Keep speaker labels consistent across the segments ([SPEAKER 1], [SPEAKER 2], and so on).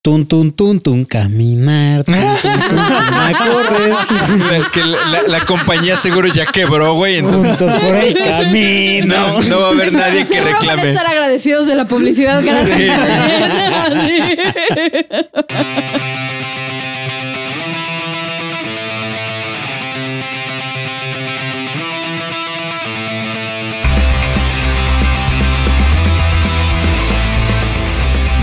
[SPEAKER 1] Tun, tun, tun, tun, caminar, tun, tun, tun, tun, a correr.
[SPEAKER 2] La, que la- la- la compañía seguro ya quebró, güey. entonces
[SPEAKER 1] Juntos por el camino.
[SPEAKER 2] no, no va a haber nadie que
[SPEAKER 3] Seguro van a
[SPEAKER 2] reclame.
[SPEAKER 3] estar agradecidos de la publicidad gratis.
[SPEAKER 2] Sí.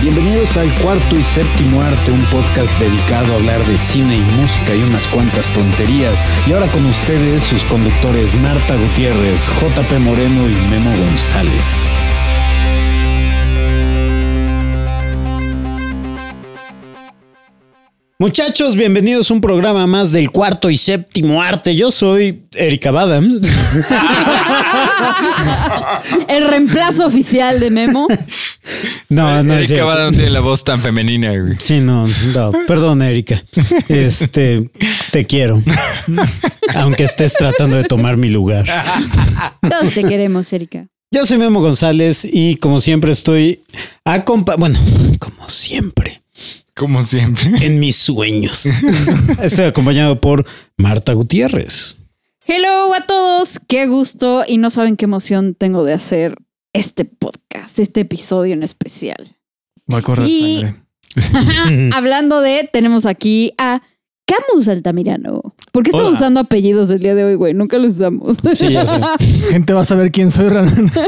[SPEAKER 4] Bienvenidos al cuarto y séptimo arte, un podcast dedicado a hablar de cine y música y unas cuantas tonterías. Y ahora con ustedes sus conductores Marta Gutiérrez, JP Moreno y Memo González.
[SPEAKER 1] Muchachos, bienvenidos a un programa más del cuarto y séptimo arte. Yo soy Erika Badam.
[SPEAKER 3] El reemplazo oficial de Memo.
[SPEAKER 1] No, no es
[SPEAKER 2] Erika
[SPEAKER 1] cierto.
[SPEAKER 2] Bada Ah, no tiene la voz tan femenina, güey.
[SPEAKER 1] Sí, no, no, perdón, Erika. Este, te quiero. Aunque estés tratando de tomar mi lugar.
[SPEAKER 3] Todos te queremos, Erika.
[SPEAKER 1] Yo soy Memo González y como siempre estoy acompa... Bueno, como siempre,
[SPEAKER 2] Como siempre.
[SPEAKER 1] en mis sueños. Estoy acompañado por Marta Gutiérrez.
[SPEAKER 3] Hello a todos, qué gusto y no saben qué emoción tengo de hacer este podcast, este episodio en especial.
[SPEAKER 5] Va a correr
[SPEAKER 3] Y-
[SPEAKER 5] sangre.
[SPEAKER 2] Mm.
[SPEAKER 3] Hablando de, tenemos aquí a Camus Altamirano. ¿Por qué estamos
[SPEAKER 1] Hola.
[SPEAKER 3] usando apellidos el día de hoy, güey? Nunca los usamos.
[SPEAKER 1] Sí, ya sé.
[SPEAKER 5] Gente va a saber quién soy realmente.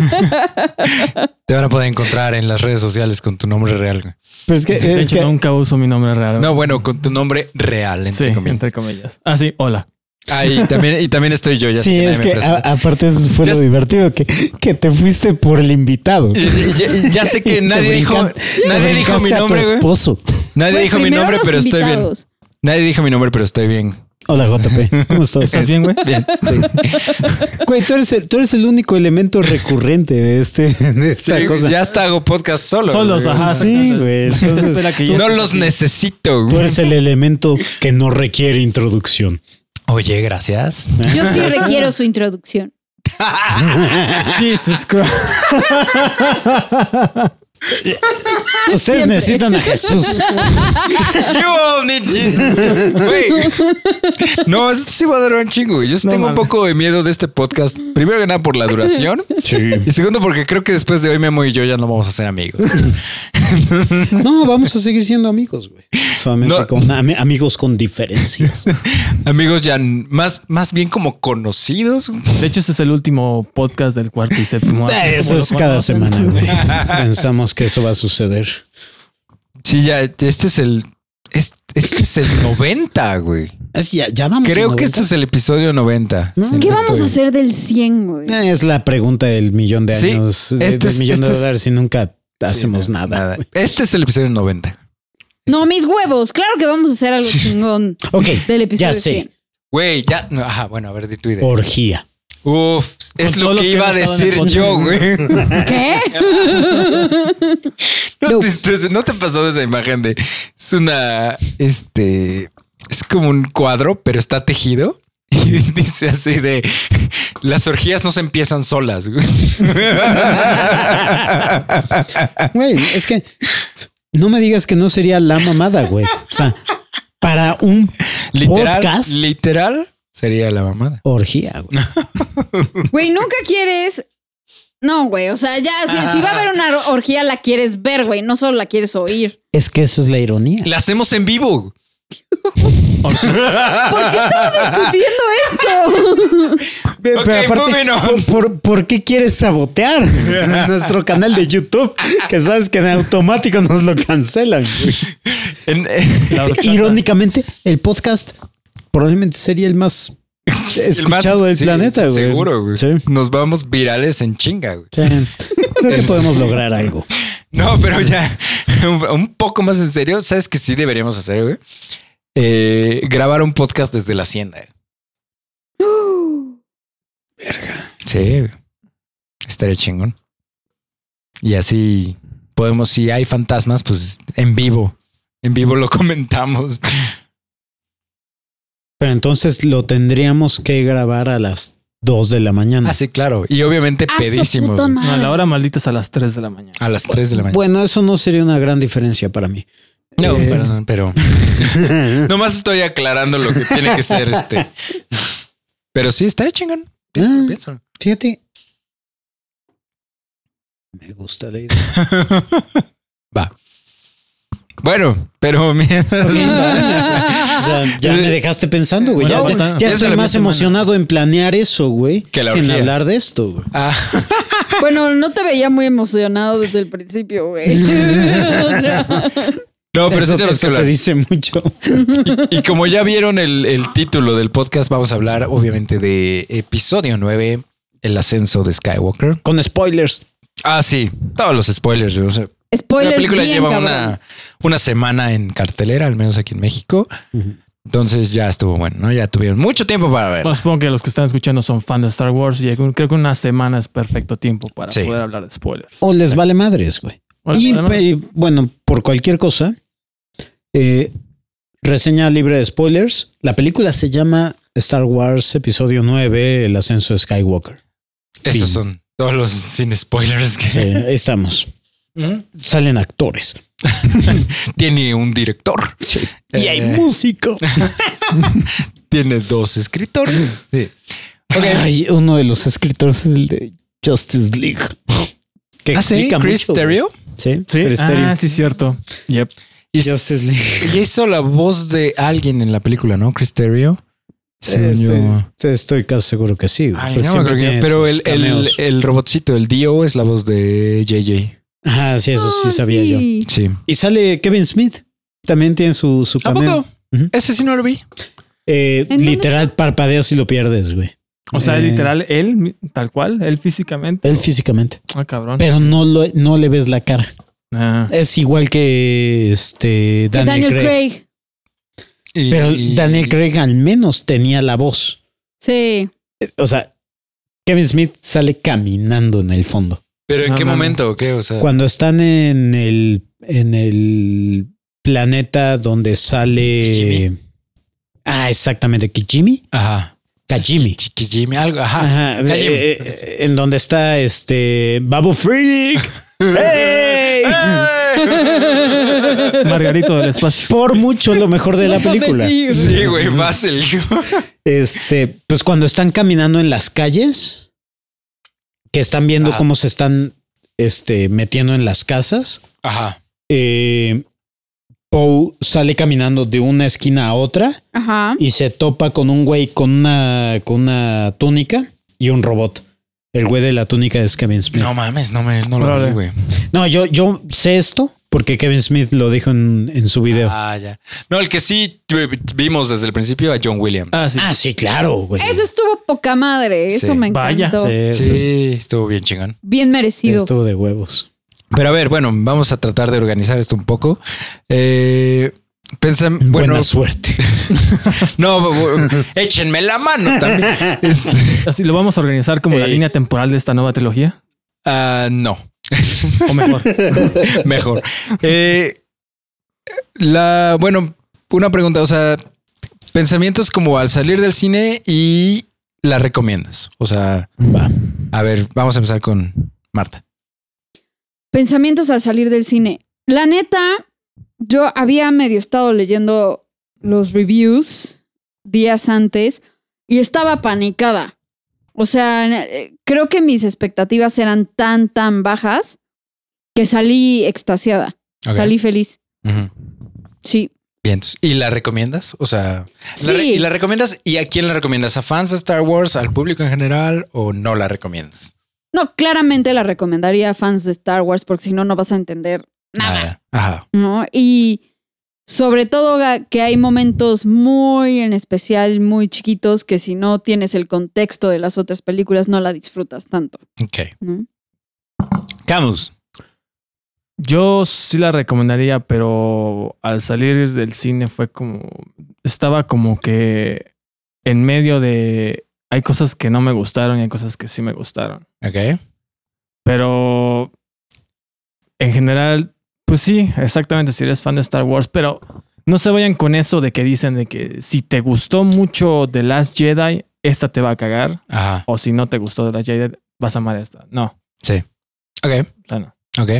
[SPEAKER 2] Te van a poder encontrar en las redes sociales con tu nombre real, güey.
[SPEAKER 1] Pues es que,
[SPEAKER 5] De
[SPEAKER 1] es
[SPEAKER 5] hecho,
[SPEAKER 1] que-
[SPEAKER 5] nunca uso mi nombre real.
[SPEAKER 2] No, bueno, con tu nombre real,
[SPEAKER 5] sí,
[SPEAKER 2] entre comillas.
[SPEAKER 5] entre comillas. Ah, sí, hola.
[SPEAKER 2] Ah, y también, y también estoy yo, ya sé
[SPEAKER 1] sí,
[SPEAKER 2] nadie
[SPEAKER 1] es
[SPEAKER 2] me
[SPEAKER 1] que
[SPEAKER 2] presenta.
[SPEAKER 1] a- aparte eso fue
[SPEAKER 2] Ya
[SPEAKER 1] lo
[SPEAKER 2] sé-
[SPEAKER 1] divertido, que, que te fuiste por el invitado.
[SPEAKER 2] Ya, ya sé
[SPEAKER 1] Y
[SPEAKER 2] que
[SPEAKER 1] te
[SPEAKER 2] nadie dijo,
[SPEAKER 1] brincan-
[SPEAKER 2] nadie
[SPEAKER 1] te
[SPEAKER 2] dijo mi
[SPEAKER 1] brincaste a tu
[SPEAKER 2] nombre, güey.
[SPEAKER 1] esposo.
[SPEAKER 2] Nadie
[SPEAKER 3] Güey,
[SPEAKER 2] dijo mi
[SPEAKER 3] primero
[SPEAKER 2] nombre,
[SPEAKER 3] los
[SPEAKER 2] pero estoy bien.
[SPEAKER 3] invitados.
[SPEAKER 2] Nadie dijo mi nombre, pero estoy bien.
[SPEAKER 1] Hola, JP. ¿Cómo estás?
[SPEAKER 5] ¿Estás bien, güey?
[SPEAKER 2] Bien.
[SPEAKER 1] Güey, tú eres, el, tú eres el único elemento recurrente de, este, de esta
[SPEAKER 2] Sí,
[SPEAKER 1] cosa.
[SPEAKER 2] Ya hasta hago podcast solo.
[SPEAKER 5] Solos,
[SPEAKER 2] güey.
[SPEAKER 5] ajá.
[SPEAKER 1] Sí, güey. Entonces,
[SPEAKER 5] Espera que
[SPEAKER 1] tú-
[SPEAKER 5] ya-
[SPEAKER 2] No los necesito.
[SPEAKER 1] Tú
[SPEAKER 2] güey.
[SPEAKER 1] eres el elemento que no requiere introducción.
[SPEAKER 2] Oye, gracias.
[SPEAKER 3] Yo sí requiero su introducción.
[SPEAKER 5] Jesus Christ.
[SPEAKER 1] Ustedes
[SPEAKER 3] Siempre.
[SPEAKER 1] necesitan a Jesús.
[SPEAKER 2] You all need Jesus. Güey. No, esto sí va a dar un chingo. güey. Yo sí
[SPEAKER 5] No
[SPEAKER 2] tengo
[SPEAKER 5] mames.
[SPEAKER 2] un poco de miedo de este podcast. Primero que nada por la duración. Y segundo porque creo que después de hoy Memo y yo ya no vamos a ser amigos.
[SPEAKER 1] No, vamos a seguir siendo amigos, güey. Solamente
[SPEAKER 2] No.
[SPEAKER 1] con ami- amigos con diferencias.
[SPEAKER 2] amigos ya n- más, más bien como conocidos.
[SPEAKER 5] De hecho, este es el último podcast del cuarto y séptimo.
[SPEAKER 1] Eh, Eso es cada semana, güey. Pensamos que eso va a suceder.
[SPEAKER 2] Sí, ya, este es el... es- Este es el 90, güey.
[SPEAKER 1] Es- ya, ya vamos.
[SPEAKER 2] Creo
[SPEAKER 1] a
[SPEAKER 2] que este
[SPEAKER 1] 90.
[SPEAKER 2] es el episodio 90.
[SPEAKER 1] No.
[SPEAKER 2] Sí,
[SPEAKER 3] ¿Qué vamos a
[SPEAKER 2] estoy-
[SPEAKER 3] hacer del 100, güey?
[SPEAKER 1] Eh, es la pregunta del millón de
[SPEAKER 2] Sí,
[SPEAKER 1] años, de-
[SPEAKER 2] este
[SPEAKER 1] del
[SPEAKER 2] es-
[SPEAKER 1] millón de
[SPEAKER 2] este es-
[SPEAKER 1] dólares y nunca hacemos
[SPEAKER 2] Sí, no,
[SPEAKER 1] nada. güey.
[SPEAKER 2] Este es el episodio 90.
[SPEAKER 3] No, mis huevos. Claro que vamos a hacer algo chingón
[SPEAKER 1] Ok,
[SPEAKER 3] del episodio
[SPEAKER 1] ya sé.
[SPEAKER 3] 100.
[SPEAKER 2] Güey, ya. no, ajá, bueno, a ver, di tu idea.
[SPEAKER 1] orgía.
[SPEAKER 2] Uf, es
[SPEAKER 5] Con
[SPEAKER 2] lo
[SPEAKER 5] todos los
[SPEAKER 2] que
[SPEAKER 5] que
[SPEAKER 2] iba a
[SPEAKER 5] han estado en el
[SPEAKER 2] decir yo, güey.
[SPEAKER 3] ¿Qué?
[SPEAKER 2] ¿No,
[SPEAKER 3] No.
[SPEAKER 2] te- no te pasó esa imagen de. Es una. Este. Es como un cuadro, pero está tejido. Y dice así de. Las orgías no se empiezan solas, güey. Ah.
[SPEAKER 1] Güey, es que no me digas que no sería la mamada, güey. O sea, para un
[SPEAKER 2] Literal.
[SPEAKER 1] podcast,
[SPEAKER 2] Literal sería la mamada.
[SPEAKER 1] orgía, güey.
[SPEAKER 3] Güey, nunca quieres. No, güey. O sea, ya, si,
[SPEAKER 1] Ah.
[SPEAKER 3] si va a haber una orgía, la quieres ver, güey. No solo la quieres oír.
[SPEAKER 1] Es que eso es la ironía.
[SPEAKER 2] La hacemos en vivo.
[SPEAKER 3] ¿Por qué estamos discutiendo esto?
[SPEAKER 1] Ve,
[SPEAKER 2] Ok,
[SPEAKER 1] Pero
[SPEAKER 2] moving
[SPEAKER 1] aparte,
[SPEAKER 2] on.
[SPEAKER 1] ¿por, por, por qué quieres sabotear nuestro canal de YouTube? Que sabes que en automático nos lo cancelan. güey.
[SPEAKER 2] En-
[SPEAKER 1] eh,
[SPEAKER 5] La horchata.
[SPEAKER 1] Irónicamente, el podcast probablemente sería el más
[SPEAKER 2] el más-
[SPEAKER 1] escuchado del
[SPEAKER 2] sí,
[SPEAKER 1] planeta, güey.
[SPEAKER 2] Seguro, güey.
[SPEAKER 1] Sí,
[SPEAKER 2] Nos vamos virales en chinga, güey.
[SPEAKER 1] sí. Creo que podemos
[SPEAKER 2] Este.
[SPEAKER 1] lograr algo.
[SPEAKER 2] No, pero ya, un, un poco más en serio, ¿sabes que sí deberíamos hacer, güey? Eh, grabar un podcast desde la hacienda. güey. Sí, güey. estaría chingón. Y así podemos, si hay fantasmas, pues en vivo, en vivo lo comentamos.
[SPEAKER 1] Pero entonces lo tendríamos que grabar a las 2 de la mañana.
[SPEAKER 2] Ah, sí, claro. Y obviamente
[SPEAKER 3] Ah, su
[SPEAKER 2] pedísimo.
[SPEAKER 3] puta
[SPEAKER 2] güey.
[SPEAKER 3] madre.
[SPEAKER 1] Ah,
[SPEAKER 5] No, la hora maldita es a las 3 de la mañana.
[SPEAKER 2] A las 3 de la mañana.
[SPEAKER 1] Bueno, eso no sería una gran diferencia para mí.
[SPEAKER 2] No,
[SPEAKER 1] Eh,
[SPEAKER 2] perdón, pero nomás estoy aclarando lo que tiene que ser este. Pero sí, estaría chingón. Piénsalo,
[SPEAKER 1] Ah.
[SPEAKER 2] piénsalo.
[SPEAKER 1] Fíjate. Me gusta la idea.
[SPEAKER 2] Va. Bueno, pero mientras-
[SPEAKER 1] O sea, ya me dejaste pensando, güey. Ya,
[SPEAKER 2] Eh, Bueno,
[SPEAKER 1] ya
[SPEAKER 2] bueno,
[SPEAKER 1] estoy
[SPEAKER 2] piénsalo,
[SPEAKER 1] más
[SPEAKER 2] piénsalo.
[SPEAKER 1] emocionado en planear eso, güey,
[SPEAKER 2] Que
[SPEAKER 1] que,
[SPEAKER 2] la
[SPEAKER 1] en
[SPEAKER 2] orgía.
[SPEAKER 1] hablar de esto, güey.
[SPEAKER 2] Ah,
[SPEAKER 3] Bueno, no te veía muy emocionado desde el principio, güey.
[SPEAKER 2] no, pero
[SPEAKER 1] eso,
[SPEAKER 2] sí tenemos que
[SPEAKER 1] eso te
[SPEAKER 2] hablar.
[SPEAKER 1] dice mucho.
[SPEAKER 2] Y como ya vieron el, el título del podcast, vamos a hablar obviamente de episodio 9, el ascenso de Skywalker.
[SPEAKER 1] Con spoilers.
[SPEAKER 2] Ah, sí, todos los spoilers. o sea, la
[SPEAKER 3] Spoiler.
[SPEAKER 2] película
[SPEAKER 3] bien,
[SPEAKER 2] lleva
[SPEAKER 3] cabrón.
[SPEAKER 2] una, una semana en cartelera, al menos aquí en México. Entonces ya estuvo bueno, ¿no? Ya tuvieron mucho tiempo para ver.
[SPEAKER 5] Bueno, supongo que los que están escuchando son fans de Star Wars y creo que una semana es perfecto tiempo para
[SPEAKER 2] Sí.
[SPEAKER 5] poder hablar de spoilers.
[SPEAKER 1] O les vale madres, güey.
[SPEAKER 2] Pues,
[SPEAKER 5] Bueno,
[SPEAKER 1] Y,
[SPEAKER 5] bueno,
[SPEAKER 1] pe- bueno, por cualquier cosa, eh, reseña libre de spoilers. La película se llama Star Wars Episodio 9, El ascenso de Skywalker.
[SPEAKER 2] Estos
[SPEAKER 1] fin.
[SPEAKER 2] son todos los sin spoilers que
[SPEAKER 1] O sea, ahí estamos.
[SPEAKER 2] Ujú.
[SPEAKER 1] Salen actores.
[SPEAKER 2] tiene un director.
[SPEAKER 1] Y hay
[SPEAKER 2] Eh,
[SPEAKER 1] músico.
[SPEAKER 2] tiene dos escritores. Sí. Ok.
[SPEAKER 1] Ay, uno de los escritores es el de Justice League. Que
[SPEAKER 2] Ah, sí,
[SPEAKER 1] explica
[SPEAKER 2] Chris
[SPEAKER 1] mucho, güey.
[SPEAKER 2] Terrio.
[SPEAKER 1] Sí,
[SPEAKER 5] sí,
[SPEAKER 1] Chris Terrio.
[SPEAKER 5] ah, sí, cierto. Yep.
[SPEAKER 2] Y
[SPEAKER 1] Justice
[SPEAKER 2] s- y hizo la voz de alguien en la película, ¿no? Chris Terrio. Según
[SPEAKER 1] Este,
[SPEAKER 2] yo.
[SPEAKER 1] Estoy, casi seguro que sí. güey,
[SPEAKER 2] Ay,
[SPEAKER 1] porque
[SPEAKER 2] no me
[SPEAKER 1] siempre
[SPEAKER 2] acuerdo
[SPEAKER 1] tiene
[SPEAKER 2] quién, pero
[SPEAKER 1] sus
[SPEAKER 2] el, el,
[SPEAKER 1] cameos.
[SPEAKER 2] el robotcito, el Dio, es la voz de JJ.
[SPEAKER 1] Ajá, sí, eso sí
[SPEAKER 3] Ah,
[SPEAKER 1] sabía yo.
[SPEAKER 3] sí.
[SPEAKER 2] Sí.
[SPEAKER 1] Y sale Kevin Smith. También tiene su, su
[SPEAKER 2] ¿A
[SPEAKER 1] cameo.
[SPEAKER 2] poco?
[SPEAKER 1] Ujú.
[SPEAKER 2] Ese sí no lo vi.
[SPEAKER 1] Eh,
[SPEAKER 3] ¿En
[SPEAKER 1] literal, parpadeas y lo pierdes, güey.
[SPEAKER 5] O sea,
[SPEAKER 1] Eh,
[SPEAKER 5] literal, él, mi- tal cual, él físicamente.
[SPEAKER 1] Él físicamente.
[SPEAKER 5] Ah, cabrón.
[SPEAKER 1] Pero no, lo, no le ves la cara.
[SPEAKER 5] Ah.
[SPEAKER 1] Es igual que este
[SPEAKER 3] Que
[SPEAKER 1] Daniel, Craig.
[SPEAKER 3] Craig.
[SPEAKER 2] Y-
[SPEAKER 1] Pero
[SPEAKER 2] y-
[SPEAKER 1] Daniel Craig al menos tenía la voz.
[SPEAKER 3] Sí.
[SPEAKER 1] O sea, Kevin Smith sale caminando en el fondo.
[SPEAKER 2] ¿Pero en
[SPEAKER 5] No
[SPEAKER 2] qué
[SPEAKER 5] mames.
[SPEAKER 2] momento? o ¿Qué? O sea,
[SPEAKER 1] Cuando están en el, en el planeta donde sale.
[SPEAKER 2] Kijimi.
[SPEAKER 1] Ah, exactamente. Kijimi.
[SPEAKER 2] Ajá.
[SPEAKER 1] Kajimi.
[SPEAKER 2] Chiqui Jimmy, algo. Ajá.
[SPEAKER 1] Ajá,
[SPEAKER 2] Ah, Kajimi.
[SPEAKER 1] eh, eh, eh, en donde está este Babu Freak. ¡Hey!
[SPEAKER 5] Margarito del espacio.
[SPEAKER 1] Por mucho lo mejor de la
[SPEAKER 3] No mames,
[SPEAKER 1] película.
[SPEAKER 3] sí, güey.
[SPEAKER 2] Sí, güey, más el
[SPEAKER 1] Este, pues cuando están caminando en las calles, que están viendo
[SPEAKER 2] Ah.
[SPEAKER 1] cómo se están este, metiendo en las casas,
[SPEAKER 2] Ajá.
[SPEAKER 1] eh, Poe sale caminando de una esquina a otra
[SPEAKER 3] Ajá.
[SPEAKER 1] y se topa con un güey con una, con una túnica y un robot. El güey de la túnica es Kevin Smith.
[SPEAKER 2] No mames, no me no lo
[SPEAKER 5] Órale.
[SPEAKER 2] vi, güey.
[SPEAKER 1] No, yo, yo sé esto porque Kevin Smith lo dijo en, en su video. Ah,
[SPEAKER 2] Ah, ya. No, el que sí tu- vimos desde el principio a John Williams.
[SPEAKER 5] Ah, sí.
[SPEAKER 1] sí, claro. güey.
[SPEAKER 3] Eso estuvo poca madre. Eso
[SPEAKER 2] Pues Sí.
[SPEAKER 3] me
[SPEAKER 5] Vaya.
[SPEAKER 3] encantó.
[SPEAKER 1] Sí, eso
[SPEAKER 2] sí,
[SPEAKER 1] es-
[SPEAKER 2] estuvo bien chingón.
[SPEAKER 3] Bien merecido.
[SPEAKER 1] estuvo de huevos.
[SPEAKER 2] Pero a ver, bueno, vamos a tratar de organizar esto un poco. Eh, pensan, bueno,
[SPEAKER 1] Buena suerte.
[SPEAKER 2] no, bu- bu- échenme la mano también. Este,
[SPEAKER 5] Así lo vamos a organizar como la
[SPEAKER 1] Ey.
[SPEAKER 5] línea temporal de esta nueva trilogía.
[SPEAKER 2] ah, no,
[SPEAKER 5] O mejor.
[SPEAKER 2] mejor. Eh, la, bueno, una pregunta, o sea, pensamientos como al salir del cine y la recomiendas. O sea,
[SPEAKER 1] Va.
[SPEAKER 2] a ver, vamos a empezar con Marta.
[SPEAKER 3] Pensamientos al salir del cine. La neta, yo había medio estado leyendo los reviews días antes y estaba panicada. O sea, eh, creo que mis expectativas eran tan, tan bajas que salí extasiada.
[SPEAKER 2] Ok.
[SPEAKER 3] Salí feliz.
[SPEAKER 2] Ujú.
[SPEAKER 3] Sí.
[SPEAKER 2] Bien, entonces, ¿y la recomiendas? O sea, la re-
[SPEAKER 3] Sí.
[SPEAKER 2] ¿y la recomiendas? ¿Y a quién la recomiendas? ¿A fans de Star Wars, al público en general o no la recomiendas?
[SPEAKER 3] No, claramente la recomendaría a fans de Star Wars porque si no, no vas a entender nada.
[SPEAKER 2] Ajá.
[SPEAKER 3] ¿no? Y sobre todo ga- que hay momentos muy en especial, muy chiquitos, que si no tienes el contexto de las otras películas, no la disfrutas tanto.
[SPEAKER 2] Ok.
[SPEAKER 3] ¿no?
[SPEAKER 2] Camus.
[SPEAKER 5] Yo sí la recomendaría, pero al salir del cine fue como. Estaba como que en medio de. Hay cosas que no me gustaron y hay cosas que sí me gustaron.
[SPEAKER 2] Ok.
[SPEAKER 5] Pero en general, pues sí, exactamente, si eres fan de Star Wars, pero no se vayan con eso de que dicen de que si te gustó mucho The Last Jedi, esta te va a cagar,
[SPEAKER 2] Ajá.
[SPEAKER 5] o si no te gustó The Last Jedi, vas a amar esta. No,
[SPEAKER 2] Sí. Ok.
[SPEAKER 5] o sea, no.
[SPEAKER 2] Ok.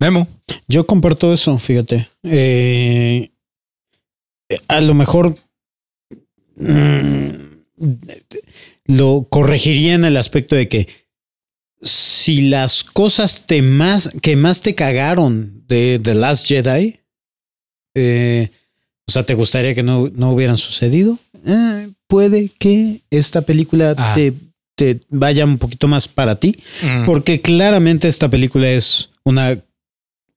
[SPEAKER 2] Memo.
[SPEAKER 1] Yo comparto eso, fíjate. Eh, a lo mejor mm, lo corregiría en el aspecto de que si las cosas te más, que más te cagaron de The Last Jedi, eh, o sea, ¿te gustaría que no, no hubieran sucedido? Eh, puede que esta película
[SPEAKER 2] Ah.
[SPEAKER 1] te, te vaya un poquito más para ti.
[SPEAKER 2] Mm.
[SPEAKER 1] Porque claramente esta película es una,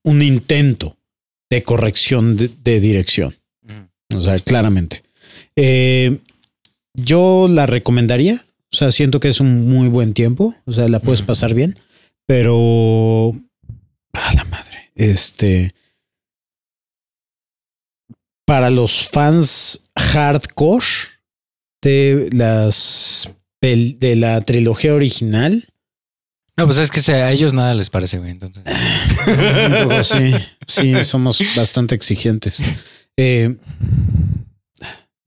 [SPEAKER 1] un intento de corrección de, de dirección.
[SPEAKER 2] Mm.
[SPEAKER 1] O sea, claramente. Eh, yo la recomendaría. O sea, siento que es un muy buen tiempo. O sea, la puedes
[SPEAKER 2] Ujú.
[SPEAKER 1] pasar bien. Pero... A la madre. Este... Para los fans hardcore de las pel- de la trilogía original,
[SPEAKER 2] No, pues es que se- a ellos nada les parece, güey. Entonces.
[SPEAKER 1] Un poco sí, sí, somos bastante exigentes. Eh,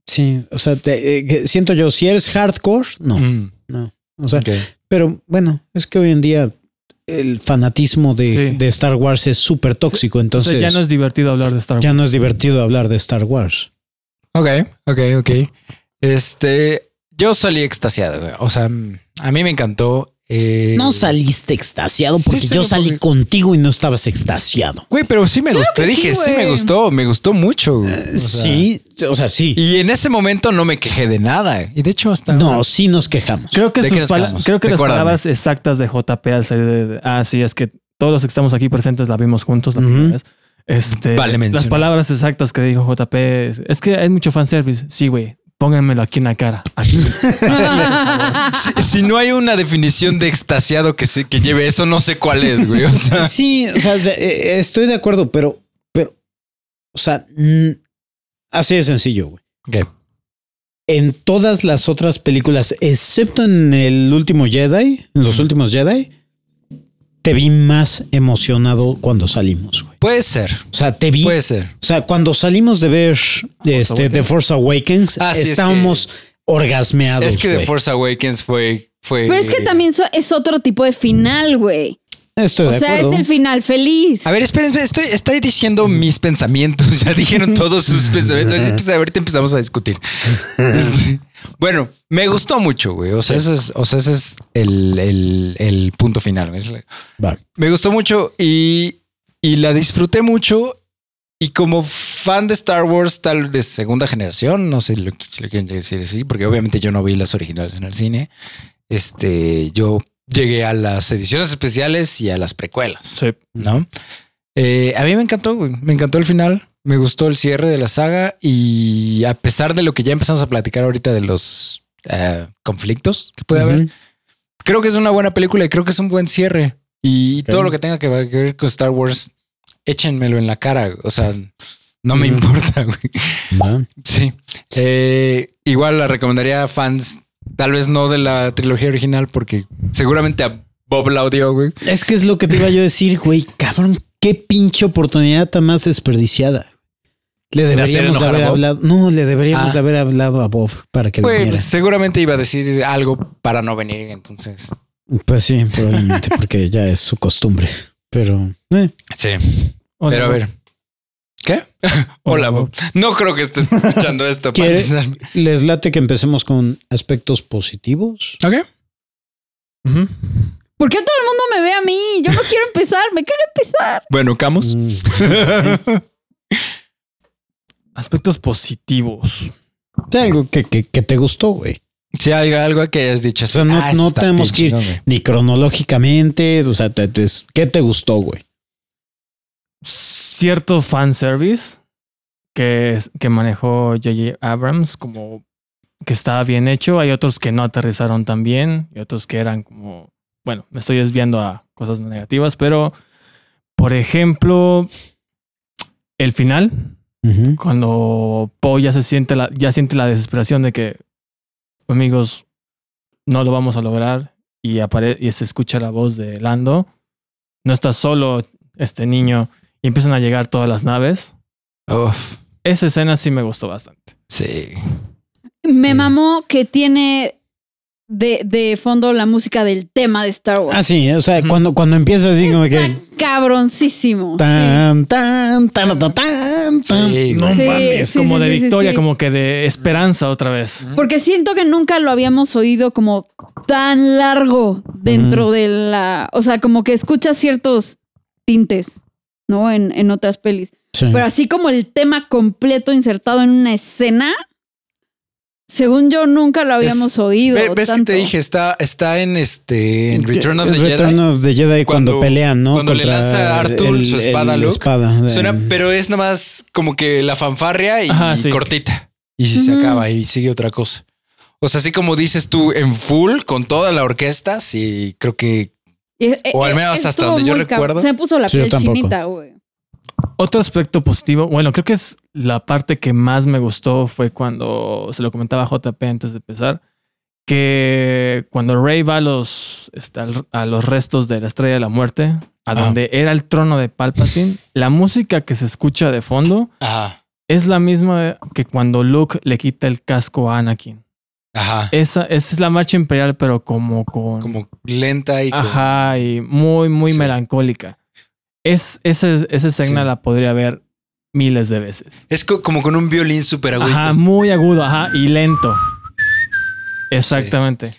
[SPEAKER 1] sí, o sea, te- eh, que siento yo, si eres hardcore, no,
[SPEAKER 2] Mm.
[SPEAKER 1] no. O sea,
[SPEAKER 2] Ok.
[SPEAKER 1] pero bueno, es que hoy en día el fanatismo de,
[SPEAKER 5] Sí.
[SPEAKER 1] de Star Wars es súper tóxico,
[SPEAKER 5] O
[SPEAKER 1] entonces
[SPEAKER 5] sea, ya no es divertido hablar de Star Wars.
[SPEAKER 1] es divertido hablar de Star Wars.
[SPEAKER 2] Ok, ok, ok. Este, yo salí extasiado, güey. O sea, mm, a mí me encantó. eh,
[SPEAKER 1] saliste extasiado
[SPEAKER 2] Sí, sí, no, porque-
[SPEAKER 1] contigo y no estabas extasiado.
[SPEAKER 2] Güey, pero sí me gustó.
[SPEAKER 3] que sí,
[SPEAKER 2] Dije, sí, me
[SPEAKER 3] güey.
[SPEAKER 2] gustó, me gustó mucho. güey. O sea,
[SPEAKER 1] Eh, sí, o sea, sí.
[SPEAKER 2] Y en ese momento no me quejé de nada. Y de hecho, hasta.
[SPEAKER 1] No, sí nos quejamos.
[SPEAKER 5] Creo que,
[SPEAKER 2] ¿De
[SPEAKER 5] sus
[SPEAKER 2] qué nos
[SPEAKER 5] pala-
[SPEAKER 2] quedamos?
[SPEAKER 5] creo que las
[SPEAKER 2] Recuérdame.
[SPEAKER 5] palabras exactas de JP al salir de, de- Ah, sí, es que todos los que estamos aquí presentes la vimos juntos la
[SPEAKER 1] Ujú.
[SPEAKER 5] primera vez. Este,
[SPEAKER 2] Vale
[SPEAKER 5] las
[SPEAKER 2] mencionar.
[SPEAKER 5] palabras exactas que dijo JP es, "Es que hay mucho fanservice. Sí, güey, pónganmelo aquí en la cara. Aquí.
[SPEAKER 2] Si, si no hay una definición de extasiado que, se, que lleve eso, no sé cuál es, güey. O sea,
[SPEAKER 1] Sí, o sea, de- eh, estoy de acuerdo, pero, pero, o sea, mm, así de sencillo, güey.
[SPEAKER 2] Ok.
[SPEAKER 1] En todas las otras películas, excepto en el último Jedi, en los últimos Jedi, te vi más emocionado cuando salimos, güey.
[SPEAKER 2] puede ser,
[SPEAKER 1] O sea, te vi.
[SPEAKER 2] puede ser.
[SPEAKER 1] o sea, cuando salimos de ver este, The
[SPEAKER 5] Awakens.
[SPEAKER 1] Force Awakens,
[SPEAKER 2] Ah, sí, es que-
[SPEAKER 1] estábamos orgasmeados.
[SPEAKER 2] Es que The
[SPEAKER 1] güey.
[SPEAKER 2] Force Awakens fue. fue
[SPEAKER 3] Pero es
[SPEAKER 1] Eh,
[SPEAKER 3] que también so- es otro tipo de final, güey.
[SPEAKER 1] Estoy
[SPEAKER 3] O
[SPEAKER 1] de
[SPEAKER 3] sea,
[SPEAKER 1] acuerdo.
[SPEAKER 3] es el final feliz.
[SPEAKER 2] A ver, espérense, estoy, estoy diciendo mis pensamientos. Ya dijeron todos sus pensamientos. Pues, ahorita empezamos a discutir. Este, bueno, me gustó mucho, güey. O sea, ese es, o sea, ese es el, el- el punto final. güey. Es la-
[SPEAKER 1] Va.
[SPEAKER 2] Me gustó mucho y, y la disfruté mucho. Y como fan de Star Wars, tal de segunda generación, no sé lo que- si lo quieren decir así, porque obviamente yo no vi las originales en el cine. Este, yo llegué a las ediciones especiales y a las precuelas.
[SPEAKER 5] Sí.
[SPEAKER 2] ¿no? Eh, a mí me encantó, güey. Me encantó el final. Me gustó el cierre de la saga. Y a pesar de lo que ya empezamos a platicar ahorita de los eh, conflictos que puede haber,
[SPEAKER 1] Ujú.
[SPEAKER 2] creo que es una buena película y creo que es un buen cierre. Y todo lo que tenga que ver- que ver con Star Wars, échenmelo en la cara. güey. O sea, no me
[SPEAKER 1] Ujú.
[SPEAKER 2] importa, güey.
[SPEAKER 1] Va.
[SPEAKER 2] Sí. Eh, igual la recomendaría a fans, tal vez no de la trilogía original, porque seguramente a Bob la odió, güey.
[SPEAKER 1] Es que es lo que te iba yo a decir, güey, cabrón, qué pinche oportunidad tan más desperdiciada. Le
[SPEAKER 2] ¿De hacer
[SPEAKER 1] deberíamos de
[SPEAKER 2] enojar a
[SPEAKER 1] haber
[SPEAKER 2] Bob?
[SPEAKER 1] hablado. No, le deberíamos
[SPEAKER 2] Ah.
[SPEAKER 1] de haber hablado a Bob para que
[SPEAKER 2] Güey,
[SPEAKER 1] viniera.
[SPEAKER 2] Pues, seguramente iba a decir algo para no venir, entonces.
[SPEAKER 1] Pues sí, probablemente, porque ya es su costumbre. Pero eh,
[SPEAKER 2] Sí.
[SPEAKER 5] Hola,
[SPEAKER 2] Pero a
[SPEAKER 5] Bob.
[SPEAKER 2] ver. ¿Qué? Hola,
[SPEAKER 5] Hola,
[SPEAKER 2] Bob.
[SPEAKER 5] Bob.
[SPEAKER 2] No creo que estés escuchando esto para
[SPEAKER 1] ¿Quiere-
[SPEAKER 2] empezar.
[SPEAKER 1] les late que empecemos con aspectos positivos.
[SPEAKER 2] ¿Ok?
[SPEAKER 5] Ujú.
[SPEAKER 3] ¿Por qué todo el mundo me ve a mí? Yo no quiero empezar, me quiero empezar.
[SPEAKER 2] Bueno, Camus.
[SPEAKER 1] Mm,
[SPEAKER 5] Aspectos positivos.
[SPEAKER 1] de algo que, que- que te gustó, güey.
[SPEAKER 2] Si hay algo que hayas dicho. ah,
[SPEAKER 1] O sea, no-
[SPEAKER 2] eso
[SPEAKER 1] no
[SPEAKER 2] está
[SPEAKER 1] tenemos
[SPEAKER 2] bien
[SPEAKER 1] que
[SPEAKER 2] chingón, güey.
[SPEAKER 1] Ni cronológicamente, o sea, te- te- ¿qué te gustó, güey?
[SPEAKER 5] Cierto fanservice que, es- que manejó J.J. Abrams, como que estaba bien hecho. Hay otros que no aterrizaron tan bien y otros que eran como. Bueno, me estoy desviando a cosas negativas, pero por ejemplo, el final, cuando Poe ya se siente la, ya siente la desesperación de que amigos no lo vamos a lograr y apare- y se escucha la voz de Lando no estás solo este niño y empiezan a llegar todas las naves
[SPEAKER 2] Uf,
[SPEAKER 5] esa escena sí me gustó bastante
[SPEAKER 2] sí.
[SPEAKER 3] Me mamó que tiene de, de fondo la música del tema de Star Wars.
[SPEAKER 1] Ah, sí, o sea,
[SPEAKER 5] Ujú.
[SPEAKER 1] cuando, cuando empieza así como que...
[SPEAKER 3] Está cabroncísimo.
[SPEAKER 1] Tan, tan, tan, tan, tan, tan.
[SPEAKER 2] Sí,
[SPEAKER 1] Ah, no
[SPEAKER 2] güey.
[SPEAKER 3] Sí,
[SPEAKER 1] mames.
[SPEAKER 3] sí,
[SPEAKER 5] como
[SPEAKER 3] sí,
[SPEAKER 5] de
[SPEAKER 3] sí, sí,
[SPEAKER 5] victoria,
[SPEAKER 3] sí.
[SPEAKER 5] como que de esperanza otra vez.
[SPEAKER 3] Porque siento que nunca lo habíamos oído como tan largo dentro de la. O sea, como que escuchas ciertos tintes, ¿no? En, en otras pelis.
[SPEAKER 1] Sí.
[SPEAKER 3] Pero así como el tema completo insertado en una escena, según yo, nunca lo habíamos
[SPEAKER 2] Es-
[SPEAKER 3] oído.
[SPEAKER 2] Ve- ¿Ves que
[SPEAKER 3] tanto.
[SPEAKER 2] te dije? Está, está en este en Return of the
[SPEAKER 1] Return
[SPEAKER 2] Jedi.
[SPEAKER 1] of the Jedi cuando,
[SPEAKER 2] Cuando-
[SPEAKER 1] pelean, ¿no?
[SPEAKER 2] cuando le lanza a Arthur su espada, Luke,
[SPEAKER 1] espada de- Ah.
[SPEAKER 2] Suena, pero es nada más como que la fanfarria y
[SPEAKER 5] Ajá, sí.
[SPEAKER 2] cortita. Y si se
[SPEAKER 3] Ujú.
[SPEAKER 2] acaba y sigue otra cosa. O sea, así como dices tú en full con toda la orquesta, sí, creo que
[SPEAKER 3] Y- eh,
[SPEAKER 2] o al
[SPEAKER 3] eh,
[SPEAKER 2] menos hasta
[SPEAKER 3] estuvo
[SPEAKER 2] donde yo
[SPEAKER 3] muy cabrón.
[SPEAKER 2] recuerdo.
[SPEAKER 3] Se me puso la
[SPEAKER 1] Sí, yo
[SPEAKER 3] piel
[SPEAKER 1] tampoco.
[SPEAKER 3] chinita, güey.
[SPEAKER 5] Otro aspecto positivo, bueno, creo que es la parte que más me gustó fue cuando se lo comentaba a JP antes de empezar, que cuando Rey va a los, este, al- a los restos de la Estrella de la Muerte, a
[SPEAKER 2] Ah.
[SPEAKER 5] donde era el trono de Palpatine, la música que se escucha de fondo
[SPEAKER 2] ajá,
[SPEAKER 5] es la misma que cuando Luke le quita el casco a Anakin.
[SPEAKER 2] ajá,
[SPEAKER 5] Esa, esa es la marcha imperial, pero como con...
[SPEAKER 2] como lenta y con-
[SPEAKER 5] Eh, Ajá, y muy, muy
[SPEAKER 2] Sí.
[SPEAKER 5] melancólica. Es, ese, esa escena
[SPEAKER 2] Sí.
[SPEAKER 5] la podría ver miles de veces.
[SPEAKER 2] es co- como con un violín súper agüito.
[SPEAKER 5] Ajá, muy agudo, ajá, y lento. Exactamente.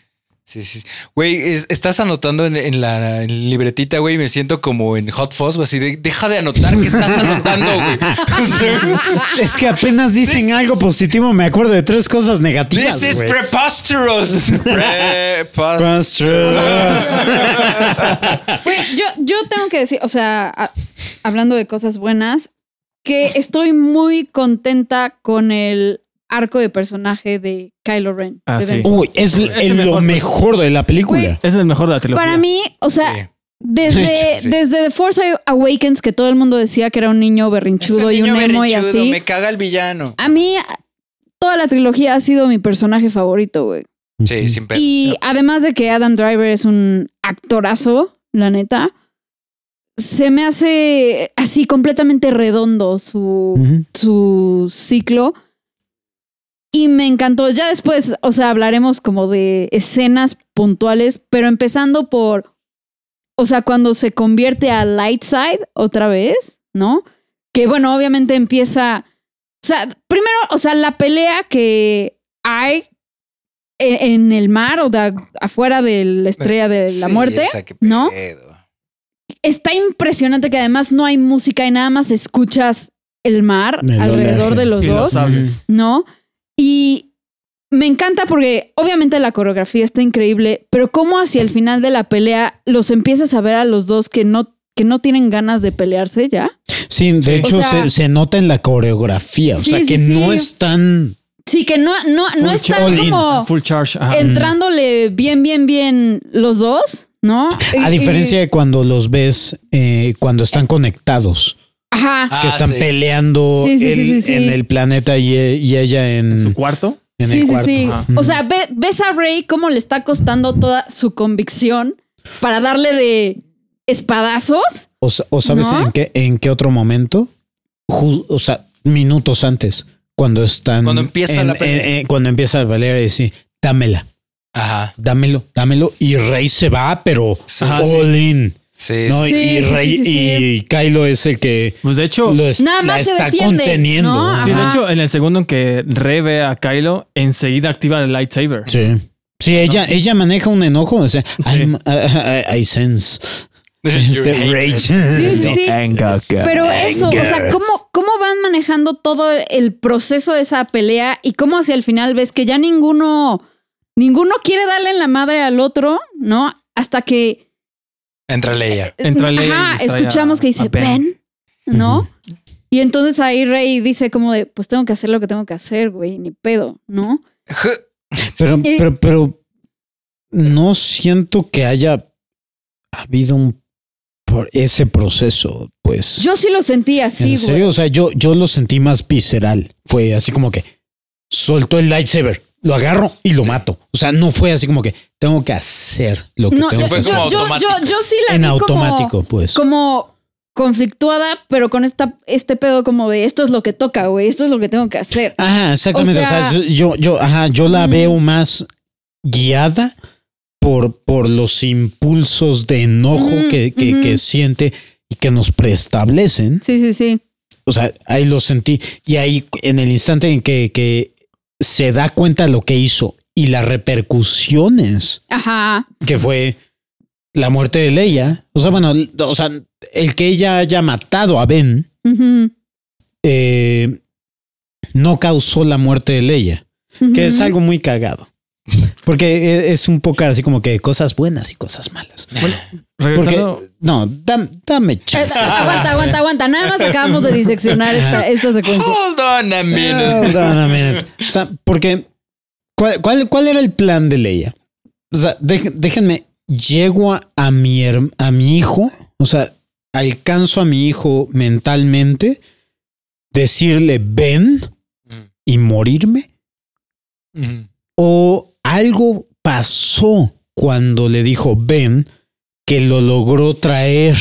[SPEAKER 2] Sí, sí. sí. Güey, es- estás anotando en, en la en libretita, güey, y me siento como en Hot Fuzz, güey, así de, deja de anotar que estás anotando, güey. O sea,
[SPEAKER 1] Es que apenas dicen algo positivo, me acuerdo de tres cosas negativas.
[SPEAKER 2] This is
[SPEAKER 1] güey.
[SPEAKER 2] preposterous. Preposterous.
[SPEAKER 3] Güey, yo, yo tengo que decir, o sea, a- hablando de cosas buenas, que estoy muy contenta con el arco de personaje de Kylo Ren.
[SPEAKER 5] Ah,
[SPEAKER 3] de
[SPEAKER 5] sí.
[SPEAKER 3] Ben Solo.
[SPEAKER 1] Uy, es,
[SPEAKER 5] Es el
[SPEAKER 1] el- lo
[SPEAKER 5] mejor-
[SPEAKER 1] mejor de la película.
[SPEAKER 5] Es el mejor de la trilogía.
[SPEAKER 3] Para mí, o sea,
[SPEAKER 2] Sí.
[SPEAKER 3] desde,
[SPEAKER 2] Sí.
[SPEAKER 3] desde The Force Awakens, que todo el mundo decía que era un niño berrinchudo
[SPEAKER 2] Es
[SPEAKER 3] y un
[SPEAKER 2] niño
[SPEAKER 3] emo y
[SPEAKER 2] berrinchudo,
[SPEAKER 3] así,
[SPEAKER 2] Me caga el villano.
[SPEAKER 3] a mí toda la trilogía ha sido mi personaje favorito, güey.
[SPEAKER 1] Mm.
[SPEAKER 2] Sí, sin pedo.
[SPEAKER 3] Y además de que Adam Driver es un actorazo, la neta, se me hace así completamente redondo su,
[SPEAKER 1] Ujú.
[SPEAKER 3] su ciclo. Y me encantó. Ya después, o sea, hablaremos como de escenas puntuales, pero empezando por, o sea, cuando se convierte a Lightside otra vez, ¿no? Que bueno, obviamente empieza... O sea, primero, o sea, la pelea que hay e- en el mar o de afuera de la estrella de la
[SPEAKER 2] Sí,
[SPEAKER 3] muerte
[SPEAKER 2] esa, qué
[SPEAKER 3] ¿no?
[SPEAKER 2] pedo.
[SPEAKER 3] está impresionante que además no hay música y nada más escuchas el mar
[SPEAKER 1] El
[SPEAKER 3] alrededor
[SPEAKER 1] oleaje.
[SPEAKER 3] de los
[SPEAKER 5] Y los
[SPEAKER 3] dos,
[SPEAKER 5] sables.
[SPEAKER 3] ¿no? Y me encanta porque obviamente la coreografía está increíble, pero cómo hacia el final de la pelea los empiezas a ver a los dos que no, que no tienen ganas de pelearse ya.
[SPEAKER 1] Sí, de hecho
[SPEAKER 3] O sea-
[SPEAKER 1] se, se nota en la coreografía, o
[SPEAKER 3] Sí,
[SPEAKER 1] sea
[SPEAKER 3] sí,
[SPEAKER 1] que no
[SPEAKER 3] sí.
[SPEAKER 1] están
[SPEAKER 3] Sí, que no, no, no
[SPEAKER 5] Full
[SPEAKER 3] están
[SPEAKER 1] all in,
[SPEAKER 3] como
[SPEAKER 5] Full charge.
[SPEAKER 1] Ah,
[SPEAKER 5] ajá.
[SPEAKER 1] mm.
[SPEAKER 3] entrándole bien, bien, bien los dos, ¿no?
[SPEAKER 1] a
[SPEAKER 3] Y- y-
[SPEAKER 1] diferencia de cuando los ves eh, cuando están conectados,
[SPEAKER 3] Ajá.
[SPEAKER 2] Ah,
[SPEAKER 1] que están
[SPEAKER 2] sí.
[SPEAKER 1] peleando
[SPEAKER 3] Sí, sí,
[SPEAKER 1] en,
[SPEAKER 3] sí, sí, sí.
[SPEAKER 1] en el planeta y, e- y ella
[SPEAKER 5] En su
[SPEAKER 1] en,
[SPEAKER 5] cuarto.
[SPEAKER 1] en
[SPEAKER 3] sí,
[SPEAKER 1] el
[SPEAKER 3] sí,
[SPEAKER 1] cuarto. Mm.
[SPEAKER 3] sí.
[SPEAKER 5] Ajá.
[SPEAKER 3] O sea, ve- ves a Rey cómo le está costando toda su convicción para darle de espadazos.
[SPEAKER 1] O, sa- o sabes
[SPEAKER 3] ¿No?
[SPEAKER 1] en qué en qué otro momento, Ju- o sea, minutos antes, cuando están
[SPEAKER 2] Cuando empieza
[SPEAKER 1] en-
[SPEAKER 2] la pelea.
[SPEAKER 1] en- en- cuando empieza la pelea y dice, dámela,
[SPEAKER 2] Ajá.
[SPEAKER 1] dámelo, dámelo y Rey se va, pero
[SPEAKER 2] Sí,
[SPEAKER 5] Ajá,
[SPEAKER 1] all in.
[SPEAKER 2] sí,
[SPEAKER 1] No,
[SPEAKER 2] sí.
[SPEAKER 1] y-
[SPEAKER 3] Sí,
[SPEAKER 1] y,
[SPEAKER 3] sí, sí,
[SPEAKER 1] Rey-
[SPEAKER 3] sí, sí.
[SPEAKER 1] y Kylo es el que
[SPEAKER 5] Pues de hecho,
[SPEAKER 1] lo es-
[SPEAKER 3] Nada más
[SPEAKER 1] la
[SPEAKER 3] se
[SPEAKER 1] está
[SPEAKER 3] defiende,
[SPEAKER 1] conteniendo.
[SPEAKER 3] ¿no?
[SPEAKER 1] Ajá.
[SPEAKER 5] sí, de
[SPEAKER 3] Ajá.
[SPEAKER 5] hecho, en el segundo en que Rey ve a Kylo, enseguida activa el lightsaber.
[SPEAKER 1] Sí. Sí, ella, ella maneja un enojo. O sea, I'm- I, I- I sense este
[SPEAKER 2] You're
[SPEAKER 1] rage.
[SPEAKER 3] Sí, sí, sí.
[SPEAKER 5] Venga,
[SPEAKER 3] Pero eso, o sea, ¿cómo, cómo van manejando todo el proceso de esa pelea y cómo hacia el final ves que ya ninguno, ninguno quiere darle en la madre al otro, ¿no? Hasta que,
[SPEAKER 2] Entra
[SPEAKER 3] Eh,
[SPEAKER 2] Leia.
[SPEAKER 5] Entra Leia y
[SPEAKER 3] ajá,
[SPEAKER 5] distrae
[SPEAKER 3] escuchamos
[SPEAKER 5] a-
[SPEAKER 3] que dice
[SPEAKER 5] a Ben.
[SPEAKER 3] Ben, ¿no? Y entonces ahí Rey dice como de, pues tengo que hacer lo que tengo que hacer, güey, ni pedo, ¿no?
[SPEAKER 1] Pero,
[SPEAKER 3] Y-
[SPEAKER 1] pero, pero no siento que haya habido un por ese proceso, pues.
[SPEAKER 3] Yo sí lo sentí así,
[SPEAKER 1] en
[SPEAKER 3] güey.
[SPEAKER 1] serio, o sea, yo, yo lo sentí más visceral. Fue así como que soltó el lightsaber, lo agarro y lo mato. O sea, no fue así como que tengo que hacer lo que
[SPEAKER 3] No,
[SPEAKER 1] tengo
[SPEAKER 3] yo,
[SPEAKER 1] que
[SPEAKER 2] fue
[SPEAKER 1] hacer.
[SPEAKER 2] como
[SPEAKER 3] yo, yo,
[SPEAKER 2] automático.
[SPEAKER 3] yo- yo sí la
[SPEAKER 1] en
[SPEAKER 3] vi
[SPEAKER 1] automático, pues.
[SPEAKER 3] Como, como conflictuada, pero con esta, este pedo como de esto es lo que toca, güey, esto es lo que tengo que hacer.
[SPEAKER 1] Ajá, exactamente. O
[SPEAKER 3] O
[SPEAKER 1] sea,
[SPEAKER 3] sea-
[SPEAKER 1] yo, yo, ajá, yo la
[SPEAKER 3] Mm.
[SPEAKER 1] veo más guiada por, por los impulsos de enojo
[SPEAKER 3] Ujú,
[SPEAKER 1] que, que-
[SPEAKER 3] ujú.
[SPEAKER 1] que siente y que nos preestablecen.
[SPEAKER 3] Sí, sí, sí.
[SPEAKER 1] O sea, ahí lo sentí. Y ahí, en el instante en que, que se da cuenta de lo que hizo y las repercusiones
[SPEAKER 3] Ajá.
[SPEAKER 1] que fue la muerte de Leia. O sea, bueno, o sea, el que ella haya matado a Ben
[SPEAKER 3] Ujú,
[SPEAKER 1] eh, no causó la muerte de Leia, que es
[SPEAKER 3] ujú.
[SPEAKER 1] algo muy cagado. Porque e- es un poco así como que cosas buenas y cosas malas.
[SPEAKER 5] Bueno,
[SPEAKER 1] Porque,
[SPEAKER 5] regresando.
[SPEAKER 1] no, dam- dame
[SPEAKER 3] Eh,
[SPEAKER 1] chance.
[SPEAKER 3] aguanta, aguanta, aguanta. Nada más acabamos de diseccionar esta, esta secuencia.
[SPEAKER 2] Hold on a
[SPEAKER 3] eh.
[SPEAKER 2] minute.
[SPEAKER 1] Hold on a minute. O sea, porque ¿cuál, cuál, cuál era el plan de Leia? O sea, dej- déjenme, llego a, a mi herm- a mi hijo, o sea, alcanzo a mi hijo mentalmente, decirle ven y morirme,
[SPEAKER 2] Mm.
[SPEAKER 1] o algo pasó cuando le dijo ven que lo logró traer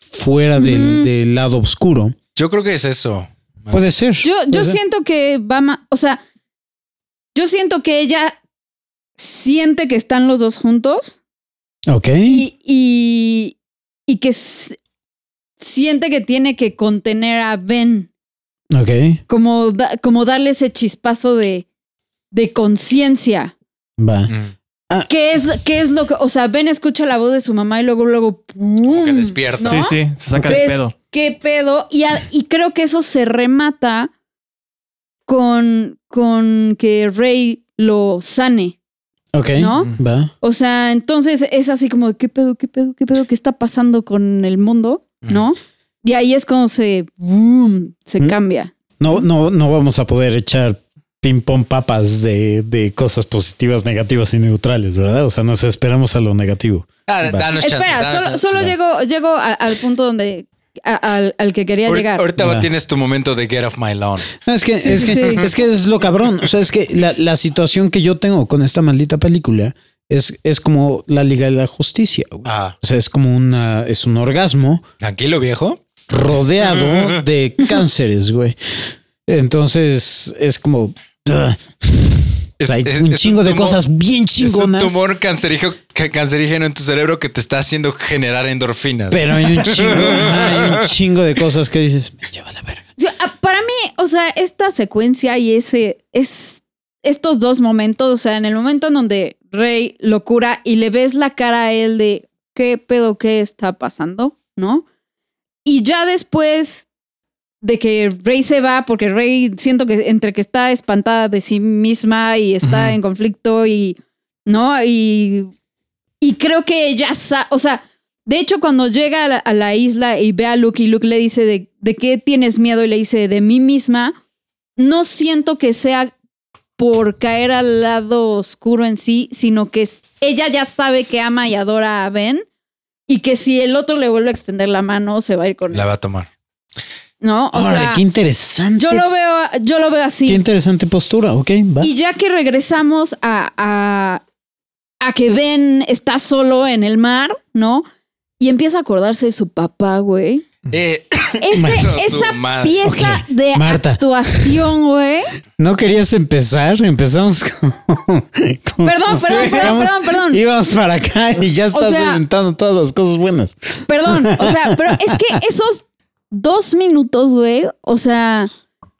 [SPEAKER 1] fuera del,
[SPEAKER 3] Ujú.
[SPEAKER 1] del lado oscuro.
[SPEAKER 2] Yo creo que es eso.
[SPEAKER 1] Puede ser.
[SPEAKER 3] Yo, yo
[SPEAKER 1] puede ser.
[SPEAKER 3] siento que va más. O sea, yo siento que ella siente que están los dos juntos
[SPEAKER 1] Ok.
[SPEAKER 3] y, y, y que s- siente que tiene que contener a Ben.
[SPEAKER 1] Ok.
[SPEAKER 3] Como, da- como darle ese chispazo de, de conciencia.
[SPEAKER 1] Va.
[SPEAKER 2] Mm.
[SPEAKER 3] ¿Qué es, ¿Qué es lo que.? O sea, Ben escucha la voz de su mamá y luego, luego. ¡pum!
[SPEAKER 2] que despierta.
[SPEAKER 5] Sí, sí, se saca
[SPEAKER 3] ¿Ves?
[SPEAKER 5] de pedo.
[SPEAKER 3] qué pedo. Y, a- y creo que eso se remata con, con que Rey lo sane.
[SPEAKER 1] Ok.
[SPEAKER 3] ¿No?
[SPEAKER 1] Va.
[SPEAKER 3] O sea, entonces es así como, de, ¿qué pedo, qué pedo, qué pedo, qué está pasando con el mundo? ¿No? Y ahí es cuando se, boom, se
[SPEAKER 1] Mm.
[SPEAKER 3] cambia.
[SPEAKER 1] No, no, no vamos a poder echar ping pong papas de, de cosas positivas, negativas y neutrales, ¿verdad? O sea, nos esperamos a lo negativo.
[SPEAKER 2] Da-
[SPEAKER 1] Va.
[SPEAKER 2] danos Pues chance,
[SPEAKER 3] Espera,
[SPEAKER 2] danos
[SPEAKER 3] solo,
[SPEAKER 2] chance.
[SPEAKER 3] solo
[SPEAKER 1] va.
[SPEAKER 3] llego, llego a- al punto donde, a- al, al que quería
[SPEAKER 2] Ahor-
[SPEAKER 3] llegar.
[SPEAKER 2] Ahorita
[SPEAKER 1] Va.
[SPEAKER 2] tienes tu momento de get off my lawn.
[SPEAKER 1] No, es que,
[SPEAKER 3] Sí,
[SPEAKER 1] es,
[SPEAKER 3] sí,
[SPEAKER 1] que
[SPEAKER 3] sí.
[SPEAKER 1] es que es lo cabrón. O sea, es que la, la situación que yo tengo con esta maldita película es, es como la Liga de la Justicia. güey.
[SPEAKER 2] Ah,
[SPEAKER 1] O sea, es como una, es un orgasmo
[SPEAKER 2] tranquilo, viejo.
[SPEAKER 1] rodeado de cánceres, güey. Entonces es como ugh,
[SPEAKER 2] Es-
[SPEAKER 1] hay
[SPEAKER 2] es-
[SPEAKER 1] un
[SPEAKER 2] es
[SPEAKER 1] chingo de
[SPEAKER 2] tumor-
[SPEAKER 1] cosas bien
[SPEAKER 2] Es un
[SPEAKER 1] chingonas.
[SPEAKER 2] tumor cancerígeno, ca- cancerígeno en tu cerebro que te está haciendo generar endorfinas.
[SPEAKER 1] Pero hay un chingo, ajá, hay un chingo de cosas que dices, me lleva la verga.
[SPEAKER 3] Sí, ah, para mí, o sea, esta secuencia y ese es estos dos momentos, o sea, en el momento en donde Rey lo cura y le ves la cara a él de qué pedo qué está pasando, ¿no? Y ya después de que Rey se va, porque Rey siento que entre que está espantada de sí misma y está
[SPEAKER 5] Ujú.
[SPEAKER 3] en conflicto y, ¿no? Y, y creo que ella, sa- o sea, de hecho, cuando llega a la, a la isla y ve a Luke y Luke le dice de, de qué tienes miedo y le dice de mí misma, no siento que sea por caer al lado oscuro en sí, sino que es- ella ya sabe que ama y adora a Ben y que si el otro le vuelve a extender la mano, se va a ir con
[SPEAKER 2] La
[SPEAKER 3] él.
[SPEAKER 2] va a tomar.
[SPEAKER 3] ¿No? O
[SPEAKER 1] Órale,
[SPEAKER 3] sea,
[SPEAKER 1] qué interesante.
[SPEAKER 3] yo lo veo, yo lo veo así.
[SPEAKER 1] Qué interesante postura, ok, va.
[SPEAKER 3] Y ya que regresamos a, a, a que Ben está solo en el mar, ¿no? Y empieza a acordarse de su papá, güey.
[SPEAKER 2] Eh,
[SPEAKER 3] Ese-
[SPEAKER 2] Maestro,
[SPEAKER 3] esa
[SPEAKER 2] tu madre.
[SPEAKER 3] pieza
[SPEAKER 1] Ok,
[SPEAKER 3] de
[SPEAKER 1] Marta.
[SPEAKER 3] actuación, güey.
[SPEAKER 1] ¿No querías empezar? Empezamos con... con-
[SPEAKER 3] Perdón, perdón, perdón,
[SPEAKER 1] Íbamos-
[SPEAKER 3] perdón, perdón.
[SPEAKER 1] Íbamos para acá y ya estás
[SPEAKER 3] sea-
[SPEAKER 1] inventando todas las cosas buenas.
[SPEAKER 3] Perdón, o sea, pero es que esos dos minutos, güey, o sea,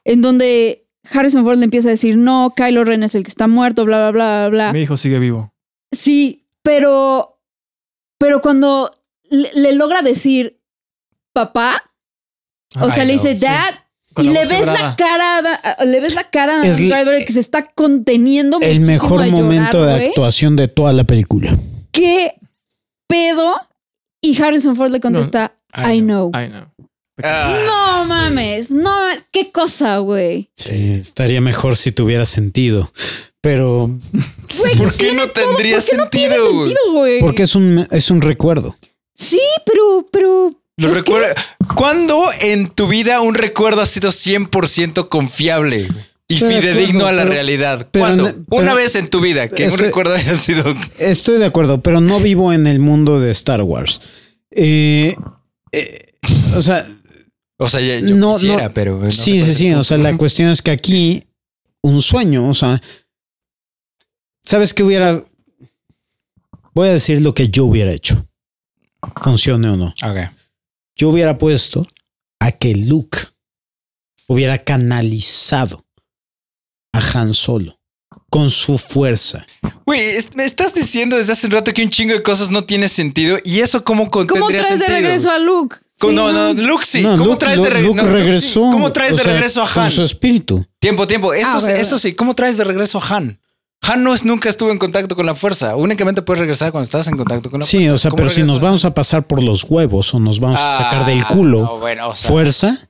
[SPEAKER 3] en donde Harrison Ford le empieza a decir, no, Kylo Ren es el que está muerto, bla, bla, bla, bla,
[SPEAKER 5] Mi
[SPEAKER 3] bla.
[SPEAKER 5] hijo sigue vivo.
[SPEAKER 3] Sí, pero, pero cuando le, le logra decir papá, o sea,
[SPEAKER 2] Ay,
[SPEAKER 3] le
[SPEAKER 2] no,
[SPEAKER 3] dice
[SPEAKER 5] sí.
[SPEAKER 3] dad,
[SPEAKER 5] Con
[SPEAKER 3] y
[SPEAKER 5] la
[SPEAKER 3] le
[SPEAKER 5] voz
[SPEAKER 3] ves la
[SPEAKER 5] quebrada.
[SPEAKER 3] cara, a- a- le ves la cara a
[SPEAKER 1] Es
[SPEAKER 3] Adam
[SPEAKER 1] la-
[SPEAKER 3] Driver que se está conteniendo
[SPEAKER 1] El
[SPEAKER 3] muchísimo
[SPEAKER 1] mejor
[SPEAKER 3] de llorar,
[SPEAKER 1] momento de
[SPEAKER 3] güey.
[SPEAKER 1] actuación de toda la película.
[SPEAKER 3] ¿qué pedo? Y Harrison Ford le contesta,
[SPEAKER 2] No, I
[SPEAKER 3] I know.
[SPEAKER 5] Ay, no.
[SPEAKER 2] ah,
[SPEAKER 3] No
[SPEAKER 2] sí.
[SPEAKER 3] mames, no mames, qué cosa, güey.
[SPEAKER 1] Sí, Eh, estaría mejor si tuviera sentido, pero...
[SPEAKER 3] Güey,
[SPEAKER 2] ¿Por qué no tendría
[SPEAKER 3] tiene
[SPEAKER 2] sentido? güey?
[SPEAKER 3] sentido, güey.
[SPEAKER 1] Porque es un, es un recuerdo.
[SPEAKER 3] Sí, pero, pero.
[SPEAKER 2] Lo
[SPEAKER 3] pues, es que-
[SPEAKER 2] recuerda- ¿Cuándo en tu vida un recuerdo ha sido 100% confiable y
[SPEAKER 1] Estoy de
[SPEAKER 2] fidedigno
[SPEAKER 1] acuerdo,
[SPEAKER 2] a la
[SPEAKER 1] pero-
[SPEAKER 2] realidad?
[SPEAKER 1] pero
[SPEAKER 2] ¿Cuándo?
[SPEAKER 1] ne-
[SPEAKER 2] Una
[SPEAKER 1] pero-
[SPEAKER 2] vez en tu vida que un
[SPEAKER 1] Estoy-
[SPEAKER 2] recuerdo haya sido...
[SPEAKER 1] Estoy de acuerdo, pero no vivo en el mundo de Star Wars. Eh, eh, o sea,
[SPEAKER 2] O sea, ya- yo
[SPEAKER 1] No,
[SPEAKER 2] quisiera,
[SPEAKER 1] no.
[SPEAKER 2] pero... no
[SPEAKER 1] sí, sí,
[SPEAKER 2] recuerdo.
[SPEAKER 1] sí. O sea, la cuestión es que aquí un sueño, o sea, ¿sabes qué hubiera Voy a decir lo que yo hubiera hecho. Funcione o no.
[SPEAKER 2] Ok.
[SPEAKER 1] Yo hubiera puesto a que Luke hubiera canalizado a Han Solo con su fuerza.
[SPEAKER 2] Güey, es- me estás diciendo desde hace un rato que un chingo de cosas no tiene sentido. ¿Y eso cómo con-
[SPEAKER 3] ¿Cómo
[SPEAKER 2] tendría
[SPEAKER 3] traes de
[SPEAKER 2] sentido?
[SPEAKER 3] regreso a Luke?
[SPEAKER 2] Co-
[SPEAKER 3] Sí,
[SPEAKER 2] no, no,
[SPEAKER 3] no.
[SPEAKER 2] Luke sí.
[SPEAKER 1] No,
[SPEAKER 2] ¿Cómo
[SPEAKER 1] Luke-
[SPEAKER 2] traes de
[SPEAKER 1] Lu-
[SPEAKER 2] regreso?
[SPEAKER 1] Luke regresó.
[SPEAKER 2] ¿Cómo traes
[SPEAKER 1] o
[SPEAKER 2] de
[SPEAKER 1] sea,
[SPEAKER 2] regreso a Han?
[SPEAKER 1] Con su espíritu.
[SPEAKER 2] Tiempo, tiempo. Eso,
[SPEAKER 3] Ah,
[SPEAKER 2] sí-
[SPEAKER 3] verdad.
[SPEAKER 2] eso sí. ¿Cómo traes de regreso a Han? Han no es, nunca estuvo en contacto con la fuerza. Únicamente puedes regresar cuando estás en contacto con la
[SPEAKER 1] sí,
[SPEAKER 2] fuerza.
[SPEAKER 1] o sea,
[SPEAKER 2] pues, ¿Cómo
[SPEAKER 1] pero si nos
[SPEAKER 2] regresas?
[SPEAKER 1] vamos a pasar por los huevos o nos vamos a sacar del
[SPEAKER 2] Ah,
[SPEAKER 1] culo
[SPEAKER 2] no, bueno, o sea,
[SPEAKER 1] fuerza,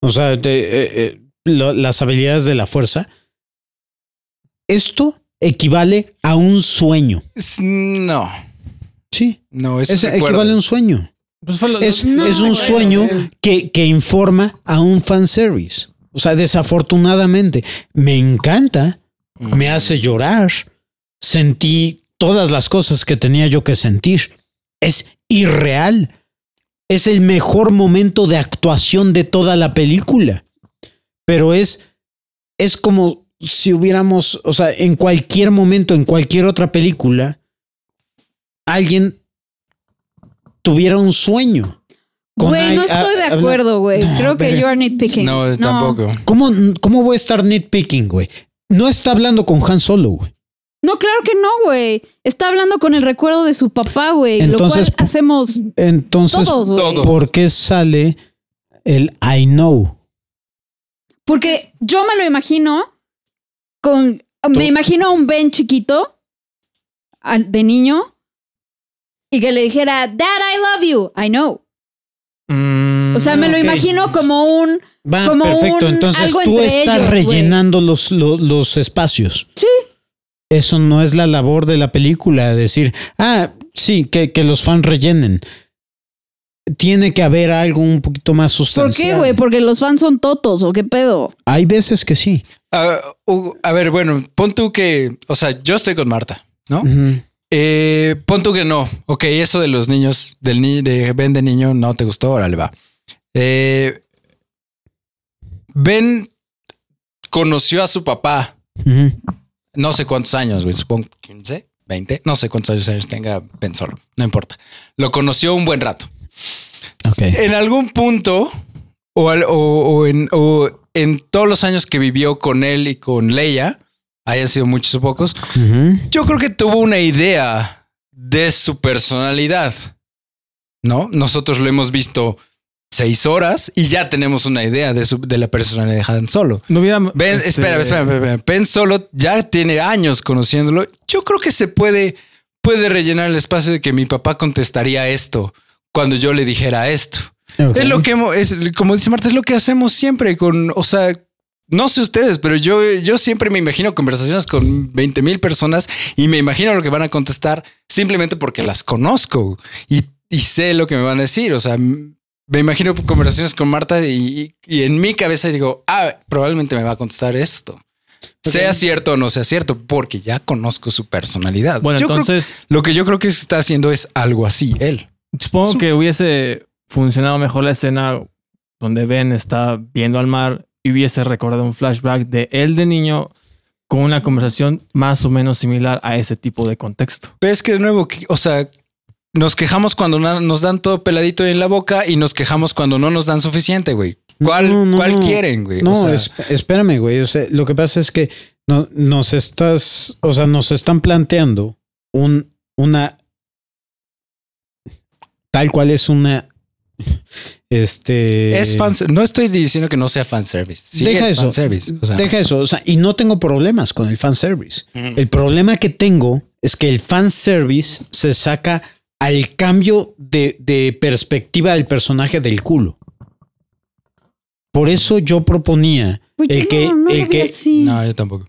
[SPEAKER 1] o sea, de- eh, eh, lo- las habilidades de la fuerza, esto equivale a un sueño.
[SPEAKER 2] es- No,
[SPEAKER 1] Sí,
[SPEAKER 2] no, eso
[SPEAKER 1] es,
[SPEAKER 2] es recuerdo.
[SPEAKER 1] equivale a un sueño.
[SPEAKER 5] Pues fue lo-
[SPEAKER 1] Es,
[SPEAKER 3] No,
[SPEAKER 1] es un
[SPEAKER 3] bueno,
[SPEAKER 1] sueño que, que informa a un fanservice. O sea, desafortunadamente, me encanta,
[SPEAKER 2] Mm.
[SPEAKER 1] me hace llorar, sentí todas las cosas que tenía yo que sentir. Es irreal. Es el mejor momento de actuación de toda la película. Pero es, es como si hubiéramos, o sea, en cualquier momento, en cualquier otra película, alguien tuviera un sueño. Con
[SPEAKER 3] Güey, no
[SPEAKER 1] al-
[SPEAKER 3] estoy de
[SPEAKER 1] a- habla- Ah,
[SPEAKER 3] acuerdo, güey.
[SPEAKER 1] No,
[SPEAKER 3] Creo que
[SPEAKER 1] pero-
[SPEAKER 3] you are nitpicking.
[SPEAKER 2] No, tampoco.
[SPEAKER 1] ¿Cómo, ¿Cómo voy a estar nitpicking, güey? No está hablando con Han Solo, güey.
[SPEAKER 3] No, claro que no, güey. Está hablando con el recuerdo de su papá, güey.
[SPEAKER 1] Entonces- pues,
[SPEAKER 3] lo cual hacemos
[SPEAKER 1] Entonces,
[SPEAKER 3] todos, güey.
[SPEAKER 2] todos.
[SPEAKER 1] ¿por qué sale el I know?
[SPEAKER 3] Porque yo me lo imagino con.
[SPEAKER 1] Tú-
[SPEAKER 3] Me imagino a un Ben chiquito a- de niño y que le dijera, Dad, I love you. I know.
[SPEAKER 5] Mm,
[SPEAKER 3] O sea, me lo
[SPEAKER 1] ok.
[SPEAKER 3] imagino como un.
[SPEAKER 1] Va,
[SPEAKER 3] Como
[SPEAKER 1] perfecto.
[SPEAKER 3] un-
[SPEAKER 1] Entonces
[SPEAKER 3] algo
[SPEAKER 1] tú
[SPEAKER 3] entre
[SPEAKER 1] estás
[SPEAKER 3] ellos, güey.
[SPEAKER 1] rellenando los, lo- los espacios.
[SPEAKER 3] Sí.
[SPEAKER 1] Eso no es la labor de la película, decir, ah, sí, que, que los fans rellenen. Tiene que haber algo un poquito más
[SPEAKER 3] ¿Por
[SPEAKER 1] sustancial.
[SPEAKER 3] qué, güey? Porque los fans son totos o qué pedo.
[SPEAKER 1] Hay veces que sí.
[SPEAKER 2] A, Ah, Hugo, a ver, bueno, pon tú que, o sea, yo estoy con Marta, ¿no?
[SPEAKER 1] Ujú.
[SPEAKER 2] Eh, pon tú que no. Ok, eso de los niños, del ni de Ben de niño, no te gustó, órale, va. Eh, ben conoció a su papá,
[SPEAKER 1] Ujú.
[SPEAKER 2] no sé cuántos años, güey, supongo 15, 20, no sé cuántos años tenga Ben solo, no importa. Lo conoció un buen rato.
[SPEAKER 1] Ok.
[SPEAKER 2] En algún punto, o, al- o- o en, o en todos los años que vivió con él y con Leia, hayan sido muchos o pocos,
[SPEAKER 1] Ujú.
[SPEAKER 2] yo creo que tuvo una idea de su personalidad. ¿No? Nosotros lo hemos visto seis horas y ya tenemos una idea de, su- de la personalidad de Han Solo.
[SPEAKER 5] no hubiera.
[SPEAKER 2] Ben,
[SPEAKER 5] este,
[SPEAKER 2] espera, espera, espera, espera. Ben Solo ya tiene años conociéndolo. Yo creo que se puede, puede rellenar el espacio de que mi papá contestaría esto cuando yo le dijera esto.
[SPEAKER 1] Ok.
[SPEAKER 2] Es lo que hemos, es- como dice Marta, es lo que hacemos siempre con, o sea, no sé ustedes, pero yo, yo siempre me imagino conversaciones con 20 mil personas y me imagino lo que van a contestar simplemente porque las conozco y, y sé lo que me van a decir. O sea, m- me imagino conversaciones con Marta y, y en mi cabeza digo, ah, probablemente me va a contestar esto. Sea cierto o no sea cierto, porque ya conozco su personalidad.
[SPEAKER 5] Bueno,
[SPEAKER 2] Yo creo-
[SPEAKER 5] entonces.
[SPEAKER 2] lo que yo creo que está haciendo es algo así, él.
[SPEAKER 5] Supongo que hubiese funcionado mejor la escena donde Ben está viendo al mar y hubiese recordado un flashback de él de niño con una conversación más o menos similar a ese tipo de contexto.
[SPEAKER 2] Pero es que de nuevo, que- o sea, nos quejamos cuando na- nos dan todo peladito en la boca y nos quejamos cuando no nos dan suficiente, güey. ¿Cuál,
[SPEAKER 1] No, no,
[SPEAKER 2] cuál
[SPEAKER 1] no.
[SPEAKER 2] quieren, güey?
[SPEAKER 1] No,
[SPEAKER 2] O sea,
[SPEAKER 1] esp- espérame, güey. O sea, lo que pasa es que no- nos estás, o sea, nos están planteando un, una, tal cual es una, este...
[SPEAKER 2] es fans- no estoy diciendo que no sea fanservice. Sí
[SPEAKER 1] Deja
[SPEAKER 2] es
[SPEAKER 1] eso.
[SPEAKER 2] fanservice. O sea,
[SPEAKER 1] Deja eso, o sea, y no tengo problemas con el fanservice. El problema que tengo es que el fanservice se saca al cambio de, de perspectiva del personaje del culo. Por eso yo proponía
[SPEAKER 3] Güey, yo
[SPEAKER 1] el que,
[SPEAKER 3] no, no lo
[SPEAKER 1] el
[SPEAKER 3] vi
[SPEAKER 1] que,
[SPEAKER 3] así. No.
[SPEAKER 2] no, yo tampoco.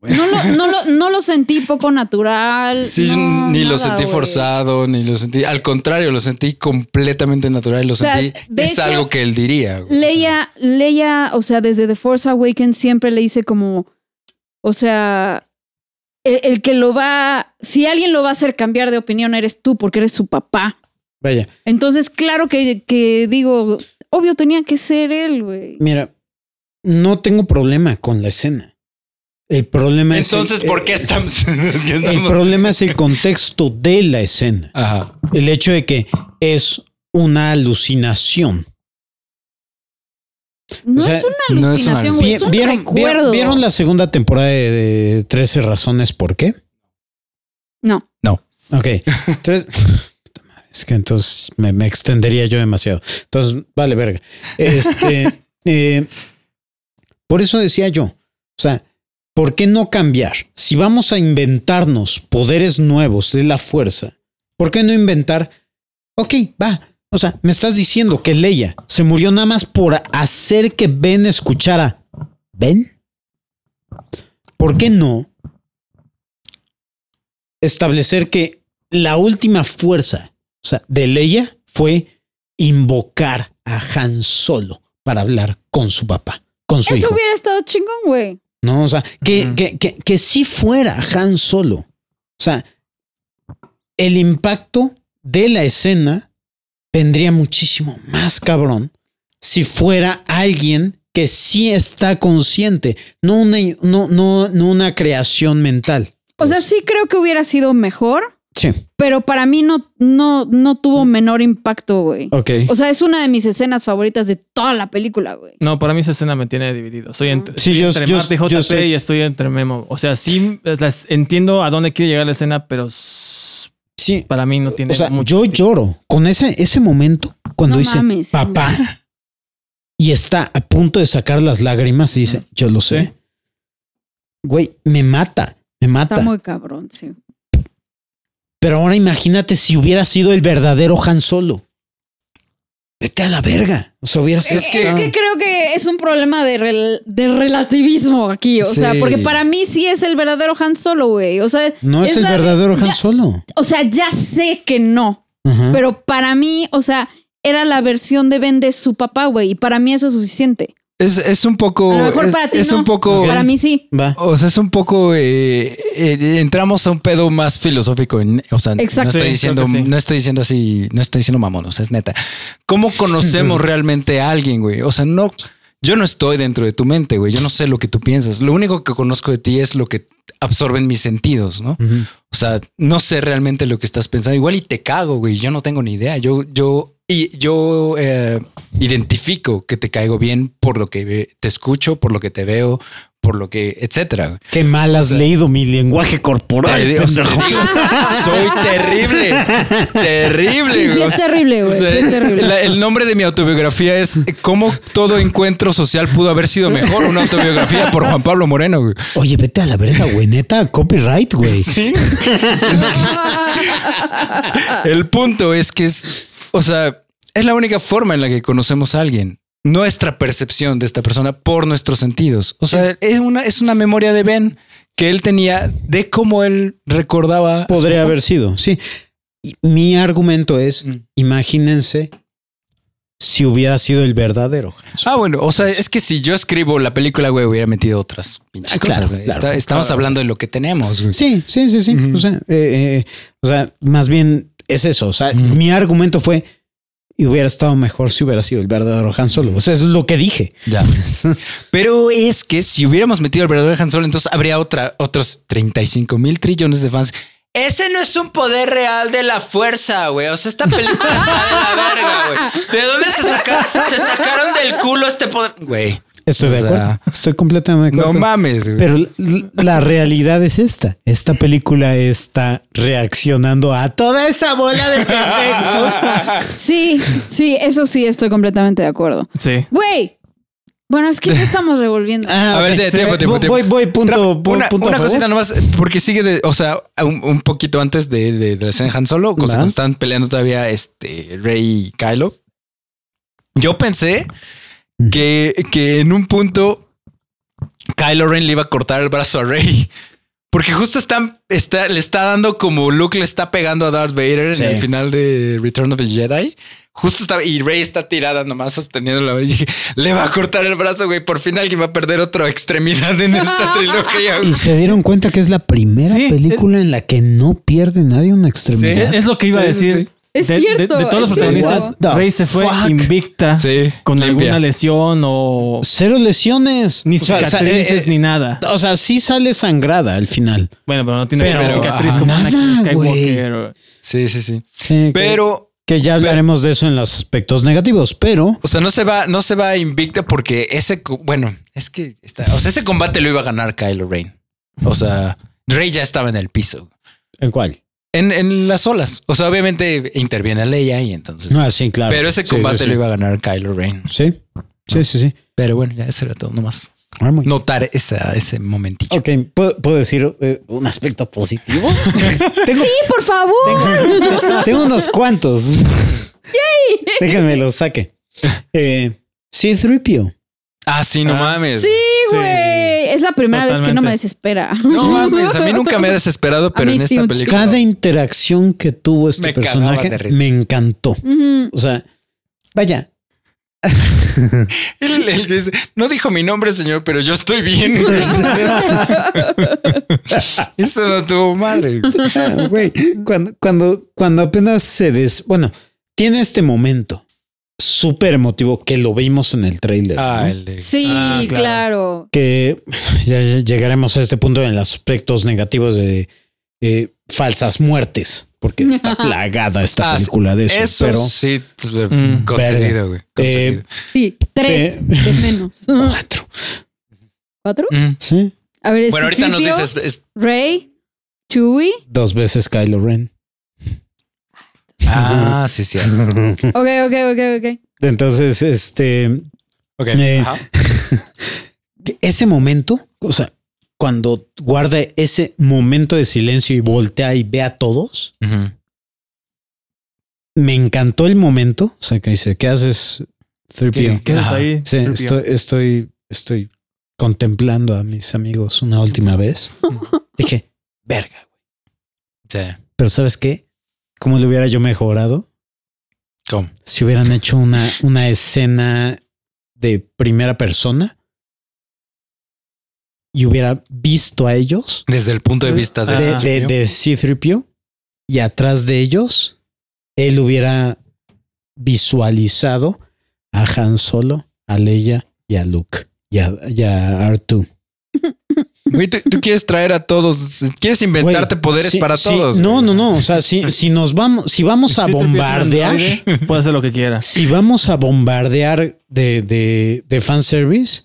[SPEAKER 3] lo, no, lo, no lo sentí poco natural.
[SPEAKER 2] Sí,
[SPEAKER 3] no,
[SPEAKER 2] ni lo
[SPEAKER 3] nada,
[SPEAKER 2] sentí
[SPEAKER 3] güey.
[SPEAKER 2] forzado, ni lo sentí. Al contrario, lo sentí completamente natural. Lo
[SPEAKER 3] sea,
[SPEAKER 2] sentí.
[SPEAKER 3] de
[SPEAKER 2] es
[SPEAKER 3] hecho,
[SPEAKER 2] algo que él diría. güey. O sea,
[SPEAKER 3] Leia, Leia, o sea, desde The Force Awakens siempre le dice como, o sea, el, el que lo va, si alguien lo va a hacer cambiar de opinión eres tú porque eres su papá.
[SPEAKER 1] vaya,
[SPEAKER 3] Entonces, claro que, que digo, obvio tenía que ser él, güey.
[SPEAKER 1] Mira, no tengo problema con la escena. El problema
[SPEAKER 2] Entonces,
[SPEAKER 1] es. el-
[SPEAKER 2] ¿por qué estamos? es que
[SPEAKER 1] El
[SPEAKER 2] estamos-
[SPEAKER 1] problema es el contexto de la escena.
[SPEAKER 2] Ajá.
[SPEAKER 1] El hecho de que es una alucinación.
[SPEAKER 3] No
[SPEAKER 1] O sea,
[SPEAKER 3] es una
[SPEAKER 2] no es una
[SPEAKER 3] alucinación, güey.
[SPEAKER 1] Vi-
[SPEAKER 3] Es un
[SPEAKER 1] ¿Vieron, vieron-
[SPEAKER 3] recuerdo.
[SPEAKER 1] vieron la segunda temporada de, de 13 razones por qué?
[SPEAKER 3] No.
[SPEAKER 1] Ok. Entonces, puta madre, es que entonces me, me extendería yo demasiado. Entonces, vale, verga. Este, eh, por eso decía yo, o sea, ¿por qué no cambiar? Si vamos a inventarnos poderes nuevos de la fuerza, ¿por qué no inventar? Ok, va. O sea, me estás diciendo que Leia se murió nada más por hacer que Ben escuchara. ¿Ben? ¿Por qué no establecer que la última fuerza o sea, de Leia fue invocar a Han Solo para hablar con su papá, con su
[SPEAKER 3] Eso
[SPEAKER 1] hijo.
[SPEAKER 3] hubiera estado chingón, güey.
[SPEAKER 1] No, o sea, que,
[SPEAKER 5] Ujú.
[SPEAKER 1] que, que, que sí fuera Han Solo. O sea, el impacto de la escena vendría muchísimo más cabrón si fuera alguien que sí está consciente, no una, no, no, no una creación mental.
[SPEAKER 3] O sea, sí creo que hubiera sido mejor,
[SPEAKER 1] Sí,
[SPEAKER 3] pero para mí no, no, no tuvo menor impacto, güey.
[SPEAKER 1] ok.
[SPEAKER 3] O sea, es una de mis escenas favoritas de toda la película, güey.
[SPEAKER 5] No, para mí esa escena me tiene dividido.
[SPEAKER 2] Mm.
[SPEAKER 5] Soy entre,
[SPEAKER 1] Sí,
[SPEAKER 5] estoy
[SPEAKER 1] yo-
[SPEAKER 5] entre
[SPEAKER 1] yo-
[SPEAKER 5] Marta y
[SPEAKER 1] yo
[SPEAKER 5] JP
[SPEAKER 1] estoy-
[SPEAKER 5] y estoy entre Memo. O sea, sí es las- entiendo a dónde quiere llegar la escena, pero s-
[SPEAKER 1] Sí,
[SPEAKER 5] para mí no tiene
[SPEAKER 1] o sea,
[SPEAKER 5] mucho.
[SPEAKER 1] yo
[SPEAKER 5] sentido.
[SPEAKER 1] lloro con ese, ese momento cuando
[SPEAKER 3] No
[SPEAKER 1] dice
[SPEAKER 3] mames.
[SPEAKER 1] papá y está a punto de sacar las lágrimas y dice, yo lo sé.
[SPEAKER 5] Sí.
[SPEAKER 1] Güey, me mata, me mata.
[SPEAKER 3] Está muy cabrón, sí.
[SPEAKER 1] Pero ahora imagínate si hubiera sido el verdadero Han Solo. Vete a la verga. O sea, hubiera sido.
[SPEAKER 2] Es que-
[SPEAKER 1] Ah,
[SPEAKER 3] Que creo que es un problema de, rel- de relativismo aquí. O sea,
[SPEAKER 2] Sí.
[SPEAKER 3] porque para mí sí es el verdadero Han Solo, güey. O sea,
[SPEAKER 1] no es,
[SPEAKER 3] es
[SPEAKER 1] el
[SPEAKER 3] la-
[SPEAKER 1] verdadero Han
[SPEAKER 3] ya-
[SPEAKER 1] Solo. Ah.
[SPEAKER 3] o sea, ya sé que no.
[SPEAKER 1] Ajá.
[SPEAKER 3] Pero para mí, o sea, era la versión de Ben de su papá, güey. Y para mí eso es suficiente.
[SPEAKER 2] Es, es un poco.
[SPEAKER 3] A lo mejor
[SPEAKER 2] es,
[SPEAKER 3] para ti
[SPEAKER 2] es
[SPEAKER 3] no.
[SPEAKER 2] un poco.
[SPEAKER 3] Para mí sí.
[SPEAKER 1] Va.
[SPEAKER 2] O sea, es un poco. eh, eh, entramos a un pedo más filosófico. en- O sea,
[SPEAKER 3] Exacto.
[SPEAKER 2] no
[SPEAKER 5] Sí,
[SPEAKER 2] estoy diciendo,
[SPEAKER 5] creo que sí.
[SPEAKER 2] no estoy diciendo así, no estoy diciendo mamón, o sea, es neta. ¿Cómo conocemos realmente a alguien, güey? O sea, no, yo no estoy dentro de tu mente, güey. Yo no sé lo que tú piensas. Lo único que conozco de ti es lo que absorben mis sentidos, ¿no?
[SPEAKER 1] Ujú.
[SPEAKER 2] O sea, no sé realmente lo que estás pensando. Igual y te cago, güey. Yo no tengo ni idea. Yo, yo, y yo eh, identifico que te caigo bien por lo que ve- te escucho, por lo que te veo, por lo que, etcétera. güey.
[SPEAKER 1] Qué mal has leído mi lenguaje corporal.
[SPEAKER 2] Te digo,
[SPEAKER 1] pendejo.
[SPEAKER 2] te digo, soy terrible, terrible.
[SPEAKER 3] Sí, sí
[SPEAKER 2] güey.
[SPEAKER 3] es terrible, güey.
[SPEAKER 2] O sea,
[SPEAKER 3] Sí es terrible.
[SPEAKER 2] la- el nombre de mi autobiografía es cómo todo encuentro social pudo haber sido mejor. Una autobiografía por Juan Pablo Moreno. Güey.
[SPEAKER 1] Oye, vete a la verga, güey. Neta, copyright, güey.
[SPEAKER 2] El punto es que es, o sea, es la única forma en la que conocemos a alguien. Nuestra percepción de esta persona por nuestros sentidos. O sea, es una, es una memoria de Ben que él tenía de cómo él recordaba.
[SPEAKER 1] Podría haber sido, sí. Y mi argumento es:
[SPEAKER 2] Mm.
[SPEAKER 1] imagínense si hubiera sido el verdadero Han Solo.
[SPEAKER 2] Ah, bueno, o sea, es que si yo escribo la película, güey, hubiera metido otras. pinches
[SPEAKER 1] Ah, claro,
[SPEAKER 2] cosas, güey.
[SPEAKER 1] claro,
[SPEAKER 2] Está- estamos
[SPEAKER 1] claro.
[SPEAKER 2] hablando de lo que tenemos, güey.
[SPEAKER 1] Sí, sí, sí, sí.
[SPEAKER 2] Ujú.
[SPEAKER 1] o, sea, eh, eh, o sea, más bien es eso. O sea,
[SPEAKER 2] Ujú.
[SPEAKER 1] mi argumento fue y hubiera estado mejor si hubiera sido el verdadero Han Solo. O sea, eso es lo que dije.
[SPEAKER 2] Ya. Pero es que si hubiéramos metido al verdadero Han Solo, entonces habría otra, otros 35 mil trillones de fans. Ese no es un poder real de la fuerza, güey. O sea, esta película está de la verga, güey. ¿De dónde se, saca- se sacaron del culo este poder? Güey.
[SPEAKER 1] Estoy
[SPEAKER 2] O
[SPEAKER 1] de
[SPEAKER 2] sea,
[SPEAKER 1] acuerdo. Estoy completamente de
[SPEAKER 2] No
[SPEAKER 1] acuerdo.
[SPEAKER 2] mames, güey.
[SPEAKER 1] Pero l- la realidad es esta. Esta película está reaccionando a toda esa bola de pendejos.
[SPEAKER 3] Sí, sí, eso sí, estoy completamente de acuerdo.
[SPEAKER 5] Sí.
[SPEAKER 3] Güey. Bueno, es que ya estamos revolviendo.
[SPEAKER 1] Ah,
[SPEAKER 2] A ver,
[SPEAKER 1] ok.
[SPEAKER 2] de-
[SPEAKER 1] Sí,
[SPEAKER 2] tiempo, tiempo,
[SPEAKER 1] voy-
[SPEAKER 2] tiempo.
[SPEAKER 1] Voy, voy, punto,
[SPEAKER 2] Pero
[SPEAKER 1] pu-
[SPEAKER 2] una,
[SPEAKER 1] punto a
[SPEAKER 2] una
[SPEAKER 1] favor.
[SPEAKER 2] cosita nomás, porque sigue de, o sea, un, un poquito antes de, de, de la escena de Han Solo, o sea,
[SPEAKER 1] Va.
[SPEAKER 2] cuando están peleando todavía este Rey y Kylo. Yo pensé que, que en un punto Kylo Ren le iba a cortar el brazo a Rey. Porque justo están, está, le está dando como Luke le está pegando a Darth Vader
[SPEAKER 1] Sí.
[SPEAKER 2] en el final de Return of the Jedi. Justo estaba, y Rey está tirada nomás sosteniendo la y dije, le va a cortar el brazo, güey. Por fin alguien va a perder otra extremidad en esta trilogía. güey".
[SPEAKER 1] Y se dieron cuenta que es la primera
[SPEAKER 5] Sí,
[SPEAKER 1] película en la que no pierde nadie una
[SPEAKER 5] Es,
[SPEAKER 1] extremidad.
[SPEAKER 5] es lo que iba
[SPEAKER 2] Sí,
[SPEAKER 5] a
[SPEAKER 2] sí,
[SPEAKER 5] decir.
[SPEAKER 2] sí.
[SPEAKER 3] Es
[SPEAKER 5] de, de-
[SPEAKER 3] cierto.
[SPEAKER 5] de todos los
[SPEAKER 3] es cierto.
[SPEAKER 5] protagonistas,
[SPEAKER 1] What the
[SPEAKER 5] Rey se fue
[SPEAKER 1] fuck?
[SPEAKER 5] invicta
[SPEAKER 2] Sí.
[SPEAKER 5] con
[SPEAKER 2] limpia.
[SPEAKER 5] alguna lesión o
[SPEAKER 1] Cero lesiones.
[SPEAKER 5] ni
[SPEAKER 1] O sea,
[SPEAKER 5] cicatrices
[SPEAKER 1] sale- eh,
[SPEAKER 5] ni nada.
[SPEAKER 1] O sea, sí sale sangrada al final.
[SPEAKER 5] Bueno, pero no tiene
[SPEAKER 1] Pero,
[SPEAKER 5] una cicatriz
[SPEAKER 2] ajá.
[SPEAKER 5] como Anakin
[SPEAKER 1] Nada,
[SPEAKER 5] Skywalker. o-
[SPEAKER 2] Sí, sí, sí.
[SPEAKER 1] Sí, que-
[SPEAKER 2] Pero,
[SPEAKER 1] que, ya hablaremos de eso en los aspectos negativos, pero
[SPEAKER 2] o sea, no se va, no se va invicta porque ese, co- bueno, es que está, o sea, ese combate lo iba a ganar Kylo Ren. O sea, Rey ya estaba en el piso.
[SPEAKER 1] ¿el cuál?
[SPEAKER 2] En, en las olas. O sea, obviamente interviene Leia y entonces.
[SPEAKER 1] No, ah, sí, claro.
[SPEAKER 2] Pero ese
[SPEAKER 1] Sí,
[SPEAKER 2] combate
[SPEAKER 1] sí, sí.
[SPEAKER 2] lo iba a ganar Kylo Ren.
[SPEAKER 1] Sí, sí, sí, sí.
[SPEAKER 2] Pero bueno, ya eso era todo. Nomás
[SPEAKER 1] Ah, muy
[SPEAKER 2] notar esa, ese momentillo.
[SPEAKER 1] Ok, ¿puedo, puedo decir eh, un aspecto positivo? tengo,
[SPEAKER 3] Sí, por favor.
[SPEAKER 1] tengo- tengo unos cuantos. Déjenme los saque. Eh, C3PO.
[SPEAKER 2] Ah, sí, no
[SPEAKER 5] Ah,
[SPEAKER 2] mames.
[SPEAKER 3] Sí, güey. Es la primera vez que no
[SPEAKER 5] Totalmente.
[SPEAKER 3] me desespera.
[SPEAKER 2] No mames, a mí nunca me he desesperado, pero
[SPEAKER 3] mí
[SPEAKER 2] en
[SPEAKER 3] sí,
[SPEAKER 2] esta
[SPEAKER 3] un
[SPEAKER 2] película.
[SPEAKER 1] Cada interacción que tuvo este
[SPEAKER 2] Me cagaba de
[SPEAKER 1] personaje
[SPEAKER 2] risa.
[SPEAKER 1] me encantó.
[SPEAKER 3] Ujú.
[SPEAKER 1] O sea, vaya,
[SPEAKER 2] Él- él dice, no dijo mi nombre, señor, pero yo estoy bien. Eso no tuvo madre.
[SPEAKER 1] Ah, güey, cuando, cuando, cuando apenas se des... Bueno, tiene este momento súper emotivo que lo vimos en el trailer.
[SPEAKER 2] Ah, el de-
[SPEAKER 3] Sí,
[SPEAKER 5] Ah, claro.
[SPEAKER 3] claro.
[SPEAKER 1] Que ya llegaremos a este punto en los aspectos negativos de eh, falsas muertes, porque está plagada esta
[SPEAKER 2] Ah, sí,
[SPEAKER 1] película de eso.
[SPEAKER 2] Eso
[SPEAKER 1] pero
[SPEAKER 2] sí, t-
[SPEAKER 5] Mm.
[SPEAKER 2] concedido, güey.
[SPEAKER 1] Eh,
[SPEAKER 2] concedido.
[SPEAKER 3] Sí, tres
[SPEAKER 1] Eh.
[SPEAKER 3] de menos.
[SPEAKER 1] cuatro.
[SPEAKER 3] ¿Cuatro?
[SPEAKER 2] Mm.
[SPEAKER 1] Sí,
[SPEAKER 3] A ver, es
[SPEAKER 2] Bueno, ahorita nos
[SPEAKER 3] C-3PO,
[SPEAKER 2] dices, es-
[SPEAKER 3] Rey, Chewie.
[SPEAKER 1] dos veces Kylo Ren.
[SPEAKER 2] ah, sí, sí.
[SPEAKER 3] Ok, ok, ok, ok.
[SPEAKER 1] Entonces, este,
[SPEAKER 2] Ok.
[SPEAKER 1] Eh,
[SPEAKER 2] ajá.
[SPEAKER 1] ese momento, o sea, cuando guarda ese momento de silencio y voltea y ve a todos,
[SPEAKER 2] Ujú.
[SPEAKER 1] me encantó el momento. O sea, que dice, ¿qué haces, 3PO?
[SPEAKER 5] ¿Qué haces
[SPEAKER 2] Ajá.
[SPEAKER 5] ahí?
[SPEAKER 1] Sí,
[SPEAKER 5] Tripio?
[SPEAKER 1] estoy, estoy, estoy contemplando a mis amigos una última vez. Dije, verga. güey.
[SPEAKER 2] Sí.
[SPEAKER 1] Pero ¿sabes qué? ¿Cómo lo hubiera yo mejorado?
[SPEAKER 2] ¿Cómo?
[SPEAKER 1] Si hubieran hecho una, una escena de primera persona y hubiera visto a ellos
[SPEAKER 2] Desde el punto de vista de,
[SPEAKER 5] Ah.
[SPEAKER 1] de,
[SPEAKER 2] este
[SPEAKER 1] de,
[SPEAKER 2] tío.
[SPEAKER 1] de C-3PO y atrás de ellos él hubiera visualizado a Han Solo, a Leia y a Luke y a, y a R2.
[SPEAKER 2] Güey, tú, tú quieres traer a todos, quieres inventarte
[SPEAKER 1] Güey,
[SPEAKER 2] poderes
[SPEAKER 1] sí,
[SPEAKER 2] para
[SPEAKER 1] sí,
[SPEAKER 2] todos.
[SPEAKER 1] No,
[SPEAKER 2] güey.
[SPEAKER 1] no, no. O sea, si, si nos vamos, si vamos a
[SPEAKER 5] Si Tripio es un
[SPEAKER 1] bombardear,
[SPEAKER 5] androide, Puede hacer lo que quiera.
[SPEAKER 1] si vamos a bombardear de, de, de fanservice,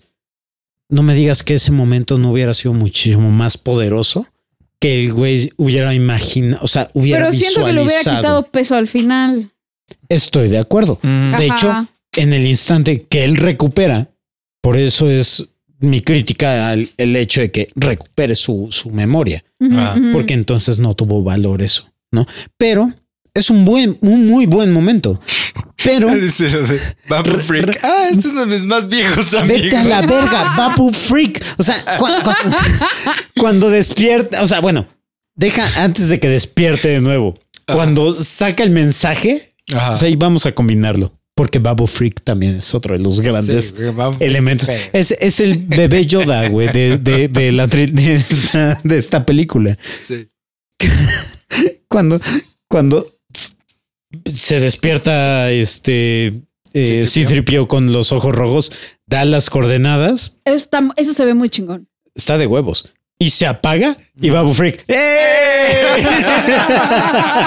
[SPEAKER 1] no me digas que ese momento no hubiera sido muchísimo más poderoso que el güey hubiera imaginado, o sea, hubiera
[SPEAKER 3] Pero siento que le hubiera
[SPEAKER 1] visualizado.
[SPEAKER 3] quitado peso al final.
[SPEAKER 1] Estoy de acuerdo.
[SPEAKER 5] Mm.
[SPEAKER 1] De
[SPEAKER 3] Ajá.
[SPEAKER 1] hecho, en el instante que él recupera, por eso es mi crítica al el hecho de que recupere su, su memoria,
[SPEAKER 3] Ujú,
[SPEAKER 2] Ah,
[SPEAKER 3] ujú.
[SPEAKER 1] porque entonces no tuvo valor eso, ¿no? Pero es un buen, un muy buen momento. Pero
[SPEAKER 2] Dice lo de Babu Freak. Ah, ese es uno de mis más viejos amigos.
[SPEAKER 1] vete a la verga, Babu Freak. O sea, cu- cu- cuando, despierta, o sea, bueno, deja antes de que despierte de nuevo.
[SPEAKER 2] Ah.
[SPEAKER 1] Cuando saca el mensaje,
[SPEAKER 2] Ajá.
[SPEAKER 1] o sea, y vamos a combinarlo, porque Babu Freak también es otro de los grandes.
[SPEAKER 2] Sí, güey, Babu Freak.
[SPEAKER 1] elementos.
[SPEAKER 2] Pero-
[SPEAKER 1] Es, es el bebé Yoda, güey, de, de, de la, tri- de, esta, de esta película.
[SPEAKER 2] Sí.
[SPEAKER 1] Cuando, cuando se despierta este eh,
[SPEAKER 2] C-3PO.
[SPEAKER 1] C-3PO con los ojos rojos, da las coordenadas,
[SPEAKER 3] Eso, está- eso se ve muy chingón.
[SPEAKER 1] está de huevos. Y se apaga y Babu ¡eh! Freak.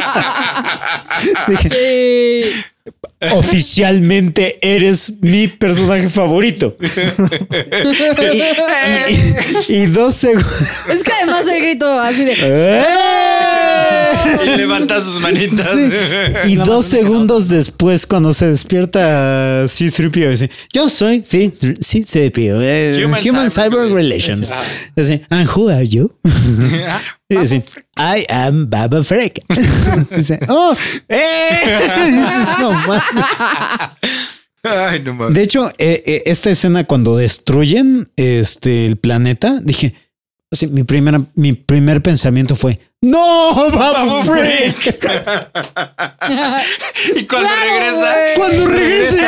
[SPEAKER 1] Dije,
[SPEAKER 3] Sí.
[SPEAKER 1] oficialmente eres mi personaje favorito. Y, y dos segundos.
[SPEAKER 3] Es que además el grito así de.
[SPEAKER 1] ¡eh!
[SPEAKER 2] Y levanta sus manitas.
[SPEAKER 1] Y dos segundos después, cuando se despierta C-3PO, dice, yo soy C- C-3PO, eh, Human,
[SPEAKER 2] Human
[SPEAKER 1] Cyber,
[SPEAKER 2] Cyber
[SPEAKER 1] Relations. Dice, and who are you? Y dice, I am Baba Freak. dice, oh, eh. Dices, "No mames".
[SPEAKER 2] Ay, no mames.
[SPEAKER 1] De hecho, eh, eh, esta escena cuando destruyen este, el planeta, dije, así, mi, primera, mi primer pensamiento fue, no, Babu Freak.
[SPEAKER 2] Y cuando
[SPEAKER 3] Claro,
[SPEAKER 2] regresa.
[SPEAKER 3] güey.
[SPEAKER 1] Cuando regrese,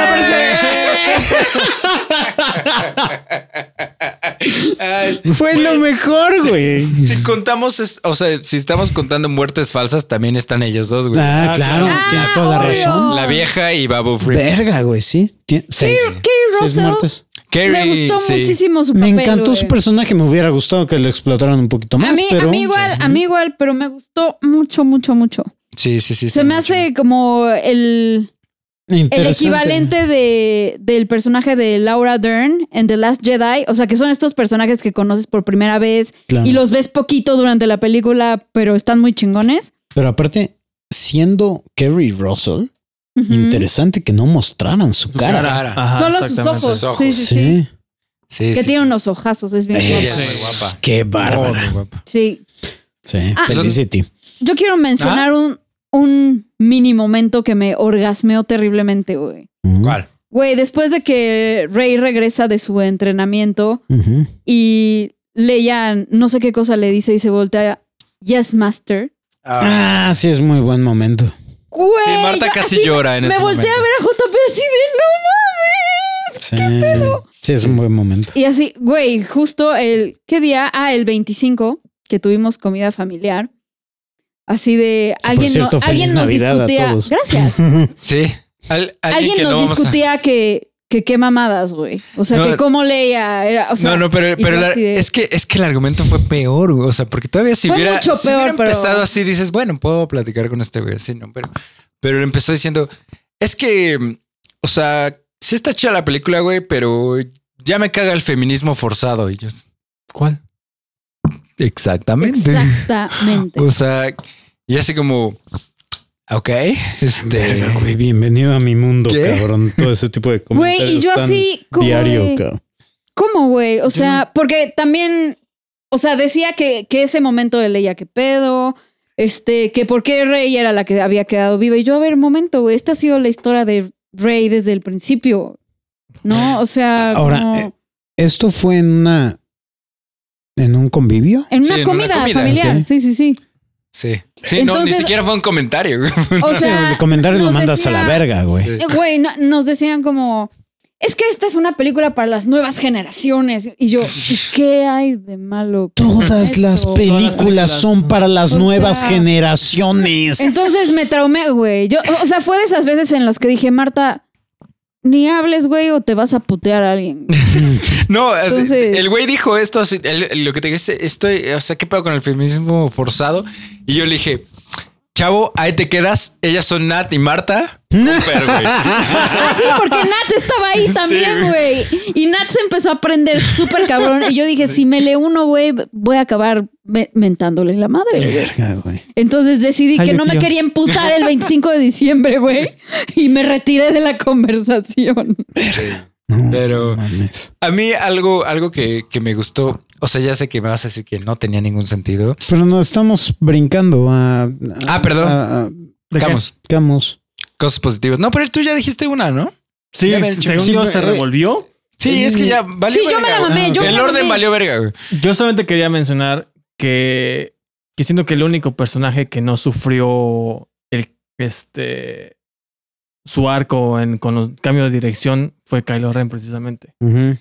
[SPEAKER 2] Ay,
[SPEAKER 1] Fue lo mejor, güey.
[SPEAKER 2] Si contamos, es- o sea, si estamos contando muertes falsas, también están ellos dos, güey.
[SPEAKER 1] Ah,
[SPEAKER 5] Ah,
[SPEAKER 1] claro,
[SPEAKER 3] claro.
[SPEAKER 1] tienes toda la
[SPEAKER 3] Ah, obvio.
[SPEAKER 1] razón.
[SPEAKER 2] La vieja y Babu Freak.
[SPEAKER 1] Verga, güey, sí. Tien- seis,
[SPEAKER 3] Kerry
[SPEAKER 1] seis
[SPEAKER 3] Russell
[SPEAKER 1] muertes.
[SPEAKER 3] me gustó
[SPEAKER 2] sí.
[SPEAKER 3] muchísimo su
[SPEAKER 1] Me
[SPEAKER 3] papel.
[SPEAKER 1] encantó
[SPEAKER 3] güey.
[SPEAKER 1] su personaje. Me hubiera gustado que lo explotaran un poquito más.
[SPEAKER 3] A mí,
[SPEAKER 1] pero,
[SPEAKER 3] a mí igual, a mí igual, pero me gustó mucho, mucho, mucho.
[SPEAKER 2] Sí, sí, sí.
[SPEAKER 3] Se
[SPEAKER 2] sí,
[SPEAKER 3] me
[SPEAKER 2] mucho.
[SPEAKER 3] hace como el, el
[SPEAKER 1] Interesante.
[SPEAKER 3] equivalente de, del personaje de Laura Dern en The Last Jedi. O sea, que son estos personajes que conoces por primera vez
[SPEAKER 1] Claro.
[SPEAKER 3] y los ves poquito durante la película, pero están muy chingones.
[SPEAKER 1] Pero aparte, siendo Kerry Russell,
[SPEAKER 3] Ujú.
[SPEAKER 1] interesante que no mostraran su cara.
[SPEAKER 5] Ajá,
[SPEAKER 3] Solo sus
[SPEAKER 5] Ah, exactamente.
[SPEAKER 3] ojos.
[SPEAKER 2] Sus ojos.
[SPEAKER 3] Sí, sí,
[SPEAKER 1] Sí.
[SPEAKER 3] sí.
[SPEAKER 2] Sí,
[SPEAKER 3] Que
[SPEAKER 2] sí,
[SPEAKER 3] tiene
[SPEAKER 2] sí.
[SPEAKER 3] unos ojazos, es bien
[SPEAKER 1] Eh,
[SPEAKER 2] Ella es
[SPEAKER 3] guapa.
[SPEAKER 2] muy
[SPEAKER 5] Sí.
[SPEAKER 2] guapa.
[SPEAKER 1] Qué
[SPEAKER 2] Oh,
[SPEAKER 1] bárbara.
[SPEAKER 2] muy guapa.
[SPEAKER 3] Sí.
[SPEAKER 1] Sí,
[SPEAKER 3] Ah.
[SPEAKER 1] Felicity.
[SPEAKER 3] Yo quiero mencionar
[SPEAKER 5] Ah.
[SPEAKER 3] un, un mini momento que me orgasmeó terriblemente, güey.
[SPEAKER 2] ¿Cuál?
[SPEAKER 3] Güey, después de que Rey regresa de su entrenamiento
[SPEAKER 1] Ujú.
[SPEAKER 3] y Leia no sé qué cosa le dice y se voltea, yes, master.
[SPEAKER 2] Ah.
[SPEAKER 1] Ah, sí, es muy buen momento.
[SPEAKER 3] Güey,
[SPEAKER 2] Sí, Marta
[SPEAKER 3] yo
[SPEAKER 2] casi
[SPEAKER 3] así
[SPEAKER 2] llora en
[SPEAKER 3] Me
[SPEAKER 2] ese
[SPEAKER 3] volteé a
[SPEAKER 2] momento.
[SPEAKER 3] ver a JP así de no mames.
[SPEAKER 1] Sí, sí, es un buen momento.
[SPEAKER 3] Y así, güey, justo el, ¿qué día? Ah, el 25, que tuvimos comida familiar. Así de, alguien, no-
[SPEAKER 1] cierto, feliz
[SPEAKER 3] alguien nos
[SPEAKER 1] Navidad a
[SPEAKER 3] discutía.
[SPEAKER 1] todos.
[SPEAKER 3] Gracias.
[SPEAKER 2] Sí. Al-
[SPEAKER 3] Alguien
[SPEAKER 2] que no
[SPEAKER 3] nos
[SPEAKER 2] vamos a-
[SPEAKER 3] discutía que, que qué mamadas, güey. O sea,
[SPEAKER 2] No,
[SPEAKER 3] que cómo leía. Era, o sea,
[SPEAKER 2] no, no, pero,
[SPEAKER 3] y
[SPEAKER 2] pero
[SPEAKER 3] yo
[SPEAKER 2] la-
[SPEAKER 3] así de-
[SPEAKER 2] es, que, es que el argumento fue peor, güey. O sea, porque todavía si
[SPEAKER 3] Fue
[SPEAKER 2] hubiera,
[SPEAKER 3] mucho
[SPEAKER 2] si hubiera
[SPEAKER 3] peor, pero-
[SPEAKER 2] empezado así, dices, bueno, puedo platicar con este güey así, ¿no? Pero, pero empezó diciendo, es que, o sea, sí está chida la película, güey, pero ya me caga el feminismo forzado. Y yo, ¿cuál? Exactamente.
[SPEAKER 3] Exactamente.
[SPEAKER 2] O sea, y así como, ok, este...
[SPEAKER 1] Verga, güey, bienvenido a mi mundo,
[SPEAKER 2] ¿Qué?
[SPEAKER 1] cabrón. Todo ese tipo de
[SPEAKER 3] Güey,
[SPEAKER 1] comentarios.
[SPEAKER 3] y yo
[SPEAKER 1] tan
[SPEAKER 3] así como.
[SPEAKER 1] Diario,
[SPEAKER 3] de,
[SPEAKER 1] cabrón.
[SPEAKER 3] ¿Cómo, güey? O sea, porque también. O sea, decía que, que ese momento de Leia, que pedo. Este, que por qué Rey era la que había quedado viva. Y yo, a ver, momento, güey. Esta ha sido la historia de Rey desde el principio. ¿No? O sea.
[SPEAKER 1] Ahora,
[SPEAKER 3] como-
[SPEAKER 1] eh, Esto fue en una. En un convivio.
[SPEAKER 3] en,
[SPEAKER 2] sí,
[SPEAKER 3] una
[SPEAKER 2] en una
[SPEAKER 3] comida
[SPEAKER 2] comida,
[SPEAKER 3] familiar.
[SPEAKER 1] ok.
[SPEAKER 3] Sí, sí, sí.
[SPEAKER 2] Sí. Sí, no, ni
[SPEAKER 3] Entonces-
[SPEAKER 2] siquiera fue un comentario, güey.
[SPEAKER 3] O
[SPEAKER 1] Sí,
[SPEAKER 3] sea.
[SPEAKER 1] el comentario lo
[SPEAKER 3] nos
[SPEAKER 1] mandas a la
[SPEAKER 3] decía-
[SPEAKER 1] verga, güey.
[SPEAKER 2] Sí.
[SPEAKER 3] Eh, Güey, no- nos decían como, es que esta es una película para las nuevas generaciones. Y yo, "¿Y qué hay de malo? con
[SPEAKER 1] Todas
[SPEAKER 3] esto?"
[SPEAKER 1] las películas son para las
[SPEAKER 3] O
[SPEAKER 1] nuevas
[SPEAKER 3] sea-
[SPEAKER 1] generaciones.
[SPEAKER 3] Entonces me traumé, güey. Yo, o sea, fue de esas veces en las que dije, Marta, ni hables, güey, o te vas a putear a alguien.
[SPEAKER 2] No, así-
[SPEAKER 3] Entonces-
[SPEAKER 2] el güey dijo esto, así, el- lo que te dijiste, estoy, o sea, ¿qué pedo con el feminismo forzado? Y yo le dije, chavo, ahí te quedas, ellas son Nat y Marta. Cooper, güey.
[SPEAKER 3] Ah, sí, porque Nat estaba ahí
[SPEAKER 2] Sí.
[SPEAKER 3] también, güey. Y Nat se empezó a aprender súper cabrón. Y yo dije, si me le uno, güey, voy a acabar me- mentándole la madre, güey.
[SPEAKER 1] Verga, güey.
[SPEAKER 3] Entonces decidí
[SPEAKER 1] Ay,
[SPEAKER 3] que
[SPEAKER 1] yo
[SPEAKER 3] no me
[SPEAKER 1] quiero.
[SPEAKER 3] quería emputar el 25 de diciembre, güey. Y me retiré de la conversación.
[SPEAKER 1] No,
[SPEAKER 2] Pero-
[SPEAKER 1] mames.
[SPEAKER 2] A mí algo, algo que, que me gustó, o sea, ya sé que me vas a decir que no tenía ningún sentido.
[SPEAKER 1] Pero nos estamos brincando a. a-
[SPEAKER 2] Ah, perdón.
[SPEAKER 1] a- a-
[SPEAKER 5] ¿De qué?
[SPEAKER 2] Vamos,
[SPEAKER 1] digamos.
[SPEAKER 2] cosas positivas. No, pero tú ya dijiste una, ¿no?
[SPEAKER 5] Sí,
[SPEAKER 2] Ya me he dicho.
[SPEAKER 5] según
[SPEAKER 1] Sí, eh,
[SPEAKER 5] yo
[SPEAKER 1] me-
[SPEAKER 5] se revolvió.
[SPEAKER 2] Sí, es que ya valió
[SPEAKER 3] Sí, yo me
[SPEAKER 2] verga,
[SPEAKER 3] la
[SPEAKER 2] güey.
[SPEAKER 3] mamé, yo me
[SPEAKER 2] El
[SPEAKER 3] la
[SPEAKER 2] orden
[SPEAKER 3] mamé.
[SPEAKER 2] valió verga, güey.
[SPEAKER 5] Yo solamente quería mencionar que, que siento que el único personaje que no sufrió el este su arco en, con los cambios de dirección fue Kylo Ren precisamente. Fue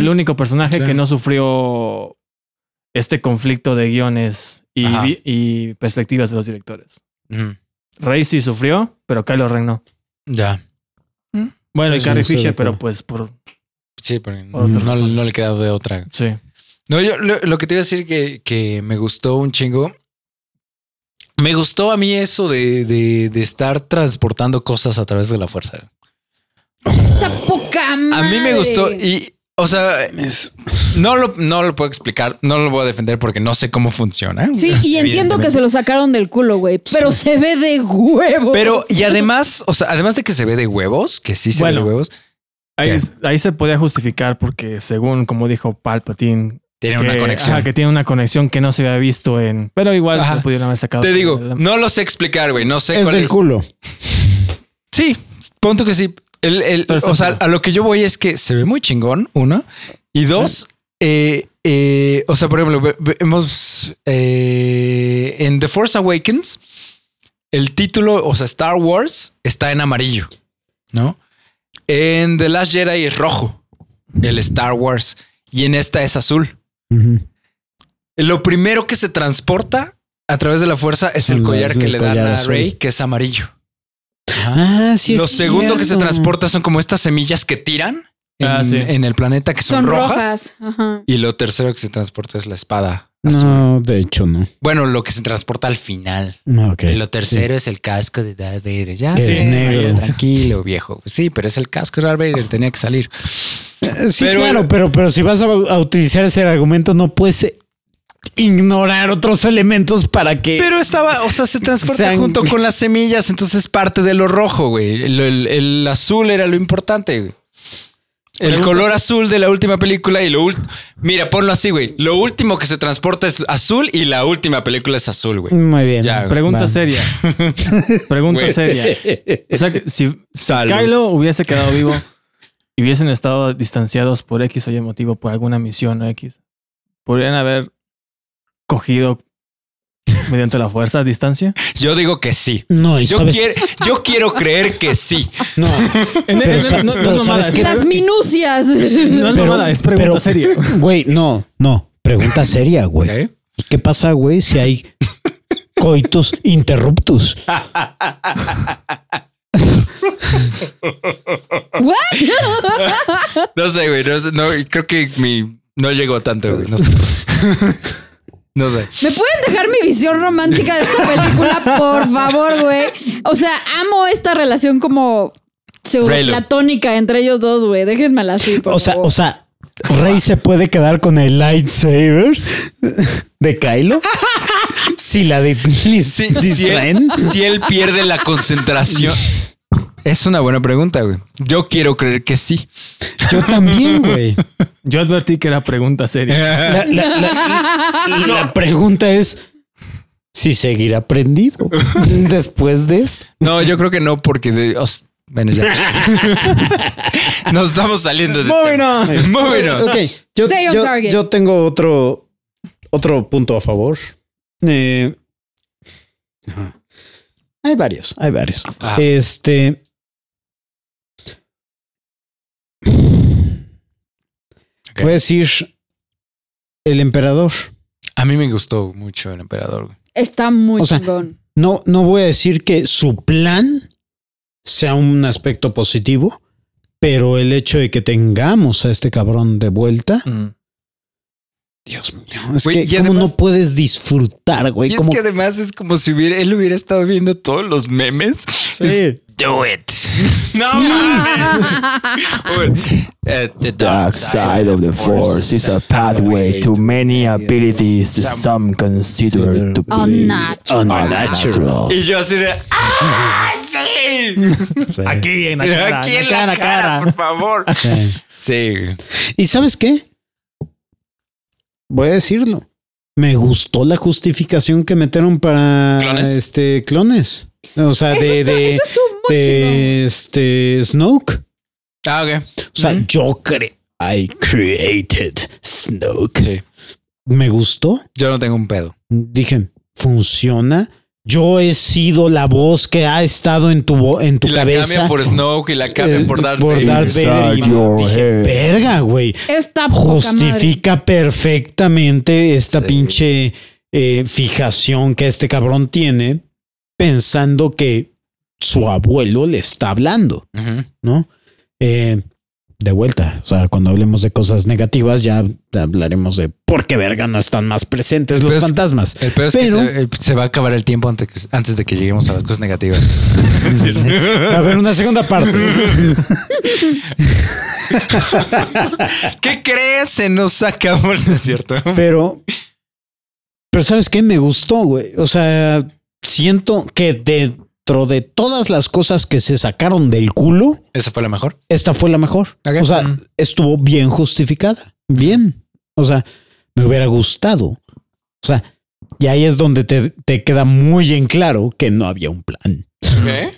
[SPEAKER 1] Mm.
[SPEAKER 5] el único personaje
[SPEAKER 2] Mm. Sí.
[SPEAKER 5] que no sufrió este conflicto de guiones y,
[SPEAKER 2] Ajá.
[SPEAKER 5] vi- y perspectivas de los directores.
[SPEAKER 2] Ujú.
[SPEAKER 5] Rey sí sufrió, pero Kylo Ren no.
[SPEAKER 2] Ya.
[SPEAKER 5] Bueno, y
[SPEAKER 1] Eso
[SPEAKER 5] Carrie
[SPEAKER 1] estoy de
[SPEAKER 5] Fisher,
[SPEAKER 1] acuerdo.
[SPEAKER 5] pero pues por
[SPEAKER 2] Sí, pero no,
[SPEAKER 5] otras
[SPEAKER 2] no
[SPEAKER 5] razones.
[SPEAKER 2] le quedó de otra.
[SPEAKER 5] sí.
[SPEAKER 2] No, yo lo, lo que te iba a decir que, que me gustó un chingo. Me gustó a mí eso de, de- de estar transportando cosas a través de la fuerza.
[SPEAKER 3] Esta poca
[SPEAKER 2] A
[SPEAKER 3] madre.
[SPEAKER 2] mí me gustó y, o sea, no lo, no lo puedo explicar, no lo voy a defender porque no sé cómo funciona.
[SPEAKER 3] Sí, y entiendo que se lo sacaron del culo, güey. Pero se ve de huevo.
[SPEAKER 2] Pero, y además, o sea, además de que se ve de huevos, que sí se ve
[SPEAKER 5] Bueno.
[SPEAKER 2] de huevos,
[SPEAKER 5] Ahí,
[SPEAKER 2] ¿Qué?
[SPEAKER 5] es- ahí se podía justificar porque según como dijo Palpatine,
[SPEAKER 2] tiene
[SPEAKER 5] que,
[SPEAKER 2] una conexión.
[SPEAKER 5] ajá, que tiene una conexión que no se había visto en. Pero igual
[SPEAKER 2] Ajá.
[SPEAKER 5] se pudieron haber sacado.
[SPEAKER 2] Te
[SPEAKER 5] por
[SPEAKER 2] digo,
[SPEAKER 5] la-
[SPEAKER 2] no lo sé explicar, güey, no sé
[SPEAKER 1] Es
[SPEAKER 2] cuál
[SPEAKER 1] del
[SPEAKER 2] es.
[SPEAKER 1] culo.
[SPEAKER 2] Sí, punto que sí. El, el-
[SPEAKER 5] Pero está
[SPEAKER 2] o sea,
[SPEAKER 5] chido.
[SPEAKER 2] a lo que yo voy es que se ve muy chingón, uno. Y dos, eh, eh, eh, o sea, por ejemplo, ve- ve- hemos eh, en The Force Awakens, el título, o sea, Star Wars está en amarillo, ¿no? En The Last Jedi es rojo, el Star Wars, y en esta es azul.
[SPEAKER 1] Ujú.
[SPEAKER 2] Lo primero que se transporta a través de la fuerza es
[SPEAKER 1] Son
[SPEAKER 2] el
[SPEAKER 1] los-
[SPEAKER 2] collar que
[SPEAKER 1] el
[SPEAKER 2] le dan
[SPEAKER 1] collar
[SPEAKER 2] a
[SPEAKER 1] azul.
[SPEAKER 2] Rey, que es amarillo. Ajá.
[SPEAKER 1] Ah, sí.
[SPEAKER 2] Lo
[SPEAKER 1] es
[SPEAKER 2] segundo que se
[SPEAKER 1] cierto.
[SPEAKER 2] transporta son como estas semillas que tiran en,
[SPEAKER 5] Ah, sí.
[SPEAKER 2] en el planeta que son,
[SPEAKER 3] Son
[SPEAKER 2] rojas.
[SPEAKER 3] rojas. Ajá.
[SPEAKER 2] Y lo tercero que se transporta es la espada. azul.
[SPEAKER 1] No, de hecho, no.
[SPEAKER 2] Bueno, lo que se transporta al final.
[SPEAKER 1] No, Ah, ok.
[SPEAKER 2] Y lo tercero es el casco de Darth Vader. Ya,
[SPEAKER 1] Que
[SPEAKER 2] sí,
[SPEAKER 1] es negro.
[SPEAKER 2] vaya, tranquilo, viejo. Sí, pero es el casco de Darth Vader. Tenía que salir.
[SPEAKER 1] Eh, Sí,
[SPEAKER 2] Pero-
[SPEAKER 1] claro, pero, pero si vas a, a utilizar ese argumento, no puedes eh, ignorar otros elementos para que.
[SPEAKER 2] Pero estaba, o sea, se transporta
[SPEAKER 1] Sang-
[SPEAKER 2] junto con las semillas. Entonces parte de lo rojo, güey. El, el- el azul era lo importante, güey. El color azul de la última película y lo último. Mira, ponlo así, güey. Lo último que se transporta es azul y la última película es azul, güey.
[SPEAKER 1] Muy bien.
[SPEAKER 2] Ya,
[SPEAKER 5] Pregunta
[SPEAKER 1] Va.
[SPEAKER 5] seria. Pregunta
[SPEAKER 2] Güey.
[SPEAKER 5] seria. O sea, que si
[SPEAKER 2] Salvo.
[SPEAKER 5] Kylo hubiese quedado vivo y hubiesen estado distanciados por X o Y motivo, por alguna misión o X, podrían haber cogido mediante la fuerza a distancia.
[SPEAKER 2] Yo digo que sí.
[SPEAKER 1] No, y
[SPEAKER 2] Yo,
[SPEAKER 1] sabes-
[SPEAKER 2] quiero, yo quiero creer que sí.
[SPEAKER 1] No,
[SPEAKER 5] En- en-
[SPEAKER 1] Pero
[SPEAKER 5] en-
[SPEAKER 1] sa-
[SPEAKER 5] no, no
[SPEAKER 1] pero
[SPEAKER 5] es mamada,
[SPEAKER 1] ¿sabes
[SPEAKER 5] es,
[SPEAKER 1] qué?
[SPEAKER 3] Las minucias.
[SPEAKER 5] no
[SPEAKER 1] Pero-
[SPEAKER 5] es mamada, es pregunta
[SPEAKER 1] pero-
[SPEAKER 5] seria.
[SPEAKER 1] güey, no, no. Pregunta seria, güey.
[SPEAKER 2] ¿Eh?
[SPEAKER 1] ¿Qué pasa, güey, si hay coitus interruptus?
[SPEAKER 3] ¿What?
[SPEAKER 2] No sé, güey. No, sé, no, creo que mi no llegó tanto, güey. No sé. No sé.
[SPEAKER 3] ¿Me pueden dejar mi visión romántica de esta película, por favor, güey? O sea, amo esta relación como pseudoplatónica entre ellos dos, güey. Déjenmela así, por
[SPEAKER 1] O sea,
[SPEAKER 3] favor.
[SPEAKER 1] o sea, Rey se puede quedar con el lightsaber de Kylo si la de
[SPEAKER 2] Si, si
[SPEAKER 1] distraen.
[SPEAKER 2] él, si él pierde la concentración. Es una buena pregunta, güey. Yo quiero creer que sí.
[SPEAKER 1] Yo también, güey.
[SPEAKER 5] Yo advertí que era pregunta seria.
[SPEAKER 1] La, la- la- la pregunta es si seguirá prendido después de esto.
[SPEAKER 2] No, yo creo que no, porque de- os- bueno, ya. Nos estamos saliendo de.
[SPEAKER 5] Moving
[SPEAKER 2] tema.
[SPEAKER 5] on.
[SPEAKER 2] Moving on.
[SPEAKER 1] Ok, yo,
[SPEAKER 3] Stay on
[SPEAKER 1] yo-
[SPEAKER 3] target.
[SPEAKER 1] yo tengo otro, otro punto a favor. Eh, ajá. hay varios, hay varios.
[SPEAKER 2] Ah.
[SPEAKER 1] Este.
[SPEAKER 2] Ok.
[SPEAKER 1] Voy a decir el emperador.
[SPEAKER 2] A mí me gustó mucho el emperador. güey.
[SPEAKER 3] Está muy
[SPEAKER 1] o sea,
[SPEAKER 3] chingón.
[SPEAKER 1] No, no voy a decir que su plan sea un aspecto positivo, pero el hecho de que tengamos a este cabrón de vuelta,
[SPEAKER 2] Mm.
[SPEAKER 5] Mm.
[SPEAKER 1] Dios mío, es
[SPEAKER 2] Güey,
[SPEAKER 1] que
[SPEAKER 2] y
[SPEAKER 1] cómo
[SPEAKER 2] además-
[SPEAKER 1] no puedes disfrutar, güey.
[SPEAKER 2] Y es
[SPEAKER 1] ¿Cómo-
[SPEAKER 2] que además es como si hubiera, él hubiera estado viendo todos los memes.
[SPEAKER 1] Sí.
[SPEAKER 2] Do it. No mames.
[SPEAKER 1] Ah,
[SPEAKER 2] Güey, eh, the dark side of the force is a pathway to
[SPEAKER 6] many abilities some consider
[SPEAKER 3] Oh,
[SPEAKER 6] to
[SPEAKER 1] Ah,
[SPEAKER 3] Unnatural.
[SPEAKER 6] unnatural.
[SPEAKER 2] Y yo así de ¡Ah, sí!
[SPEAKER 5] Aquí en la cara,
[SPEAKER 2] Aquí
[SPEAKER 5] en la cara, cara.
[SPEAKER 2] por favor.
[SPEAKER 1] Sí.
[SPEAKER 2] Sí. güey.
[SPEAKER 1] ¿Y sabes qué? Voy a decirlo. Me gustó la justificación que metieron para
[SPEAKER 2] ¿Clones?
[SPEAKER 1] este clones. O sea,
[SPEAKER 3] Eso
[SPEAKER 1] de,
[SPEAKER 3] está-
[SPEAKER 1] de,
[SPEAKER 3] eso estuvo muy chingón.
[SPEAKER 1] de este Snoke.
[SPEAKER 2] Ah, ok.
[SPEAKER 1] O sea, yo creo. I created Snoke.
[SPEAKER 2] Sí.
[SPEAKER 1] Me gustó.
[SPEAKER 2] Yo no tengo un pedo.
[SPEAKER 1] Dije, funciona. Yo he sido la voz que ha estado en tu, vo- en tu
[SPEAKER 2] y la
[SPEAKER 1] cabeza.
[SPEAKER 2] cambian por Snoke y la cambian
[SPEAKER 1] eh,
[SPEAKER 2] por Darth
[SPEAKER 1] por
[SPEAKER 2] Vader.
[SPEAKER 1] Darth Vader y
[SPEAKER 6] Inside your
[SPEAKER 1] dije,
[SPEAKER 6] head.
[SPEAKER 1] verga, güey.
[SPEAKER 3] Está poca madre.
[SPEAKER 1] justifica perfectamente esta
[SPEAKER 2] Sí.
[SPEAKER 1] pinche eh, fijación que este cabrón tiene pensando que su abuelo le está hablando,
[SPEAKER 2] Ujú.
[SPEAKER 1] ¿no? Eh, de vuelta, o sea, cuando hablemos de cosas negativas ya hablaremos de por qué verga no están más presentes los
[SPEAKER 2] Pero es-
[SPEAKER 1] fantasmas.
[SPEAKER 2] El pedo es
[SPEAKER 1] Pero-
[SPEAKER 2] que se, el- se va a acabar el tiempo antes, que- antes de que lleguemos a las cosas negativas.
[SPEAKER 1] Va a haber una segunda parte.
[SPEAKER 2] ¿Qué crees? Se nos acabó, ¿no es cierto?
[SPEAKER 1] Pero, pero ¿sabes qué? Me gustó, güey. O sea, siento que dentro de todas las cosas que se sacaron del culo,
[SPEAKER 2] ¿Esa fue la mejor?
[SPEAKER 1] esta fue la mejor.
[SPEAKER 2] Ok.
[SPEAKER 1] O sea,
[SPEAKER 5] Mm.
[SPEAKER 1] estuvo bien justificada. Bien. O sea, me hubiera gustado. O sea, y ahí es donde te, te queda muy en claro que no había un plan.
[SPEAKER 2] ¿Qué?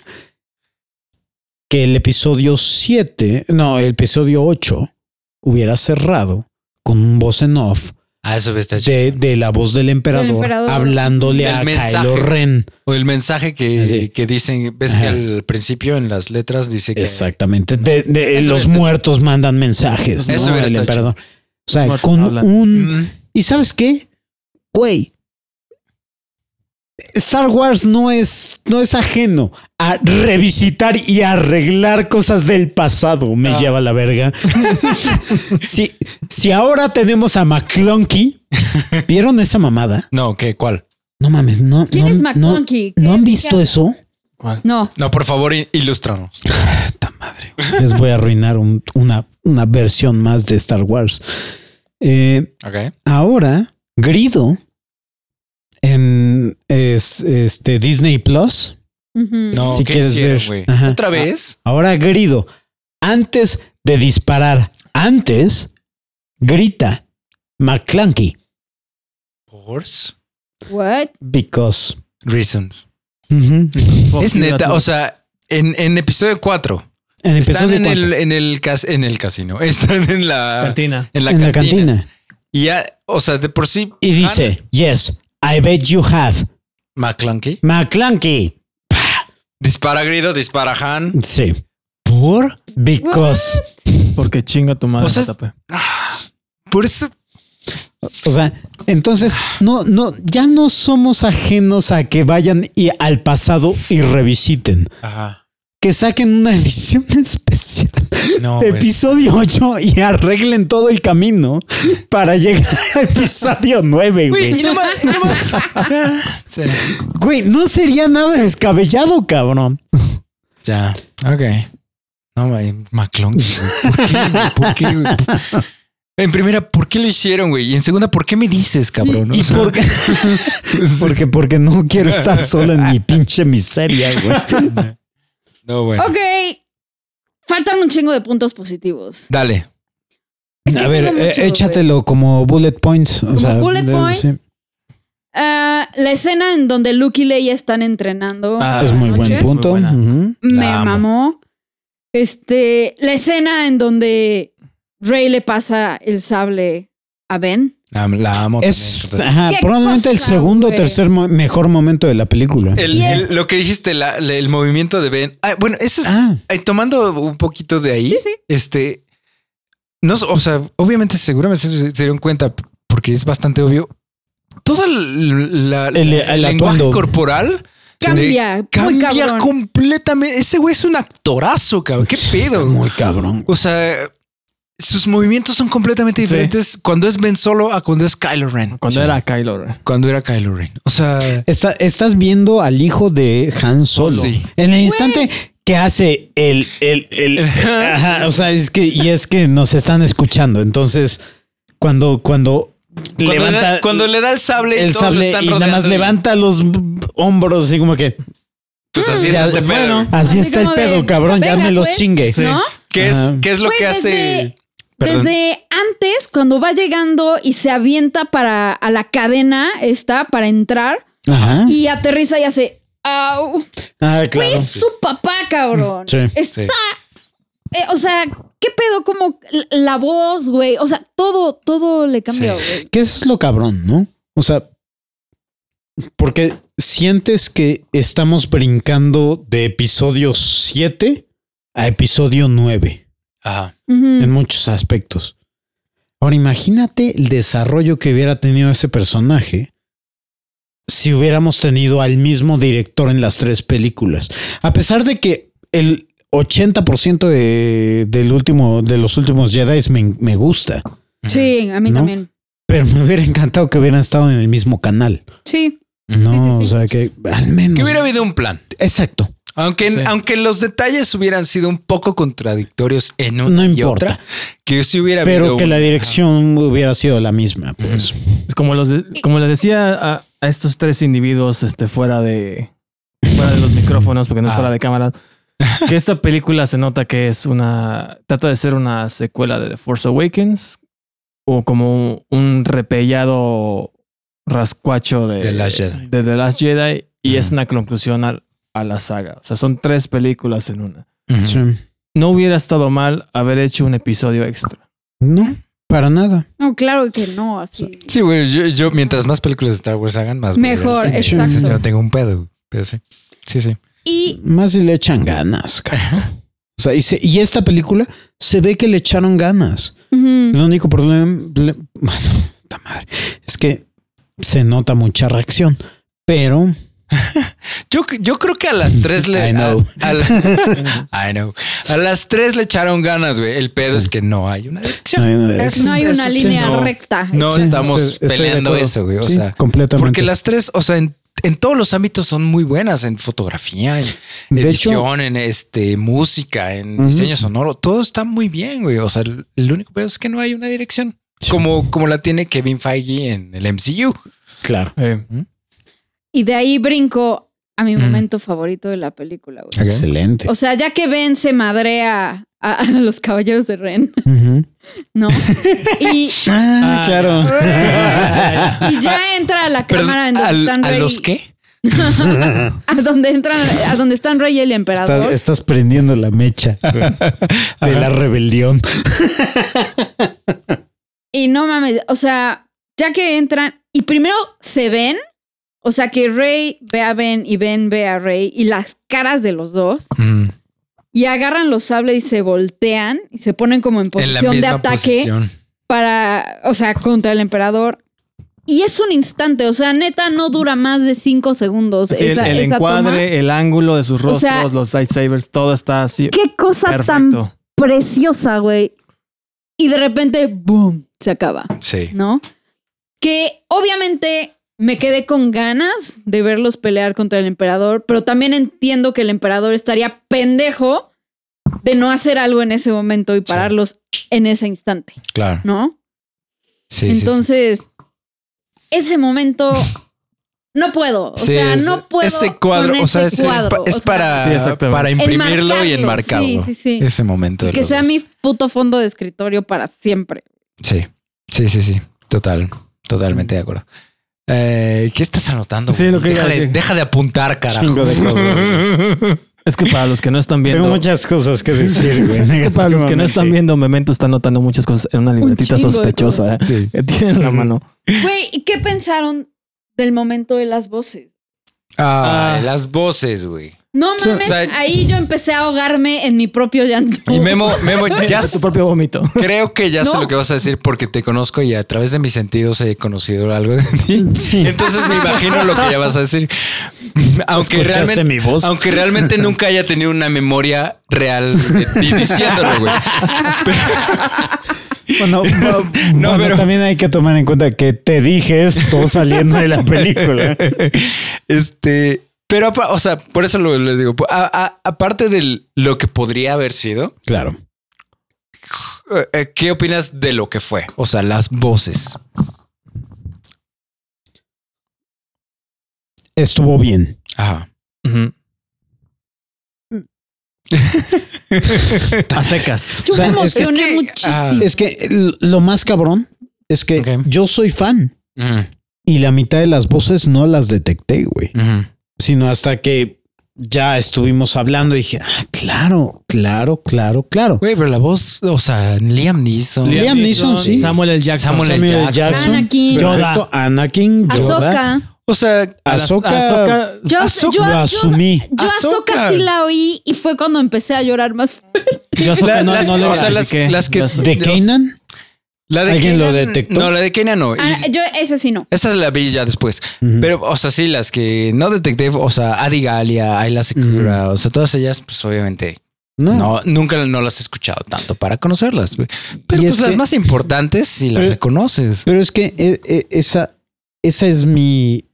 [SPEAKER 1] Que el episodio 7, no, el episodio 8 hubiera cerrado con un voz en off
[SPEAKER 2] Ah, eso está chido.
[SPEAKER 1] de, de la voz del emperador,
[SPEAKER 3] Del emperador.
[SPEAKER 1] hablándole
[SPEAKER 2] Del
[SPEAKER 1] a
[SPEAKER 2] mensaje.
[SPEAKER 1] Kylo Ren.
[SPEAKER 2] O el mensaje que,
[SPEAKER 1] Así.
[SPEAKER 2] que dicen, ves que
[SPEAKER 1] Ah, Ajá.
[SPEAKER 2] al principio en las letras dice que
[SPEAKER 1] Exactamente. De, de-
[SPEAKER 2] Eso
[SPEAKER 1] los
[SPEAKER 2] está-
[SPEAKER 1] muertos mandan mensajes.
[SPEAKER 2] Eso
[SPEAKER 1] ¿no? El
[SPEAKER 2] hubiera estado
[SPEAKER 1] emperador. O sea,
[SPEAKER 5] Muertos
[SPEAKER 1] con
[SPEAKER 5] hablan.
[SPEAKER 1] un
[SPEAKER 2] Mm,
[SPEAKER 1] ¿Y sabes qué? Güey. Star Wars no es, no es ajeno a revisitar y arreglar cosas del pasado. Me lleva la verga. si, si ahora tenemos a McClunky, ¿vieron esa mamada?
[SPEAKER 2] No, ¿qué? ¿Cuál?
[SPEAKER 1] No mames, no.
[SPEAKER 3] ¿Quién
[SPEAKER 1] no,
[SPEAKER 3] es
[SPEAKER 1] no-
[SPEAKER 3] McClunky?
[SPEAKER 1] ¿No,
[SPEAKER 3] ¿Qué-
[SPEAKER 1] han
[SPEAKER 3] qué
[SPEAKER 1] visto
[SPEAKER 3] hace?
[SPEAKER 1] eso?
[SPEAKER 3] No.
[SPEAKER 2] No, por favor, i- ilústranos.
[SPEAKER 1] Puta madre. güey. Les voy a arruinar un- una, una versión más de Star Wars. Eh,
[SPEAKER 2] Ok.
[SPEAKER 1] ahora Grido en es- este Disney Plus.
[SPEAKER 3] Ujú.
[SPEAKER 2] No,
[SPEAKER 1] si
[SPEAKER 2] ¿qué
[SPEAKER 1] quieres
[SPEAKER 2] hicieron,
[SPEAKER 1] ver.
[SPEAKER 2] Oh, güey? Ah,
[SPEAKER 1] Ajá.
[SPEAKER 2] ¿Otra vez?
[SPEAKER 1] Ahora Grido, antes de disparar, antes grita McClanky
[SPEAKER 2] Por
[SPEAKER 3] What?
[SPEAKER 1] because.
[SPEAKER 2] reasons.
[SPEAKER 1] Ujú.
[SPEAKER 2] Es neta, o sea, en, en episodio 4.
[SPEAKER 1] En
[SPEAKER 2] Están
[SPEAKER 1] episodio
[SPEAKER 2] en
[SPEAKER 1] cuatro,
[SPEAKER 2] el, en, el cas- en el casino. Están en la,
[SPEAKER 5] Cantina.
[SPEAKER 2] en la
[SPEAKER 1] en la
[SPEAKER 2] cantina.
[SPEAKER 1] cantina.
[SPEAKER 2] Y ya, o sea, de por sí.
[SPEAKER 1] Y dice, yes, I bet you have
[SPEAKER 2] Han- McClunky.
[SPEAKER 1] McClanky.
[SPEAKER 2] Dispara Grido, dispara Han.
[SPEAKER 1] Sí,
[SPEAKER 2] ¿Por?
[SPEAKER 1] because.
[SPEAKER 5] Porque chinga tu madre.
[SPEAKER 2] O sea, es-
[SPEAKER 5] Tape.
[SPEAKER 2] Por eso.
[SPEAKER 1] O sea, entonces no, no, ya no somos ajenos a que vayan y al pasado y revisiten.
[SPEAKER 2] Ajá.
[SPEAKER 1] Que saquen una edición especial
[SPEAKER 2] No,
[SPEAKER 1] de
[SPEAKER 2] güey.
[SPEAKER 1] episodio 8 y arreglen todo el camino para llegar a episodio 9,
[SPEAKER 2] Güey, y
[SPEAKER 1] güey.
[SPEAKER 2] nomás- nomás- Sí.
[SPEAKER 1] Güey, no sería nada descabellado, cabrón.
[SPEAKER 2] Ya. Ok. No, güey, McClunky. güey. ¿Por qué, güey? ¿Por qué, güey? En primera, ¿por qué lo hicieron, güey? Y en segunda, ¿por qué me dices, cabrón?
[SPEAKER 1] ¿Y,
[SPEAKER 2] O
[SPEAKER 1] y
[SPEAKER 2] sea,
[SPEAKER 1] por qué? porque, porque no quiero estar solo en mi pinche miseria, güey.
[SPEAKER 2] No, bueno.
[SPEAKER 3] Ok. Faltan un chingo de puntos positivos.
[SPEAKER 2] Dale.
[SPEAKER 3] Es que
[SPEAKER 1] a ver,
[SPEAKER 3] tengo
[SPEAKER 1] eh,
[SPEAKER 3] muchos, güey.
[SPEAKER 1] échatelo como bullet points. eh,
[SPEAKER 3] Como bullet points. Ah, la escena en donde Luke y Leia están entrenando.
[SPEAKER 5] Ah,
[SPEAKER 1] Es muy
[SPEAKER 3] Noche.
[SPEAKER 1] buen punto.
[SPEAKER 5] Muy buena.
[SPEAKER 1] Ujú.
[SPEAKER 3] Me
[SPEAKER 2] La amo.
[SPEAKER 3] mamó. Este, la escena en donde Rey le pasa el sable a Ben.
[SPEAKER 2] La, la amo.
[SPEAKER 1] Es
[SPEAKER 2] también, entonces.
[SPEAKER 1] ajá,
[SPEAKER 3] ¿Qué
[SPEAKER 1] probablemente el
[SPEAKER 3] cosa,
[SPEAKER 1] segundo o
[SPEAKER 3] güey?
[SPEAKER 1] tercer mo- mejor momento de la película.
[SPEAKER 2] El-
[SPEAKER 3] Y
[SPEAKER 2] el- lo que dijiste, la- la- el movimiento de Ben. Ah, bueno, eso es.
[SPEAKER 1] Ah,
[SPEAKER 2] eh, tomando un poquito de ahí.
[SPEAKER 3] Sí, sí.
[SPEAKER 2] Este. No, o sea, obviamente, seguramente se, se dieron cuenta porque es bastante obvio. Todo el, la-
[SPEAKER 1] El- el
[SPEAKER 2] lenguaje
[SPEAKER 1] atuendo.
[SPEAKER 2] corporal
[SPEAKER 3] Cambia, muy
[SPEAKER 2] cambia
[SPEAKER 3] cabrón.
[SPEAKER 2] completamente. Ese güey es un actorazo, cabrón. ¿Qué pedo?
[SPEAKER 1] muy cabrón.
[SPEAKER 2] O sea, sus movimientos son completamente
[SPEAKER 5] Sí.
[SPEAKER 2] diferentes cuando es Ben Solo a cuando es Kylo Ren.
[SPEAKER 5] Cuando
[SPEAKER 2] Sí.
[SPEAKER 5] era Kylo Ren.
[SPEAKER 2] Cuando era Kylo Ren. O sea,
[SPEAKER 1] Está- estás viendo al hijo de Han Solo.
[SPEAKER 2] Sí.
[SPEAKER 1] En el instante que hace el, el, el- ajá, o sea, es que, y es que nos están escuchando. Entonces, cuando, cuando,
[SPEAKER 2] cuando,
[SPEAKER 1] levanta
[SPEAKER 2] le da, cuando le da el sable, y
[SPEAKER 1] el
[SPEAKER 2] todos lo
[SPEAKER 1] sable
[SPEAKER 2] están
[SPEAKER 1] y nada más
[SPEAKER 2] rodeando.
[SPEAKER 1] levanta los hombros, así como que
[SPEAKER 2] Pues así
[SPEAKER 1] Ya,
[SPEAKER 2] es este
[SPEAKER 1] bueno.
[SPEAKER 2] pedo. güey.
[SPEAKER 1] así,
[SPEAKER 3] Así
[SPEAKER 1] está el
[SPEAKER 3] como
[SPEAKER 1] pedo,
[SPEAKER 3] de,
[SPEAKER 1] cabrón. ya
[SPEAKER 3] "Venga,
[SPEAKER 1] me los
[SPEAKER 3] pues".
[SPEAKER 1] chingue.
[SPEAKER 5] Sí.
[SPEAKER 3] ¿no?
[SPEAKER 2] ¿Qué es,
[SPEAKER 1] Ajá.
[SPEAKER 2] ¿Qué es lo
[SPEAKER 3] Güey,
[SPEAKER 2] que hace?
[SPEAKER 3] desde-
[SPEAKER 2] Perdón.
[SPEAKER 3] Desde antes, cuando va llegando y se avienta para a la cadena, está para entrar
[SPEAKER 1] Ajá.
[SPEAKER 3] y aterriza y hace. ¡Au!
[SPEAKER 1] Ah, claro.
[SPEAKER 3] Güey, es su papá, cabrón.
[SPEAKER 1] Sí.
[SPEAKER 2] Sí.
[SPEAKER 3] Está. eh, o sea, ¿qué pedo? Como l- la voz, güey. O sea, todo, todo le cambió,
[SPEAKER 2] Sí.
[SPEAKER 3] güey.
[SPEAKER 1] Que eso es lo cabrón, ¿no? O sea, porque sientes que estamos brincando de episodio 7 a episodio 9
[SPEAKER 2] Ajá.
[SPEAKER 3] Ujú.
[SPEAKER 1] en muchos aspectos. Ahora imagínate el desarrollo que hubiera tenido ese personaje si hubiéramos tenido al mismo director en las tres películas. A pesar de que el 80% de, del último, de los últimos Jedi me, me gusta,
[SPEAKER 3] Sí, a mí
[SPEAKER 1] ¿No?
[SPEAKER 3] también.
[SPEAKER 1] pero me hubiera encantado que hubieran estado en el mismo canal.
[SPEAKER 3] Sí.
[SPEAKER 1] No,
[SPEAKER 3] Sí, sí,
[SPEAKER 1] o
[SPEAKER 3] sí.
[SPEAKER 1] sea que al menos.
[SPEAKER 2] Que hubiera habido un plan.
[SPEAKER 1] Exacto.
[SPEAKER 2] Aunque,
[SPEAKER 5] Sí.
[SPEAKER 2] aunque los detalles hubieran sido un poco contradictorios en una
[SPEAKER 1] No
[SPEAKER 2] y
[SPEAKER 1] importa.
[SPEAKER 2] otra, que sí hubiera
[SPEAKER 1] Pero
[SPEAKER 2] habido
[SPEAKER 1] que la
[SPEAKER 2] un-
[SPEAKER 1] dirección hubiera sido la misma, pues.
[SPEAKER 5] Es como, los de- como le decía a, a estos tres individuos este, fuera de fuera de los micrófonos, porque no es
[SPEAKER 2] Ah.
[SPEAKER 5] fuera de cámara, que esta película se nota que es una. Trata de ser una secuela de The Force Awakens o como un repellado rascuacho de,
[SPEAKER 2] The Last Jedi.
[SPEAKER 5] de The Last Jedi, y
[SPEAKER 2] Ujú.
[SPEAKER 5] es una conclusión al- a la saga. O sea, son tres películas en una.
[SPEAKER 2] Ujú.
[SPEAKER 1] Sí.
[SPEAKER 5] No hubiera estado mal haber hecho un episodio extra.
[SPEAKER 1] No, Para nada.
[SPEAKER 3] No, claro que no, así.
[SPEAKER 2] Sí, güey. Yo, yo, mientras más películas de Star Wars hagan, más. voy a ir al
[SPEAKER 3] Mejor,
[SPEAKER 2] cine.
[SPEAKER 1] Sí,
[SPEAKER 3] exacto.
[SPEAKER 2] Entonces, yo no tengo un pedo, güey, pero sí. Sí, sí.
[SPEAKER 3] Y
[SPEAKER 1] Más si le echan ganas, cabrón. O sea, y, se- y esta película se ve que le echaron ganas. El
[SPEAKER 3] ujú,
[SPEAKER 1] único problema. ble- Bueno, puta madre. Es que se nota mucha reacción. Pero.
[SPEAKER 2] Yo, yo creo que a las tres le.
[SPEAKER 1] I
[SPEAKER 2] a-
[SPEAKER 1] know.
[SPEAKER 2] A, la- I know. A las tres le echaron ganas, güey. El pedo es que no hay una
[SPEAKER 1] No
[SPEAKER 2] dirección.
[SPEAKER 1] hay una,
[SPEAKER 2] Eso-
[SPEAKER 3] no hay una
[SPEAKER 2] eso sí,
[SPEAKER 3] línea
[SPEAKER 2] no.
[SPEAKER 3] recta.
[SPEAKER 2] No
[SPEAKER 1] Sí,
[SPEAKER 2] estamos
[SPEAKER 1] estoy- estoy de
[SPEAKER 2] peleando
[SPEAKER 1] acuerdo.
[SPEAKER 2] eso, güey. O
[SPEAKER 1] Sí,
[SPEAKER 2] sea,
[SPEAKER 1] completamente.
[SPEAKER 2] porque las tres, o sea, en, en todos los ámbitos son muy buenas en fotografía, en
[SPEAKER 1] De
[SPEAKER 2] edición,
[SPEAKER 1] hecho,
[SPEAKER 2] en este música, en
[SPEAKER 1] Ujú.
[SPEAKER 2] diseño sonoro. Todo está muy bien, güey. O sea, el el único pedo es que no hay una dirección.
[SPEAKER 1] Sí.
[SPEAKER 2] Como, como la tiene Kevin Feige en el MCU.
[SPEAKER 1] claro.
[SPEAKER 5] Eh,
[SPEAKER 3] Y de ahí brinco a mi
[SPEAKER 2] Mm.
[SPEAKER 3] momento favorito de la película, güey.
[SPEAKER 1] Excelente.
[SPEAKER 3] O sea, ya que Ben se madrea a, a los caballeros de Ren,
[SPEAKER 1] Ujú.
[SPEAKER 3] ¿no? Y,
[SPEAKER 1] Ah,
[SPEAKER 5] Ah,
[SPEAKER 1] claro.
[SPEAKER 3] y ya entra a la
[SPEAKER 2] Pero,
[SPEAKER 3] cámara en donde
[SPEAKER 2] ¿al-
[SPEAKER 3] están
[SPEAKER 2] ¿A
[SPEAKER 3] Rey.
[SPEAKER 2] los qué?
[SPEAKER 3] A donde entran, a donde están Rey y el emperador.
[SPEAKER 1] Estás, estás prendiendo la mecha de la rebelión.
[SPEAKER 3] Y no mames, o sea, ya que entran y primero se ven, o sea, que Rey ve a Ben y Ben ve a Rey y las caras de los dos
[SPEAKER 2] Mm,
[SPEAKER 3] y agarran los sables y se voltean y se ponen como en
[SPEAKER 2] en la
[SPEAKER 3] posición de
[SPEAKER 2] misma
[SPEAKER 3] ataque.
[SPEAKER 2] posición.
[SPEAKER 3] para, o sea, contra el emperador. Y es un instante, o sea, neta, no dura más de cinco segundos.
[SPEAKER 5] sí, el-
[SPEAKER 3] esa,
[SPEAKER 5] el,
[SPEAKER 3] esa toma.
[SPEAKER 5] encuadre, el ángulo de sus
[SPEAKER 3] O
[SPEAKER 5] rostros,
[SPEAKER 3] sea,
[SPEAKER 5] los lightsabers, todo está así.
[SPEAKER 3] Qué cosa tan
[SPEAKER 5] Perfecto.
[SPEAKER 3] preciosa, güey. Y de repente, ¡boom! Se acaba,
[SPEAKER 2] Sí.
[SPEAKER 3] ¿no? Que obviamente me quedé con ganas de verlos pelear contra el emperador, pero también entiendo que el emperador estaría pendejo de no hacer algo en ese momento y pararlos en ese instante,
[SPEAKER 2] Claro.
[SPEAKER 3] ¿no?
[SPEAKER 2] Sí, sí, sí.
[SPEAKER 3] Entonces, ese momento no puedo. O
[SPEAKER 2] Sí,
[SPEAKER 3] sea,
[SPEAKER 2] es-
[SPEAKER 3] no puedo.
[SPEAKER 2] Ese cuadro,
[SPEAKER 3] con
[SPEAKER 2] o sea,
[SPEAKER 3] ese
[SPEAKER 2] ese es, pa-
[SPEAKER 3] cuadro,
[SPEAKER 2] es
[SPEAKER 3] o sea,
[SPEAKER 2] para,
[SPEAKER 5] Sí, exactamente.
[SPEAKER 2] para imprimirlo y enmarcarlo.
[SPEAKER 3] Sí, sí, sí.
[SPEAKER 2] Ese momento. de
[SPEAKER 3] que
[SPEAKER 2] los
[SPEAKER 3] sea
[SPEAKER 2] dos.
[SPEAKER 3] mi puto fondo de escritorio para siempre.
[SPEAKER 2] Sí, sí, sí, sí. Total, totalmente de acuerdo. Eh, ¿Qué estás anotando?
[SPEAKER 5] Sí,
[SPEAKER 2] güey?
[SPEAKER 5] lo que iba
[SPEAKER 2] deja,
[SPEAKER 5] a
[SPEAKER 2] de,
[SPEAKER 5] decir.
[SPEAKER 2] deja de apuntar, carajo.
[SPEAKER 1] Chingo de cosas.
[SPEAKER 5] Es que para los que no están viendo.
[SPEAKER 1] Tengo muchas cosas que decir, güey.
[SPEAKER 5] Es que para los que no están viendo, Memento está anotando muchas cosas en una libretita
[SPEAKER 3] chingo de
[SPEAKER 5] sospechosa.
[SPEAKER 2] Sí.
[SPEAKER 5] eh. Tiene en la mano.
[SPEAKER 3] Güey, ¿y qué pensaron del momento de las voces?
[SPEAKER 2] Ah,
[SPEAKER 5] Ah.
[SPEAKER 2] Las voces, güey.
[SPEAKER 3] No
[SPEAKER 2] sea,
[SPEAKER 3] mames,
[SPEAKER 2] o sea,
[SPEAKER 3] ahí yo empecé a ahogarme en mi propio llanto.
[SPEAKER 2] Y
[SPEAKER 1] Uh.
[SPEAKER 2] Memo, Memo, ya
[SPEAKER 5] tu
[SPEAKER 2] s-
[SPEAKER 5] propio vómito.
[SPEAKER 2] creo que ya sé
[SPEAKER 3] No.
[SPEAKER 2] lo que vas a decir porque te conozco y a través de mis sentidos he conocido algo de ti.
[SPEAKER 1] Sí.
[SPEAKER 2] Entonces me imagino lo que ya vas a decir. Aunque
[SPEAKER 1] ¿Escuchaste
[SPEAKER 2] realmente,
[SPEAKER 1] mi voz?
[SPEAKER 2] aunque realmente nunca haya tenido una memoria real de ti diciéndolo, güey.
[SPEAKER 1] Bueno, va-
[SPEAKER 2] No,
[SPEAKER 1] bueno,
[SPEAKER 2] pero-
[SPEAKER 1] también hay que tomar en cuenta que te dije esto saliendo de la película.
[SPEAKER 2] Este, pero, apa- o sea, por eso lo, les digo, a- a- aparte de lo que podría haber sido,
[SPEAKER 1] Claro.
[SPEAKER 2] eh, eh, ¿qué opinas de lo que fue? O sea, las voces.
[SPEAKER 1] Estuvo bien.
[SPEAKER 2] Ajá.
[SPEAKER 5] A secas.
[SPEAKER 3] Yo
[SPEAKER 1] O sea,
[SPEAKER 3] me
[SPEAKER 1] es que-
[SPEAKER 3] emocioné
[SPEAKER 2] es que- ah.
[SPEAKER 3] muchísimo.
[SPEAKER 1] Es que l- lo más cabrón es que
[SPEAKER 2] Ok.
[SPEAKER 1] yo soy fan
[SPEAKER 2] Ujú,
[SPEAKER 1] y la mitad de las voces no las detecté, güey.
[SPEAKER 2] ujú.
[SPEAKER 1] Sino hasta que ya estuvimos hablando y dije, ah, claro, claro, claro, claro.
[SPEAKER 2] Güey, pero la voz, o sea, Liam Neeson.
[SPEAKER 1] Liam Neeson, sí.
[SPEAKER 5] Samuel L. Jackson.
[SPEAKER 2] Samuel L.
[SPEAKER 1] Samuel
[SPEAKER 2] Jackson.
[SPEAKER 3] Anakin.
[SPEAKER 1] perfecto, Anakin, Yoda,
[SPEAKER 3] Azoka.
[SPEAKER 2] O sea,
[SPEAKER 1] Ahsoka.
[SPEAKER 5] Ahsoka-
[SPEAKER 3] Yo,
[SPEAKER 2] Ahsoka
[SPEAKER 3] yo,
[SPEAKER 1] Lo
[SPEAKER 3] yo,
[SPEAKER 1] asumí.
[SPEAKER 3] Yo a Soca
[SPEAKER 2] Ahsoka.
[SPEAKER 3] sí la oí y fue cuando empecé a llorar más.
[SPEAKER 5] Yo a Ahsoka
[SPEAKER 2] La-
[SPEAKER 5] no,
[SPEAKER 2] las-
[SPEAKER 5] no le
[SPEAKER 2] o sea, las-
[SPEAKER 5] platiqué.
[SPEAKER 2] las que-
[SPEAKER 5] Las-
[SPEAKER 1] ¿De
[SPEAKER 2] Dios.
[SPEAKER 1] Kanan?
[SPEAKER 2] la de
[SPEAKER 1] ¿Alguien lo
[SPEAKER 2] Kenan-
[SPEAKER 1] detectó?
[SPEAKER 2] No, la de Kenan no. Y
[SPEAKER 3] Ah, yo ese sí no.
[SPEAKER 2] esa la vi ya después.
[SPEAKER 1] Ujú.
[SPEAKER 2] Pero, o sea, sí, las que no detecté, o sea, Adi Galia, Ayla Secura, o sea, todas ellas, pues obviamente
[SPEAKER 1] no.
[SPEAKER 2] No, nunca no las he escuchado tanto para conocerlas. güey. Pero
[SPEAKER 1] Y
[SPEAKER 2] pues
[SPEAKER 1] es
[SPEAKER 2] las
[SPEAKER 1] que-
[SPEAKER 2] más importantes si las
[SPEAKER 1] Pero-
[SPEAKER 2] reconoces.
[SPEAKER 1] Pero es que eh, eh, esa, esa es mi,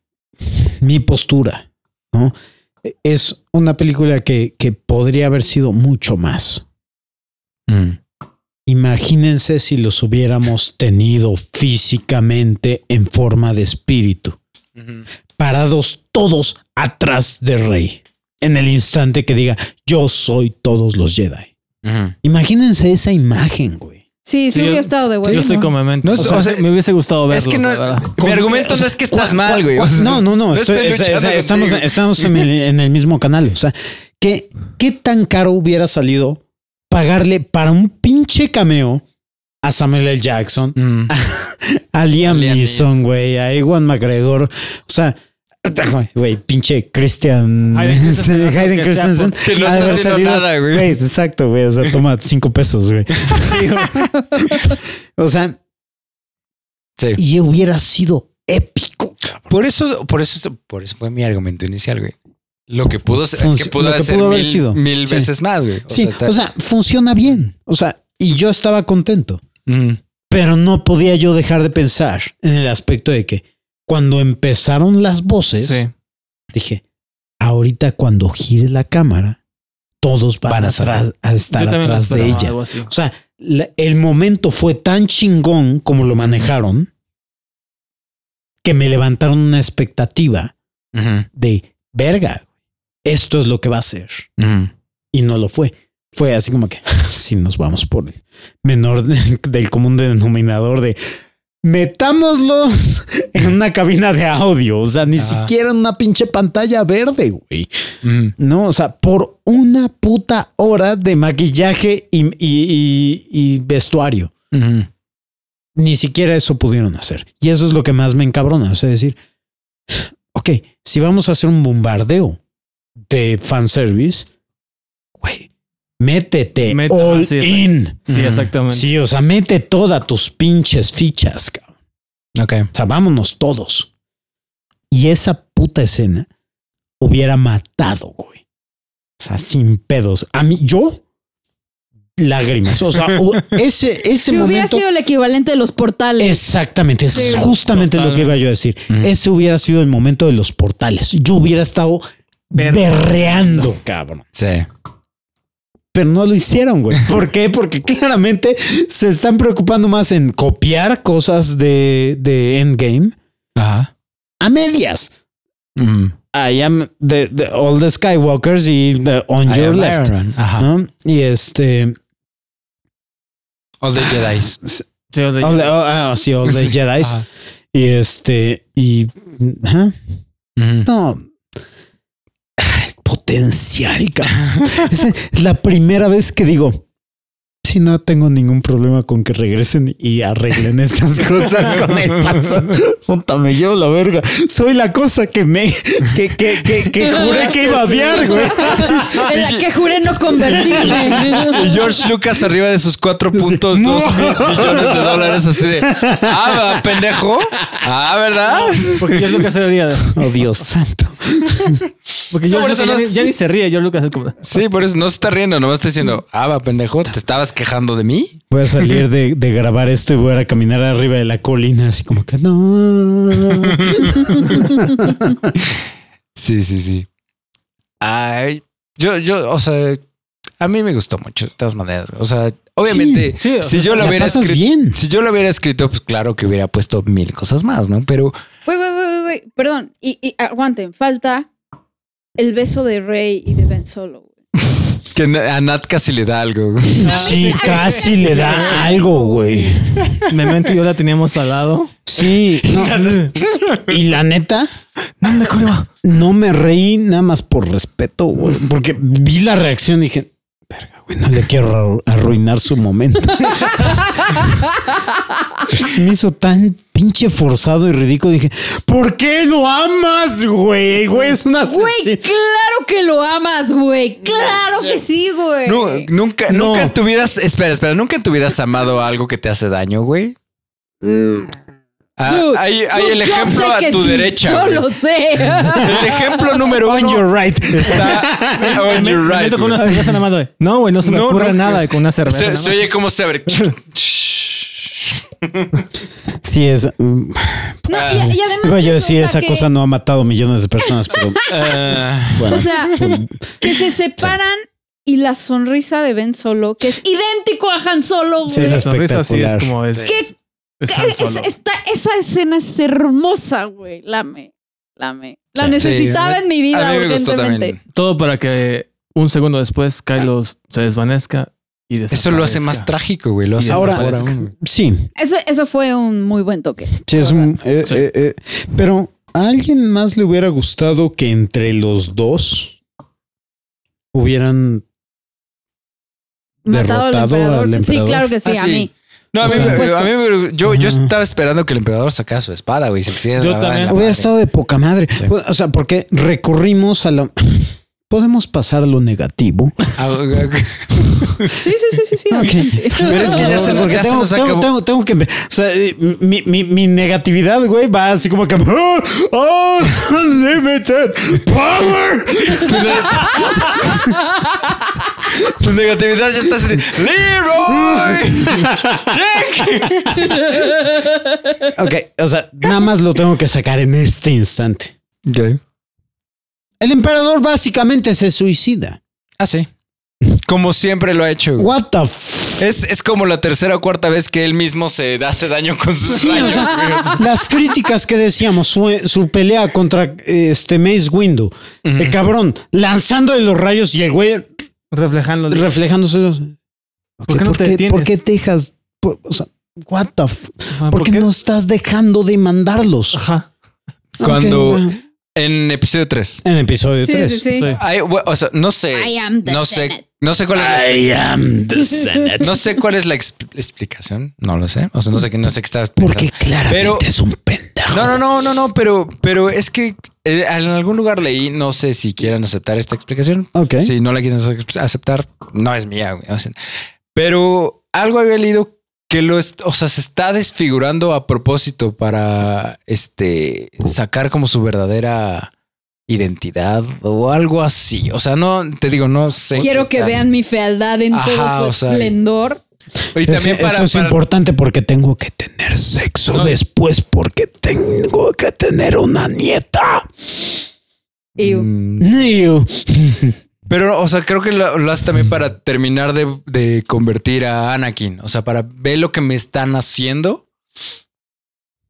[SPEAKER 1] mi postura, ¿no? Es una película que, que podría haber sido mucho más.
[SPEAKER 2] Mm.
[SPEAKER 1] Imagínense si los hubiéramos tenido físicamente en forma de espíritu, parados todos atrás de Rey, en el instante que diga, yo soy todos los Jedi. Imagínense esa imagen, güey.
[SPEAKER 3] Sí, sí,
[SPEAKER 5] Sí,
[SPEAKER 3] hubiera
[SPEAKER 5] yo-
[SPEAKER 3] estado de
[SPEAKER 5] Yo
[SPEAKER 3] huevo.
[SPEAKER 5] estoy
[SPEAKER 3] ¿no?
[SPEAKER 5] con Memento.
[SPEAKER 2] No,
[SPEAKER 5] o sea,
[SPEAKER 2] o sea,
[SPEAKER 5] me hubiese gustado verlos.
[SPEAKER 2] Es que no,
[SPEAKER 5] la verdad.
[SPEAKER 2] mi argumento
[SPEAKER 1] o sea,
[SPEAKER 2] no es que estás
[SPEAKER 1] ¿cuál-
[SPEAKER 2] mal,
[SPEAKER 1] cuál-
[SPEAKER 2] güey.
[SPEAKER 1] cuál- No, no, no.
[SPEAKER 2] estoy
[SPEAKER 1] estoy- es-
[SPEAKER 2] luchando
[SPEAKER 1] es- estamos
[SPEAKER 2] contigo.
[SPEAKER 1] estamos en, el, en el mismo canal. O sea, ¿qué, ¿qué tan caro hubiera salido pagarle para un pinche cameo a Samuel L. Jackson,
[SPEAKER 2] Mm.
[SPEAKER 1] a Liam
[SPEAKER 2] Liam
[SPEAKER 1] Neeson, güey, a Ewan McGregor. O sea, güey, pinche Christian
[SPEAKER 5] Hayden Christensen,
[SPEAKER 1] este, Hayden
[SPEAKER 5] que sea
[SPEAKER 1] Christensen.
[SPEAKER 2] porque no
[SPEAKER 1] ha de
[SPEAKER 2] está
[SPEAKER 1] haber
[SPEAKER 2] haciendo nada, güey.
[SPEAKER 1] Exacto, güey. O sea, toma cinco pesos, güey. O sea,
[SPEAKER 2] Sí.
[SPEAKER 1] y hubiera sido épico.
[SPEAKER 2] Por eso, por eso, por eso fue mi argumento inicial, güey. Lo que pudo ser, es
[SPEAKER 1] Func-
[SPEAKER 2] que pudo,
[SPEAKER 1] lo que
[SPEAKER 2] hacer
[SPEAKER 1] pudo haber
[SPEAKER 2] mil,
[SPEAKER 1] sido.
[SPEAKER 2] mil
[SPEAKER 1] Sí.
[SPEAKER 2] veces más, güey.
[SPEAKER 1] Sí,
[SPEAKER 2] está-
[SPEAKER 1] o sea, funciona bien. O sea, y yo estaba contento.
[SPEAKER 2] Mm.
[SPEAKER 1] Pero no podía yo dejar de pensar en el aspecto de que cuando empezaron las voces,
[SPEAKER 5] Sí.
[SPEAKER 1] dije, ahorita cuando gire la cámara, todos van,
[SPEAKER 2] Van a
[SPEAKER 1] atrás, a estar
[SPEAKER 5] Yo también
[SPEAKER 1] atrás de
[SPEAKER 5] esperaba
[SPEAKER 1] ella.
[SPEAKER 5] algo así.
[SPEAKER 1] O sea, la- el momento fue tan chingón como lo manejaron que me levantaron una expectativa
[SPEAKER 2] Ujú,
[SPEAKER 1] de verga, esto es lo que va a ser.
[SPEAKER 2] ujú.
[SPEAKER 1] Y no lo fue. Fue así como que si nos vamos por el menor de- del común denominador de metámoslos en una cabina de audio. O sea, ni
[SPEAKER 2] Ah.
[SPEAKER 1] siquiera en una pinche pantalla verde, güey.
[SPEAKER 2] Ujú.
[SPEAKER 1] No, o sea, por una puta hora de maquillaje y, y- y- y vestuario.
[SPEAKER 2] Ujú.
[SPEAKER 1] Ni siquiera eso pudieron hacer. Y eso es lo que más me encabrona. O sea, decir, ok, si vamos a hacer un bombardeo de fanservice, güey, métete
[SPEAKER 5] Meta-
[SPEAKER 1] all
[SPEAKER 5] ah, sí, exacto.
[SPEAKER 1] in.
[SPEAKER 5] Sí,
[SPEAKER 2] Mm.
[SPEAKER 5] exactamente.
[SPEAKER 1] Sí, o sea, mete todas tus pinches fichas, cabrón.
[SPEAKER 2] Ok.
[SPEAKER 1] O sea, vámonos todos. Y esa puta escena hubiera matado, güey. O sea, sin pedos. A mí, yo, lágrimas. O sea, hu- ese, ese
[SPEAKER 3] Si hubiera
[SPEAKER 1] momento.
[SPEAKER 3] sido el equivalente de los portales.
[SPEAKER 1] Exactamente, es
[SPEAKER 3] Sí.
[SPEAKER 1] justamente lo que iba yo a decir.
[SPEAKER 2] Ujú.
[SPEAKER 1] Ese hubiera sido el momento de los portales. Yo hubiera estado berreando, cabrón.
[SPEAKER 2] Sí.
[SPEAKER 1] Pero no lo hicieron, güey. ¿Por qué? Porque claramente se están preocupando más en copiar cosas de, de Endgame
[SPEAKER 2] Ajá.
[SPEAKER 1] a medias.
[SPEAKER 2] Ujú.
[SPEAKER 1] I am the, the- all the Skywalkers y the on
[SPEAKER 2] I
[SPEAKER 1] your
[SPEAKER 2] am
[SPEAKER 1] left.
[SPEAKER 2] Iron Man. Ajá.
[SPEAKER 1] ¿no? Y este.
[SPEAKER 2] All the Jedi's.
[SPEAKER 5] Sí, o de-
[SPEAKER 1] all the- oh, ah, sí, all the
[SPEAKER 2] Sí.
[SPEAKER 1] Jedi.
[SPEAKER 2] Ajá.
[SPEAKER 1] Y este. Y. ajá,
[SPEAKER 2] Ujú.
[SPEAKER 1] No. Ay, Potencial, cabrón. es es la primera vez que digo. Si no tengo ningún problema con que regresen y arreglen estas cosas con el pasado. Póntame yo la verga. Soy la cosa que me que, que, que, que juré que iba a odiar, güey.
[SPEAKER 3] en la que juré no convertirme.
[SPEAKER 2] Y George Lucas arriba de sus 4.2 mil millones de dólares así de... Ah, pendejo. Ah, ¿verdad?
[SPEAKER 5] Porque yo es Lucas se ría de-
[SPEAKER 1] Oh, Dios santo.
[SPEAKER 5] Porque
[SPEAKER 2] No,
[SPEAKER 5] yo
[SPEAKER 2] por eso
[SPEAKER 5] ya,
[SPEAKER 2] no-
[SPEAKER 5] ni- ya ni se ríe, yo Lucas es como.
[SPEAKER 2] Sí, por eso no se está riendo, nomás está diciendo... Ah, va, pendejo. ¿Te estabas quejando de mí?
[SPEAKER 1] Voy a salir de, de grabar esto y voy a caminar arriba de la colina, así como que no.
[SPEAKER 2] Sí, sí, sí. Ay, yo, yo, o sea, a mí me gustó mucho, de todas maneras. O sea, obviamente,
[SPEAKER 5] Sí, o
[SPEAKER 2] si
[SPEAKER 5] sea,
[SPEAKER 2] yo lo
[SPEAKER 1] la
[SPEAKER 2] hubiera
[SPEAKER 1] pasas
[SPEAKER 2] escrito.
[SPEAKER 1] bien.
[SPEAKER 2] Si yo lo hubiera escrito, pues claro que hubiera puesto mil cosas más, ¿no? Pero
[SPEAKER 3] Güey, güey, güey, güey, güey, Perdón. Y, y aguanten, falta el beso de Rey y de Ben Solo. güey.
[SPEAKER 2] que na- a Nat casi le da algo.
[SPEAKER 1] Sí, casi le da algo, güey.
[SPEAKER 5] Memento y yo la teníamos al lado.
[SPEAKER 1] Sí. no. Y la neta,
[SPEAKER 5] No me acuerdo.
[SPEAKER 1] no me reí nada más por respeto, güey, porque vi la reacción y dije, verga, güey, no le quiero arru- arruinar su momento. Pero Se me hizo tan pinche forzado y ridículo. Dije, ¿por qué lo amas, güey? Güey, es una
[SPEAKER 3] Güey, claro que lo amas, güey. Claro que sí, güey.
[SPEAKER 2] No, nunca,
[SPEAKER 1] No.
[SPEAKER 2] nunca te hubieras, espera, espera, nunca te hubieras amado a algo que te hace daño, güey.
[SPEAKER 3] Mm.
[SPEAKER 2] Ah,
[SPEAKER 3] Dude,
[SPEAKER 2] hay hay
[SPEAKER 3] dude,
[SPEAKER 2] el
[SPEAKER 3] yo
[SPEAKER 2] ejemplo
[SPEAKER 3] sé
[SPEAKER 2] a
[SPEAKER 3] que
[SPEAKER 2] tu
[SPEAKER 3] sí,
[SPEAKER 2] derecha.
[SPEAKER 3] Yo
[SPEAKER 2] güey.
[SPEAKER 3] lo sé.
[SPEAKER 2] El ejemplo número
[SPEAKER 1] On
[SPEAKER 2] uno
[SPEAKER 1] your right.
[SPEAKER 2] está on
[SPEAKER 5] Me,
[SPEAKER 2] your
[SPEAKER 5] me
[SPEAKER 2] right,
[SPEAKER 5] meto con
[SPEAKER 2] güey.
[SPEAKER 5] una cerveza nada más, güey. No, güey, no se me
[SPEAKER 2] No,
[SPEAKER 5] ocurre
[SPEAKER 2] no,
[SPEAKER 5] nada con una cerveza. nada
[SPEAKER 2] Se,
[SPEAKER 5] más.
[SPEAKER 2] se oye cómo se abre.
[SPEAKER 1] Sí, es. mm,
[SPEAKER 3] No, y,
[SPEAKER 2] Ah.
[SPEAKER 3] y además.
[SPEAKER 1] Iba yo a
[SPEAKER 3] eso,
[SPEAKER 1] decir,
[SPEAKER 3] Ah, o
[SPEAKER 1] esa
[SPEAKER 3] sea, que-
[SPEAKER 1] cosa no ha matado millones de personas, pero
[SPEAKER 2] Ah,
[SPEAKER 1] bueno.
[SPEAKER 3] O sea, que se separan y la sonrisa de Ben Solo, que es idéntico a Han Solo, güey.
[SPEAKER 1] Sí,
[SPEAKER 5] La
[SPEAKER 1] es
[SPEAKER 5] sonrisa sí es
[SPEAKER 1] espectacular.
[SPEAKER 5] como es.
[SPEAKER 3] ¿Qué-
[SPEAKER 5] es Han
[SPEAKER 3] Es-
[SPEAKER 5] Solo.
[SPEAKER 3] esta- esa escena es hermosa, güey. Lame, lame. La
[SPEAKER 1] Sí.
[SPEAKER 3] necesitaba
[SPEAKER 2] Sí,
[SPEAKER 3] en mi vida
[SPEAKER 2] a mí me gustó
[SPEAKER 3] urgentemente.
[SPEAKER 2] también.
[SPEAKER 5] Todo para que un segundo después Kylo se desvanezca y
[SPEAKER 2] Eso lo hace
[SPEAKER 5] desaparezca.
[SPEAKER 2] más trágico, güey. Lo hace
[SPEAKER 1] Ahora-
[SPEAKER 2] más trágico.
[SPEAKER 1] Sí,
[SPEAKER 3] Eso, eso fue un muy buen toque.
[SPEAKER 1] sí, es un. eh, eh, eh, pero a alguien más le hubiera gustado que entre los dos hubieran
[SPEAKER 3] Matado al
[SPEAKER 1] Derrotado
[SPEAKER 3] emperador.
[SPEAKER 1] al
[SPEAKER 3] Sí,
[SPEAKER 1] emperador.
[SPEAKER 3] claro que sí,
[SPEAKER 2] Ah,
[SPEAKER 3] a
[SPEAKER 2] sí.
[SPEAKER 3] mí.
[SPEAKER 2] No, a
[SPEAKER 1] O
[SPEAKER 2] mí,
[SPEAKER 1] sea,
[SPEAKER 2] me-
[SPEAKER 3] supuesto.
[SPEAKER 2] a mí me- yo, yo
[SPEAKER 1] Ajá.
[SPEAKER 2] estaba esperando que el emperador sacara su espada, güey. y Se pusiera a
[SPEAKER 5] Yo
[SPEAKER 2] lavar en
[SPEAKER 5] también.
[SPEAKER 2] la
[SPEAKER 1] Hubiera
[SPEAKER 2] madre.
[SPEAKER 1] estado de poca madre.
[SPEAKER 2] Sí.
[SPEAKER 1] O sea, porque recurrimos a la... Podemos pasar lo negativo.
[SPEAKER 2] Ah, ok.
[SPEAKER 3] Sí, sí, sí, sí, sí.
[SPEAKER 1] Ok.
[SPEAKER 2] Pero es que ya se-
[SPEAKER 1] Porque
[SPEAKER 2] ya se
[SPEAKER 1] tengo,
[SPEAKER 2] nos
[SPEAKER 1] tengo-
[SPEAKER 2] acabó.
[SPEAKER 1] tengo- tengo que... O sea, eh, mi, mi- mi negatividad, güey, va así como que... ¡Ah! ¡Ah! ¡Unlimited power! Pues,
[SPEAKER 2] Tu negatividad ya está así. de, ¡Leroy!
[SPEAKER 1] Ok, o sea, nada más lo tengo que sacar en este instante. El emperador básicamente se suicida.
[SPEAKER 2] Ah, sí. Como siempre lo ha hecho. güey.
[SPEAKER 1] What the f...
[SPEAKER 2] Es, es como la tercera o cuarta vez que él mismo se hace daño con sus
[SPEAKER 1] Sí, o
[SPEAKER 2] rayos, güey.
[SPEAKER 1] sea, las críticas que decíamos, su, su pelea contra eh, este Mace Windu, el cabrón lanzándole los rayos y el güey
[SPEAKER 5] Reflejando.
[SPEAKER 1] reflejándose. los-
[SPEAKER 5] ¿Por qué no te detienes? Ah,
[SPEAKER 1] por qué dejas? por- o sea, what the f...
[SPEAKER 5] Ajá,
[SPEAKER 1] ¿Por, qué, no estás dejando de mandarlos?
[SPEAKER 5] Ajá.
[SPEAKER 2] Cuando-
[SPEAKER 1] Ok, va.
[SPEAKER 2] En episodio 3.
[SPEAKER 1] En episodio
[SPEAKER 3] Sí,
[SPEAKER 1] 3.
[SPEAKER 3] sí, sí.
[SPEAKER 5] Sí.
[SPEAKER 2] o sea, no sé.
[SPEAKER 3] I am the
[SPEAKER 2] No sé.
[SPEAKER 3] Senate.
[SPEAKER 2] No sé cuál es. la-
[SPEAKER 1] I am the Senate.
[SPEAKER 2] No sé cuál es la ex- explicación. No lo sé. O sea, no sé qué no sé qué estás
[SPEAKER 1] Porque claramente
[SPEAKER 2] Pero-
[SPEAKER 1] es un pendejo.
[SPEAKER 2] No, no, no, no, no, pero, pero es que eh, en algún lugar leí, no sé si quieran aceptar esta explicación.
[SPEAKER 1] Ok.
[SPEAKER 2] Si no la quieren ac- aceptar, no es mía. güey. O sea, pero algo había leído que lo, est- o sea, se está desfigurando a propósito para este
[SPEAKER 1] Uh.
[SPEAKER 2] sacar como su verdadera identidad o algo así. O sea, no te digo, no sé. qué
[SPEAKER 3] Quiero que
[SPEAKER 2] tan-
[SPEAKER 3] vean mi fealdad en
[SPEAKER 2] Ajá,
[SPEAKER 3] todo
[SPEAKER 2] o
[SPEAKER 3] su
[SPEAKER 2] sea,
[SPEAKER 3] esplendor.
[SPEAKER 2] Y
[SPEAKER 1] Eso-
[SPEAKER 2] también
[SPEAKER 1] eso
[SPEAKER 2] para,
[SPEAKER 1] es
[SPEAKER 2] para-
[SPEAKER 1] importante porque tengo que tener sexo
[SPEAKER 2] No.
[SPEAKER 1] después porque tengo que tener una nieta.
[SPEAKER 3] Ew.
[SPEAKER 2] Mm,
[SPEAKER 1] Ew.
[SPEAKER 2] Pero, o sea, creo que lo, lo hace también para terminar de, de convertir a Anakin. O sea, para ver lo que me están haciendo.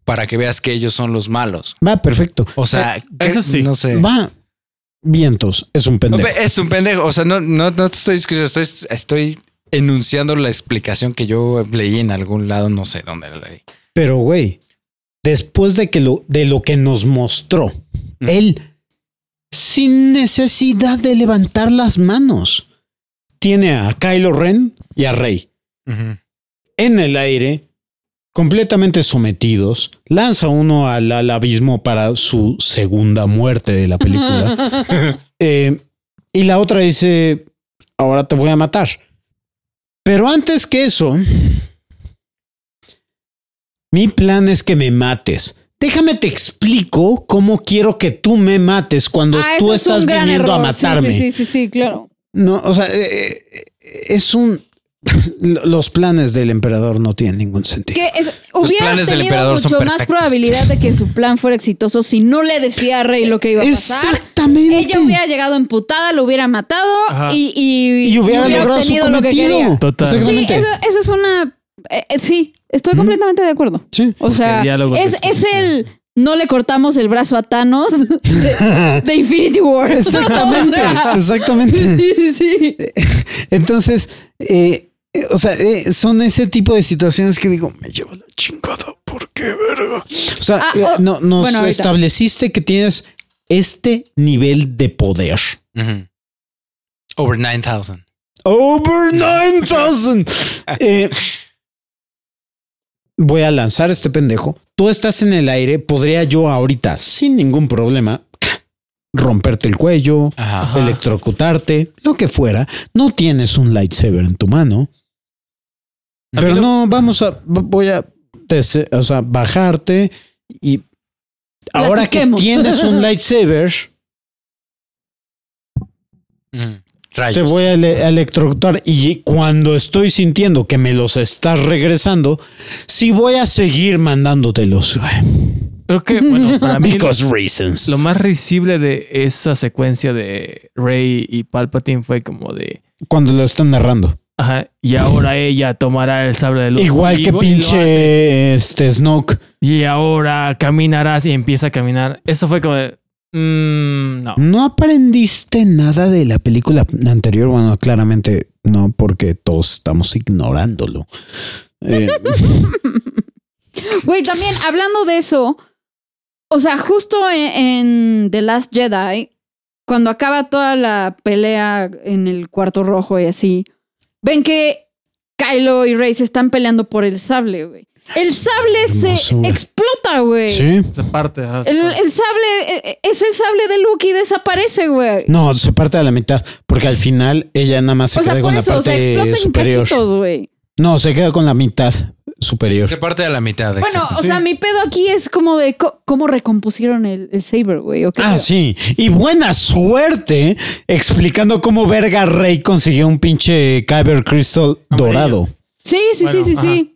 [SPEAKER 2] Para que veas que ellos son los malos.
[SPEAKER 1] Va, perfecto.
[SPEAKER 2] O sea, que-
[SPEAKER 5] eso sí.
[SPEAKER 2] no sé.
[SPEAKER 1] Va. Vientos, es un pendejo.
[SPEAKER 2] Es un pendejo. O sea, no, no, no te estoy discutiendo. Estoy, estoy enunciando la explicación que yo leí en algún lado. No sé dónde la leí.
[SPEAKER 1] Pero, güey, después de que lo, de lo que nos mostró,
[SPEAKER 2] Mm.
[SPEAKER 1] él, sin necesidad de levantar las manos, tiene a Kylo Ren y a Rey en el aire, completamente sometidos. Lanza uno al, al abismo para su segunda muerte de la película. Eh, y la otra dice, ahora te voy a matar. Pero antes que eso, mi plan es que me mates. Déjame te explico cómo quiero que tú me mates cuando
[SPEAKER 3] Ah,
[SPEAKER 1] pues tú
[SPEAKER 3] eso es
[SPEAKER 1] estás
[SPEAKER 3] un gran
[SPEAKER 1] viniendo
[SPEAKER 3] error.
[SPEAKER 1] a matarme.
[SPEAKER 3] Sí, sí, sí, sí, sí, claro.
[SPEAKER 1] No, o sea, eh, eh, es un... Los planes del emperador no tienen ningún sentido.
[SPEAKER 3] Que es, hubiera
[SPEAKER 2] planes del
[SPEAKER 3] tenido
[SPEAKER 2] emperador son
[SPEAKER 3] mucho más
[SPEAKER 2] perfectos.
[SPEAKER 3] probabilidad de que su plan fuera exitoso si no le decía a Rey lo que iba a pasar.
[SPEAKER 1] Exactamente.
[SPEAKER 3] Ella hubiera llegado emputada, lo hubiera matado
[SPEAKER 5] Ajá.
[SPEAKER 3] y, y-
[SPEAKER 1] y hubiera
[SPEAKER 3] y
[SPEAKER 1] logrado su
[SPEAKER 3] obtenido
[SPEAKER 1] cometido.
[SPEAKER 3] lo que quería.
[SPEAKER 5] Total. Sí,
[SPEAKER 3] Sí,
[SPEAKER 1] Exactamente.
[SPEAKER 3] eso, eso es una... eh, eh, sí,
[SPEAKER 1] Mm.
[SPEAKER 3] estoy completamente de acuerdo.
[SPEAKER 1] Sí.
[SPEAKER 3] O sea,
[SPEAKER 5] diálogo
[SPEAKER 3] es,
[SPEAKER 5] de
[SPEAKER 3] es el... No le cortamos el brazo a Thanos de, de Infinity War.
[SPEAKER 1] Exactamente. Exactamente.
[SPEAKER 3] Sí, sí.
[SPEAKER 1] Entonces, eh, eh, o sea, eh, son ese tipo de situaciones que digo, me llevo la chingada, ¿por qué, verga? O sea,
[SPEAKER 3] Ah,
[SPEAKER 1] eh,
[SPEAKER 3] oh,
[SPEAKER 1] no, nos
[SPEAKER 3] bueno, ahorita.
[SPEAKER 1] estableciste que tienes este nivel de poder.
[SPEAKER 2] Ujú. Over 9000.
[SPEAKER 1] Over 9000. Eh, voy a lanzar este pendejo. Tú estás en el aire. Podría yo ahorita, sin ningún problema, romperte el cuello,
[SPEAKER 2] Ajá.
[SPEAKER 1] electrocutarte, lo que fuera. No tienes un lightsaber en tu mano.
[SPEAKER 2] A mí
[SPEAKER 1] Pero
[SPEAKER 2] lo-
[SPEAKER 1] no, vamos a. Voy a. des- O sea, bajarte y. Ahora que
[SPEAKER 3] Platiquemos.
[SPEAKER 1] tienes un lightsaber,
[SPEAKER 2] Ujú.
[SPEAKER 1] te
[SPEAKER 2] Rayos.
[SPEAKER 1] voy a ele- a electrocutar. Y cuando estoy sintiendo que me los estás regresando, sí voy a seguir mandándotelos. güey.
[SPEAKER 5] Creo que, bueno, para mí
[SPEAKER 1] Because reasons.
[SPEAKER 5] lo más risible de esa secuencia de Rey y Palpatine fue como de.
[SPEAKER 1] Cuando lo están narrando.
[SPEAKER 5] Ajá, y ahora ella tomará el sable de luz.
[SPEAKER 1] Igual
[SPEAKER 5] Y-
[SPEAKER 1] que
[SPEAKER 5] y lo hace.
[SPEAKER 1] pinche este, Snoke.
[SPEAKER 5] Y ahora caminarás y empieza a caminar. Eso fue como de. mm, no.
[SPEAKER 1] ¿No aprendiste nada de la película anterior? Bueno, claramente no, porque todos estamos ignorándolo. Eh,
[SPEAKER 3] Güey, también hablando de eso, o sea, justo e, en, en The Last Jedi, cuando acaba toda la pelea en el cuarto rojo y así, ven que Kylo y Rey se están peleando por el sable, güey. El sable se
[SPEAKER 1] Hermosura.
[SPEAKER 3] explota, güey.
[SPEAKER 1] Sí.
[SPEAKER 5] Se parte. ajá, se
[SPEAKER 3] El,
[SPEAKER 5] parte.
[SPEAKER 3] el sable, eh, eh, es el sable de Luke y desaparece, güey.
[SPEAKER 1] No, se parte a la mitad, porque al final ella nada más se
[SPEAKER 3] o sea,
[SPEAKER 1] queda
[SPEAKER 3] por
[SPEAKER 1] con la
[SPEAKER 3] eso, o sea,
[SPEAKER 1] parte
[SPEAKER 3] explota en
[SPEAKER 1] superior.
[SPEAKER 3] cachitos, güey.
[SPEAKER 1] No, se queda con la mitad superior.
[SPEAKER 2] Se parte a la mitad.
[SPEAKER 3] Bueno,
[SPEAKER 2] exacto.
[SPEAKER 3] o sea, mi pedo aquí es como de co- cómo recompusieron el, el saber, güey. ¿o qué
[SPEAKER 1] Ah,
[SPEAKER 3] pedo?
[SPEAKER 1] sí. Y buena suerte ¿eh? explicando cómo verga Rey consiguió un pinche Kyber Crystal dorado.
[SPEAKER 3] Sí, sí,
[SPEAKER 5] Bueno,
[SPEAKER 3] sí, sí, sí.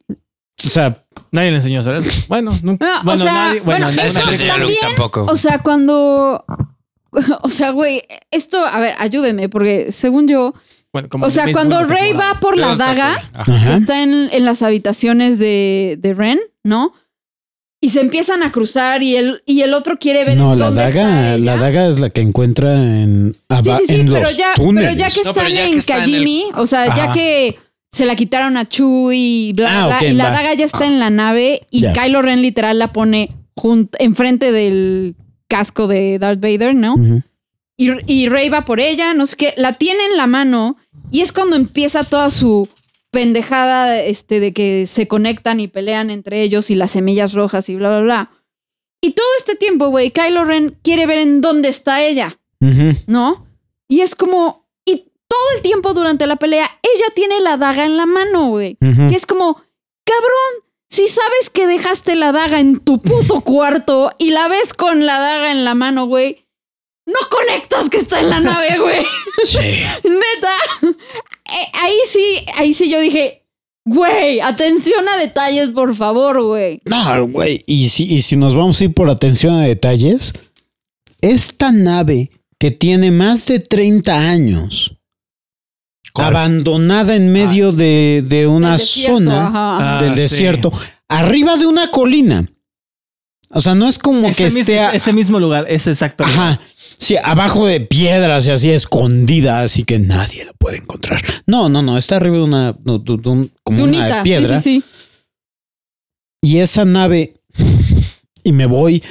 [SPEAKER 1] O sea,
[SPEAKER 5] Nadie le enseñó a hacer eso. Bueno, nunca.
[SPEAKER 3] Ah, o
[SPEAKER 5] bueno,
[SPEAKER 3] sea,
[SPEAKER 5] nadie. Bueno,
[SPEAKER 3] bueno,
[SPEAKER 5] nadie
[SPEAKER 3] eso
[SPEAKER 5] me
[SPEAKER 2] Nadie le enseñó
[SPEAKER 5] enseñó.
[SPEAKER 2] a Luke
[SPEAKER 3] también,
[SPEAKER 2] tampoco.
[SPEAKER 3] O sea, cuando. O sea, güey, esto, a ver, ayúdenme, porque según yo.
[SPEAKER 5] Bueno, como
[SPEAKER 3] O sea,
[SPEAKER 5] Mace
[SPEAKER 3] cuando
[SPEAKER 5] Windu, que es
[SPEAKER 3] Rey
[SPEAKER 5] morado.
[SPEAKER 3] va por la
[SPEAKER 2] Pero, o sea,
[SPEAKER 3] daga,
[SPEAKER 2] ajá.
[SPEAKER 3] que
[SPEAKER 1] ajá.
[SPEAKER 3] está en, en las habitaciones de, de Ren, ¿no? Y se empiezan a cruzar y el, y el otro quiere ver.
[SPEAKER 1] No,
[SPEAKER 3] en
[SPEAKER 1] la
[SPEAKER 3] dónde
[SPEAKER 1] daga,
[SPEAKER 3] está
[SPEAKER 1] la
[SPEAKER 3] ella.
[SPEAKER 1] daga es la que encuentra en,
[SPEAKER 3] Sí,
[SPEAKER 1] aba-
[SPEAKER 3] sí, sí,
[SPEAKER 1] en
[SPEAKER 3] pero
[SPEAKER 1] los
[SPEAKER 3] ya, pero
[SPEAKER 1] túneles.
[SPEAKER 3] ya que
[SPEAKER 2] No,
[SPEAKER 3] están
[SPEAKER 2] pero ya
[SPEAKER 3] en
[SPEAKER 2] que está en
[SPEAKER 3] Kajimi, o sea, ya
[SPEAKER 1] Ajá.
[SPEAKER 3] que se la quitaron a Chu y bla,
[SPEAKER 1] Ah,
[SPEAKER 3] bla,
[SPEAKER 1] ok,
[SPEAKER 3] y la
[SPEAKER 1] va.
[SPEAKER 3] daga ya está en la nave y
[SPEAKER 1] Ya.
[SPEAKER 3] Kylo Ren literal la pone jun- enfrente del casco de Darth Vader, ¿no?
[SPEAKER 1] Ujú.
[SPEAKER 3] Y, y Rey va por ella, no sé qué, la tiene en la mano y es cuando empieza toda su pendejada este, de que se conectan y pelean entre ellos y las semillas rojas y bla, bla, bla. Y todo este tiempo, güey, Kylo Ren quiere ver en dónde está ella.
[SPEAKER 1] Ujú.
[SPEAKER 3] ¿no? Y es como, y todo el tiempo durante la pelea, ella tiene la daga en la mano, güey.
[SPEAKER 1] Ujú.
[SPEAKER 3] Que es como, cabrón, si sabes que dejaste la daga en tu puto cuarto y la ves con la daga en la mano, güey, no conectas que está en la nave, güey.
[SPEAKER 1] Sí.
[SPEAKER 3] Neta. Eh, ahí sí, ahí sí yo dije, güey, atención a detalles, por favor, güey.
[SPEAKER 1] No, güey. Y si, y si nos vamos a ir por atención a detalles, esta nave que tiene más de 30 años,
[SPEAKER 2] ¿Cuál?
[SPEAKER 1] abandonada en medio de, de una
[SPEAKER 3] Del desierto,
[SPEAKER 1] zona
[SPEAKER 3] ajá.
[SPEAKER 5] Ah,
[SPEAKER 1] del
[SPEAKER 5] sí.
[SPEAKER 1] desierto, arriba de una colina. O sea, no es como
[SPEAKER 5] Ese
[SPEAKER 1] que
[SPEAKER 5] mismo-
[SPEAKER 1] esté. a-
[SPEAKER 5] Ese mismo lugar, ese exacto. lugar.
[SPEAKER 1] Ajá. Sí, abajo de piedras y así escondida, así que nadie la puede encontrar. No, no, no, está arriba de una, de- de- de un- como
[SPEAKER 3] Dunita,
[SPEAKER 1] una piedra.
[SPEAKER 3] sí, sí, sí.
[SPEAKER 1] Y esa nave, y me voy,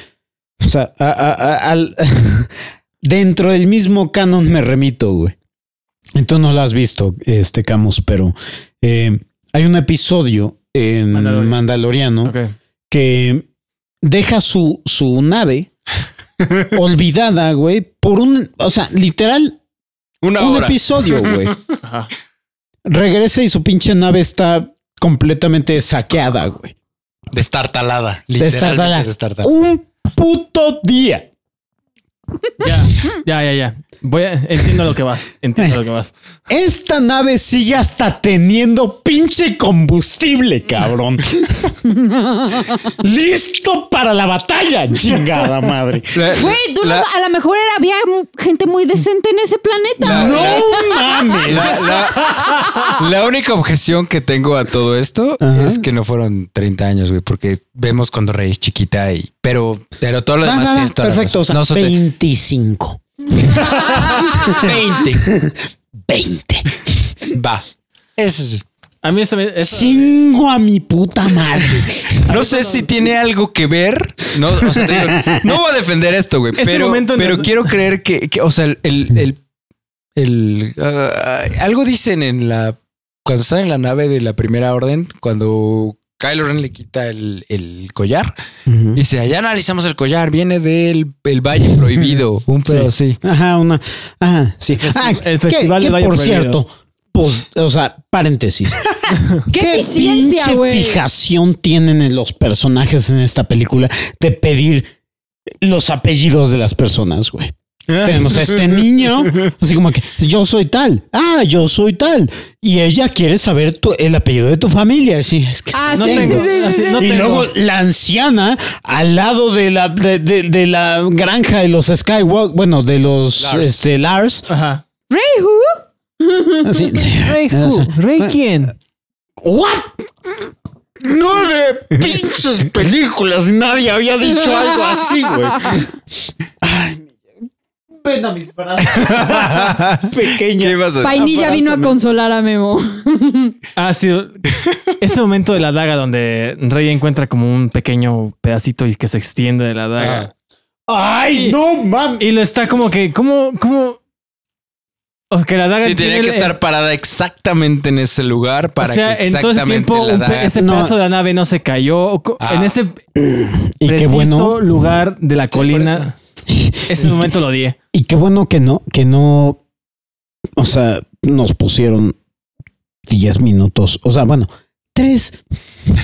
[SPEAKER 1] o sea, a- a- a- al, dentro del mismo canon me remito, güey. Y Tú no lo has visto, este Camus, pero eh, hay un episodio en
[SPEAKER 5] Mandalorian.
[SPEAKER 1] Mandaloriano
[SPEAKER 5] Ok.
[SPEAKER 1] que deja su, su nave olvidada, güey, por un, o sea, literal,
[SPEAKER 2] Una
[SPEAKER 1] un
[SPEAKER 2] hora.
[SPEAKER 1] episodio, güey.
[SPEAKER 5] Ajá.
[SPEAKER 1] Regresa y su pinche nave está completamente saqueada, güey.
[SPEAKER 2] Destartalada.
[SPEAKER 1] Destartalada.
[SPEAKER 2] Literalmente destartalada.
[SPEAKER 1] Un puto día.
[SPEAKER 5] Ya, ya, ya, ya. Voy a- entiendo lo que vas. Entiendo lo que vas.
[SPEAKER 1] Esta nave sigue hasta teniendo pinche combustible, cabrón. Listo para la batalla, chingada madre.
[SPEAKER 2] La-
[SPEAKER 3] Güey, tú no
[SPEAKER 2] la-
[SPEAKER 3] sa- a lo mejor era- había mu- gente muy decente en ese
[SPEAKER 2] la-
[SPEAKER 3] planeta.
[SPEAKER 1] No
[SPEAKER 2] la-
[SPEAKER 1] mames.
[SPEAKER 2] La, la- la única objeción que tengo a todo esto
[SPEAKER 1] Ajá.
[SPEAKER 2] es que no fueron 30 años, güey, porque vemos cuando Rey es chiquita y. Pero, pero todo lo
[SPEAKER 1] Va,
[SPEAKER 2] demás
[SPEAKER 1] va, va,
[SPEAKER 2] tienes toda la
[SPEAKER 1] perfecto, o sea,
[SPEAKER 2] razón. No, se te-
[SPEAKER 1] 25.
[SPEAKER 2] 20.
[SPEAKER 1] 20.
[SPEAKER 2] Va. Eso sí.
[SPEAKER 5] A mí eso me. eso-
[SPEAKER 1] Chingo a mi puta madre.
[SPEAKER 2] No sé si tiene algo que ver. No, o sea, te digo, no voy a defender esto, güey.
[SPEAKER 5] Ese
[SPEAKER 2] Pero,
[SPEAKER 5] momento en
[SPEAKER 2] pero
[SPEAKER 5] el-
[SPEAKER 2] quiero creer que, que, o sea, el, el, el- el, ah, algo dicen en la cuando están en la nave de la primera orden, cuando Kylo Ren le quita el, el collar, dice allá analizamos el collar, viene del el Valle Prohibido, un pedo así.
[SPEAKER 1] Ajá, una. Ajá, sí. Ah, que-
[SPEAKER 5] el festival
[SPEAKER 1] que,
[SPEAKER 5] de Valle
[SPEAKER 1] Por
[SPEAKER 5] Prohibido.
[SPEAKER 1] cierto, pues, o sea, paréntesis.
[SPEAKER 3] ¡Qué, eficiencia,
[SPEAKER 1] pinche
[SPEAKER 3] güey!
[SPEAKER 1] fijación tienen en los personajes en esta película de pedir los apellidos de las personas, güey? Tenemos a este niño, así como que yo soy tal, ah, yo soy tal, y ella quiere saber tu- el apellido de tu familia. Así es que
[SPEAKER 3] Ah,
[SPEAKER 5] No
[SPEAKER 3] sí,
[SPEAKER 5] tengo.
[SPEAKER 3] sí, sí, sí,
[SPEAKER 5] así,
[SPEAKER 3] sí.
[SPEAKER 5] no
[SPEAKER 1] y
[SPEAKER 5] tengo.
[SPEAKER 1] luego la anciana al lado de la, de, de- de la granja de los Skywalk, bueno, de los
[SPEAKER 2] Lars.
[SPEAKER 1] Este, Lars.
[SPEAKER 5] Ajá.
[SPEAKER 3] Rey Who?
[SPEAKER 1] Así,
[SPEAKER 5] Rey,
[SPEAKER 1] o sea,
[SPEAKER 5] Rey, ¿quién?
[SPEAKER 1] ¿What? Nueve pinches películas y nadie había dicho algo así, güey. Ay, Ven a mis brazos. Pequeña.
[SPEAKER 2] ¿Qué vas a
[SPEAKER 3] Vainilla vino a
[SPEAKER 2] Abrázame.
[SPEAKER 3] consolar a Memo.
[SPEAKER 5] Ah, sí. Ese momento de la daga donde Rey encuentra como un pequeño pedacito y que se extiende de la daga.
[SPEAKER 2] Ajá.
[SPEAKER 1] Ay, no mames.
[SPEAKER 5] Y lo está como que, ¿cómo, cómo? O que la daga
[SPEAKER 2] Sí, tenía
[SPEAKER 5] tiene
[SPEAKER 2] que
[SPEAKER 5] el-
[SPEAKER 2] estar parada exactamente en ese lugar para
[SPEAKER 5] o sea,
[SPEAKER 2] que
[SPEAKER 5] en todo ese
[SPEAKER 2] exactamente
[SPEAKER 5] tiempo
[SPEAKER 2] la
[SPEAKER 5] un pe-
[SPEAKER 2] daga.
[SPEAKER 5] ese
[SPEAKER 1] No.
[SPEAKER 5] pedazo de la nave no se cayó. O co-
[SPEAKER 2] Ah.
[SPEAKER 5] En ese
[SPEAKER 1] Y qué
[SPEAKER 5] preciso
[SPEAKER 1] bueno.
[SPEAKER 5] lugar de la
[SPEAKER 2] por
[SPEAKER 5] colina. Ese momento lo di.
[SPEAKER 1] Y qué bueno que no, que no. O sea, nos pusieron 10 minutos. O sea, bueno, tres.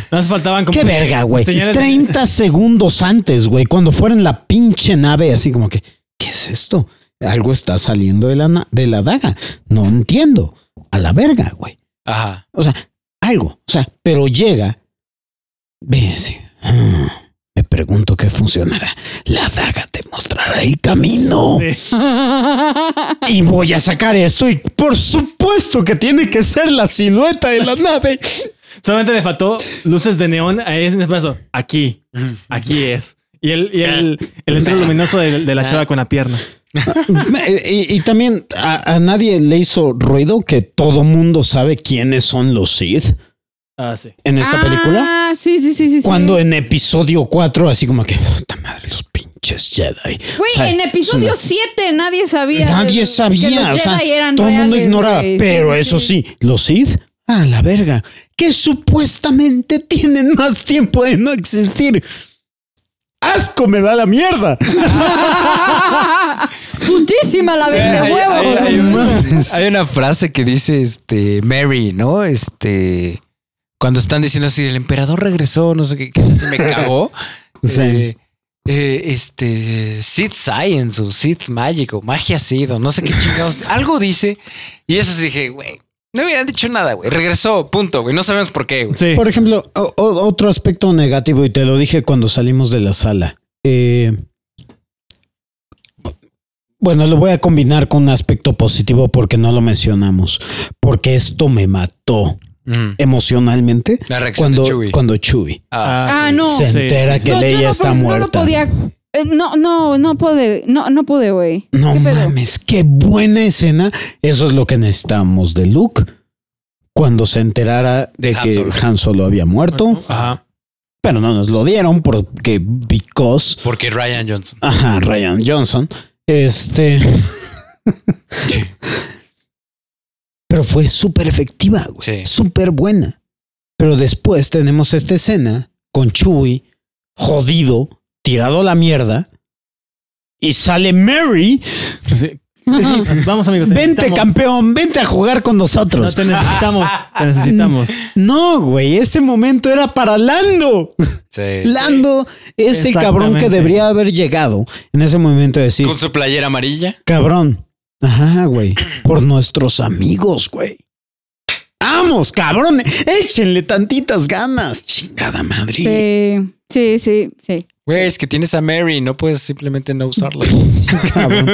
[SPEAKER 5] Nos faltaban como.
[SPEAKER 1] Qué verga, güey.
[SPEAKER 5] Señales
[SPEAKER 1] 30 segundos antes, güey. Cuando fuera en la pinche nave, así como que, ¿qué es esto? Algo está saliendo de la, na- de la daga. No entiendo. A la verga, güey.
[SPEAKER 2] Ajá.
[SPEAKER 1] O sea, algo. O sea, pero llega. Ve así. "Ah, Me pregunto qué funcionará. La daga te mostrará el camino.
[SPEAKER 5] Sí.
[SPEAKER 1] Y voy a sacar esto. Y por supuesto que tiene que ser la silueta de la nave.
[SPEAKER 5] Solamente le faltó luces de neón a ese espacio. Aquí, aquí es. Y el, y
[SPEAKER 2] Ah.
[SPEAKER 5] el, el letrero luminoso de, de la chava con la pierna.
[SPEAKER 1] eh, y, y también a, a nadie le hizo ruido que todo mundo sabe quiénes son los Sith
[SPEAKER 5] Ah, sí.
[SPEAKER 1] en esta
[SPEAKER 3] Ah,
[SPEAKER 1] película.
[SPEAKER 3] sí, sí, sí, sí. sí.
[SPEAKER 1] Cuando e- en episodio 4, así como que, puta madre, los pinches Jedi.
[SPEAKER 3] Güey,
[SPEAKER 1] O sea,
[SPEAKER 3] en
[SPEAKER 1] es
[SPEAKER 3] episodio
[SPEAKER 1] una-
[SPEAKER 3] 7 nadie sabía.
[SPEAKER 1] Nadie
[SPEAKER 3] de-
[SPEAKER 1] sabía,
[SPEAKER 3] que los
[SPEAKER 1] o sea,
[SPEAKER 3] Jedi eran
[SPEAKER 1] todo el mundo
[SPEAKER 3] reales,
[SPEAKER 1] ignoraba.
[SPEAKER 3] güey.
[SPEAKER 1] Pero eso sí, los Sith, a la verga, que supuestamente tienen más tiempo de no existir. Asco me da la mierda.
[SPEAKER 3] Putísima la verga,
[SPEAKER 2] Hay,
[SPEAKER 3] huevo.
[SPEAKER 2] hay- hay una, hay una frase que dice este Mary, ¿no? Este cuando están diciendo así el emperador regresó, no sé qué, que se me cagó.
[SPEAKER 1] Sí.
[SPEAKER 2] Eh, eh, este Sith Science o Sith Magic o magia Sith o no sé qué chingados. algo dice. Y eso sí dije, güey, no hubieran dicho nada, güey. Regresó, punto, güey. No sabemos por qué, güey.
[SPEAKER 5] Sí.
[SPEAKER 1] Por ejemplo, o- o- otro aspecto negativo, y te lo dije cuando salimos de la sala. Eh, bueno, lo voy a combinar con un aspecto positivo porque no lo mencionamos. Porque esto me mató
[SPEAKER 2] Mm.
[SPEAKER 1] emocionalmente
[SPEAKER 2] La reacción
[SPEAKER 1] cuando
[SPEAKER 2] de Chewie.
[SPEAKER 1] cuando Chewie
[SPEAKER 5] Ah,
[SPEAKER 3] Ah, no.
[SPEAKER 1] se
[SPEAKER 5] Sí,
[SPEAKER 1] entera
[SPEAKER 5] sí, sí.
[SPEAKER 1] que
[SPEAKER 3] No, yo
[SPEAKER 1] Leia
[SPEAKER 3] no,
[SPEAKER 1] está
[SPEAKER 3] pod- no
[SPEAKER 1] muerta.
[SPEAKER 3] lo podía. eh, no, no, no pude. No, no pude, güey.
[SPEAKER 1] No
[SPEAKER 3] ¿Qué pedo?
[SPEAKER 1] mames, qué buena escena. Eso es lo que necesitamos de Luke cuando se enterara de
[SPEAKER 2] Han
[SPEAKER 1] que
[SPEAKER 2] Solo.
[SPEAKER 1] Han Solo había muerto,
[SPEAKER 5] Ajá.
[SPEAKER 1] pero no nos lo dieron porque because
[SPEAKER 2] Porque Ryan Johnson.
[SPEAKER 1] ajá, Ryan Johnson, este Pero fue súper efectiva, güey.
[SPEAKER 2] Sí.
[SPEAKER 1] Súper buena. Pero después tenemos esta escena con Chewie jodido, tirado a la mierda y sale Mary
[SPEAKER 5] Sí. Vamos, amigos. te
[SPEAKER 1] Vente,
[SPEAKER 5] necesitamos.
[SPEAKER 1] campeón, vente a jugar con
[SPEAKER 5] No
[SPEAKER 1] nosotros.
[SPEAKER 5] te necesitamos. Te necesitamos.
[SPEAKER 1] No, güey, ese momento era para Lando.
[SPEAKER 2] Sí.
[SPEAKER 1] Lando es el cabrón que
[SPEAKER 5] Exactamente.
[SPEAKER 1] debería haber llegado en ese momento de decir,
[SPEAKER 2] Con su playera amarilla.
[SPEAKER 1] cabrón, ajá, güey, por nuestros amigos, güey. Vamos, cabrón, échenle tantitas ganas, chingada madre.
[SPEAKER 3] Sí, sí, sí, sí.
[SPEAKER 2] Güey, es que tienes a Mary, no puedes simplemente no usarla.
[SPEAKER 1] Cabrón.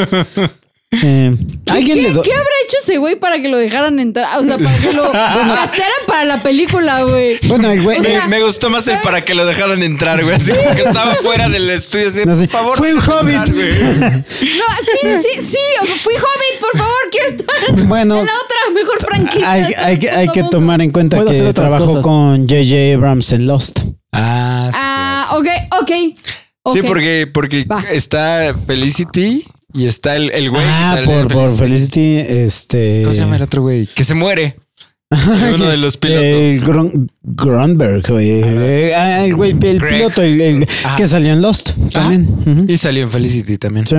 [SPEAKER 1] Eh, alguien le
[SPEAKER 3] ¿Qué,
[SPEAKER 1] do-
[SPEAKER 3] qué habrá hecho ese güey para que lo dejaran entrar? O sea, para que lo gastaran para la película, güey.
[SPEAKER 1] Bueno, el güey
[SPEAKER 3] O sea,
[SPEAKER 2] Me, me gustó más el para que lo dejaran entrar, güey. Así como que estaba fuera del estudio. Así,
[SPEAKER 1] eh, no sé,
[SPEAKER 2] por favor.
[SPEAKER 1] fue un hobbit.
[SPEAKER 3] No, sí, sí, sí. O sea, fui hobbit, por favor, quiero estar
[SPEAKER 1] Bueno,
[SPEAKER 3] en la otra mejor franquicia. este
[SPEAKER 1] hay, hay que- hay que tomar en cuenta
[SPEAKER 5] Puedo hacer
[SPEAKER 1] que
[SPEAKER 5] otras
[SPEAKER 1] trabajó
[SPEAKER 5] cosas.
[SPEAKER 1] con J.J. Abrams en Lost.
[SPEAKER 2] Ah, sí.
[SPEAKER 3] Ah, ok, ok.
[SPEAKER 2] Sí,
[SPEAKER 3] ok.
[SPEAKER 2] porque, porque
[SPEAKER 3] Va.
[SPEAKER 2] está Felicity y está el, el güey. que
[SPEAKER 1] ah,
[SPEAKER 2] sale
[SPEAKER 1] por,
[SPEAKER 2] de
[SPEAKER 1] por Felicity, este.
[SPEAKER 2] ¿Cómo se llama el otro güey? Que se muere. Uno de los pilotos.
[SPEAKER 1] El Gron- Gronberg, güey. Eh, ah, el güey, el
[SPEAKER 2] Greg.
[SPEAKER 1] piloto, el, el
[SPEAKER 2] Ah.
[SPEAKER 1] que salió en Lost también. Ujú.
[SPEAKER 2] Y salió en Felicity también.
[SPEAKER 1] Sí.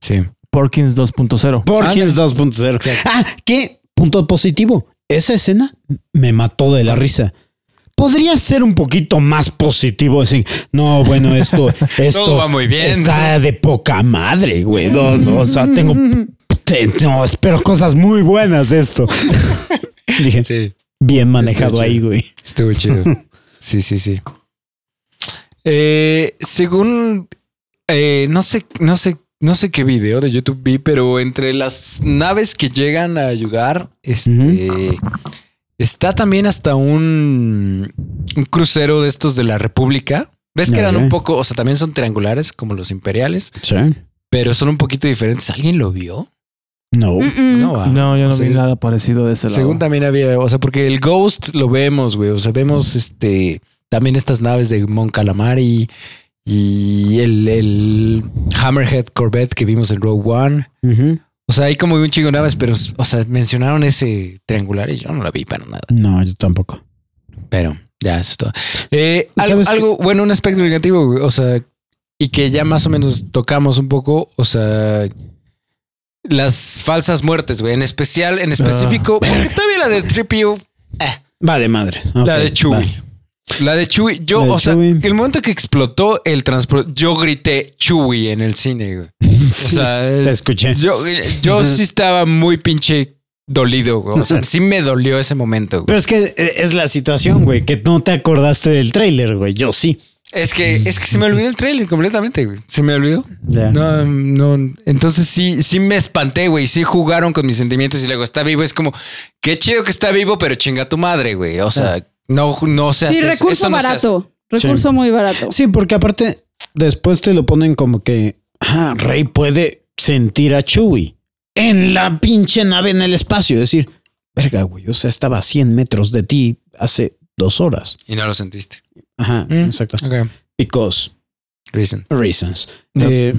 [SPEAKER 2] Sí.
[SPEAKER 5] Porkins 2.0.
[SPEAKER 1] Porkins 2.0. Ah, ¿qué? Punto positivo. Esa escena me mató de la risa. Podría ser un poquito más positivo, así. No, bueno, esto, esto
[SPEAKER 2] va muy bien.
[SPEAKER 1] está de poca madre, güey. No, no, o sea, tengo, te- no, espero cosas muy buenas de esto. Dije,
[SPEAKER 2] Sí.
[SPEAKER 1] bien manejado
[SPEAKER 2] Está
[SPEAKER 1] ahí,
[SPEAKER 2] chido.
[SPEAKER 1] güey.
[SPEAKER 2] Estuvo chido. Sí, sí, sí. Eh, según eh, no sé, no sé, no sé qué video de YouTube vi, pero entre las naves que llegan a ayudar, este está también hasta un, un crucero de estos de la República. ¿Ves que eran
[SPEAKER 1] Ok.
[SPEAKER 2] un poco, o sea, también son triangulares como los imperiales,
[SPEAKER 1] Sí.
[SPEAKER 2] pero son un poquito diferentes? ¿Alguien lo vio?
[SPEAKER 1] Oh, No.
[SPEAKER 3] Mm-mm.
[SPEAKER 2] va.
[SPEAKER 5] No, yo no
[SPEAKER 2] Sí.
[SPEAKER 5] vi nada parecido de ese lado.
[SPEAKER 2] Según también había, o sea, porque el Ghost lo vemos, güey. O sea, vemos este también estas naves de Mon Calamari y el, el Hammerhead Corvette que vimos en Rogue One.
[SPEAKER 1] Ujú.
[SPEAKER 2] O O sea, hay como un chingo de naves, pero, o sea, mencionaron ese triangular y yo no la vi para nada.
[SPEAKER 1] No, yo tampoco.
[SPEAKER 2] Pero ya, eso es todo. Eh, algo,
[SPEAKER 1] ¿Sabes qué?
[SPEAKER 2] algo- bueno, un aspecto negativo, güey, o sea, y que ya más o menos tocamos un poco, o sea, las falsas muertes, güey, en especial,
[SPEAKER 1] Ah.
[SPEAKER 2] en específico, porque todavía la del Tripio,
[SPEAKER 1] Va de madre.
[SPEAKER 2] la de Chewie. La de Chewie, yo,
[SPEAKER 1] La de
[SPEAKER 2] o sea,
[SPEAKER 1] Chewie.
[SPEAKER 2] que el momento que explotó el transporte, yo grité Chewie en el cine, güey. O sea,
[SPEAKER 1] Te escuché.
[SPEAKER 2] yo, yo sí estaba muy pinche dolido, güey. O sea, sí me dolió ese momento, güey.
[SPEAKER 1] Pero es que eh, es la situación, güey, que no te acordaste del tráiler, güey. Yo sí.
[SPEAKER 2] Es que, es que se me olvidó el trailer completamente, güey. Se me olvidó. No, no. Entonces sí, sí me espanté, güey. Sí jugaron con mis sentimientos y luego está vivo. Es como, qué chido que está vivo, pero chinga tu madre, güey. O
[SPEAKER 1] Ah.
[SPEAKER 2] sea, no, no se hace
[SPEAKER 3] Sí,
[SPEAKER 2] eso.
[SPEAKER 3] recurso
[SPEAKER 2] Eso no se hace.
[SPEAKER 3] barato. Recurso muy barato.
[SPEAKER 1] Sí, porque aparte, después te lo ponen como que ah, Rey puede sentir a Chewie en la pinche nave en el espacio. Decir, verga, güey, o sea, estaba a 100 metros de ti hace dos horas.
[SPEAKER 2] Y no lo sentiste.
[SPEAKER 1] Ajá,
[SPEAKER 2] Mm.
[SPEAKER 1] exacto.
[SPEAKER 2] Ok.
[SPEAKER 1] Because
[SPEAKER 2] Reason.
[SPEAKER 1] reasons.
[SPEAKER 5] No.
[SPEAKER 1] Eh,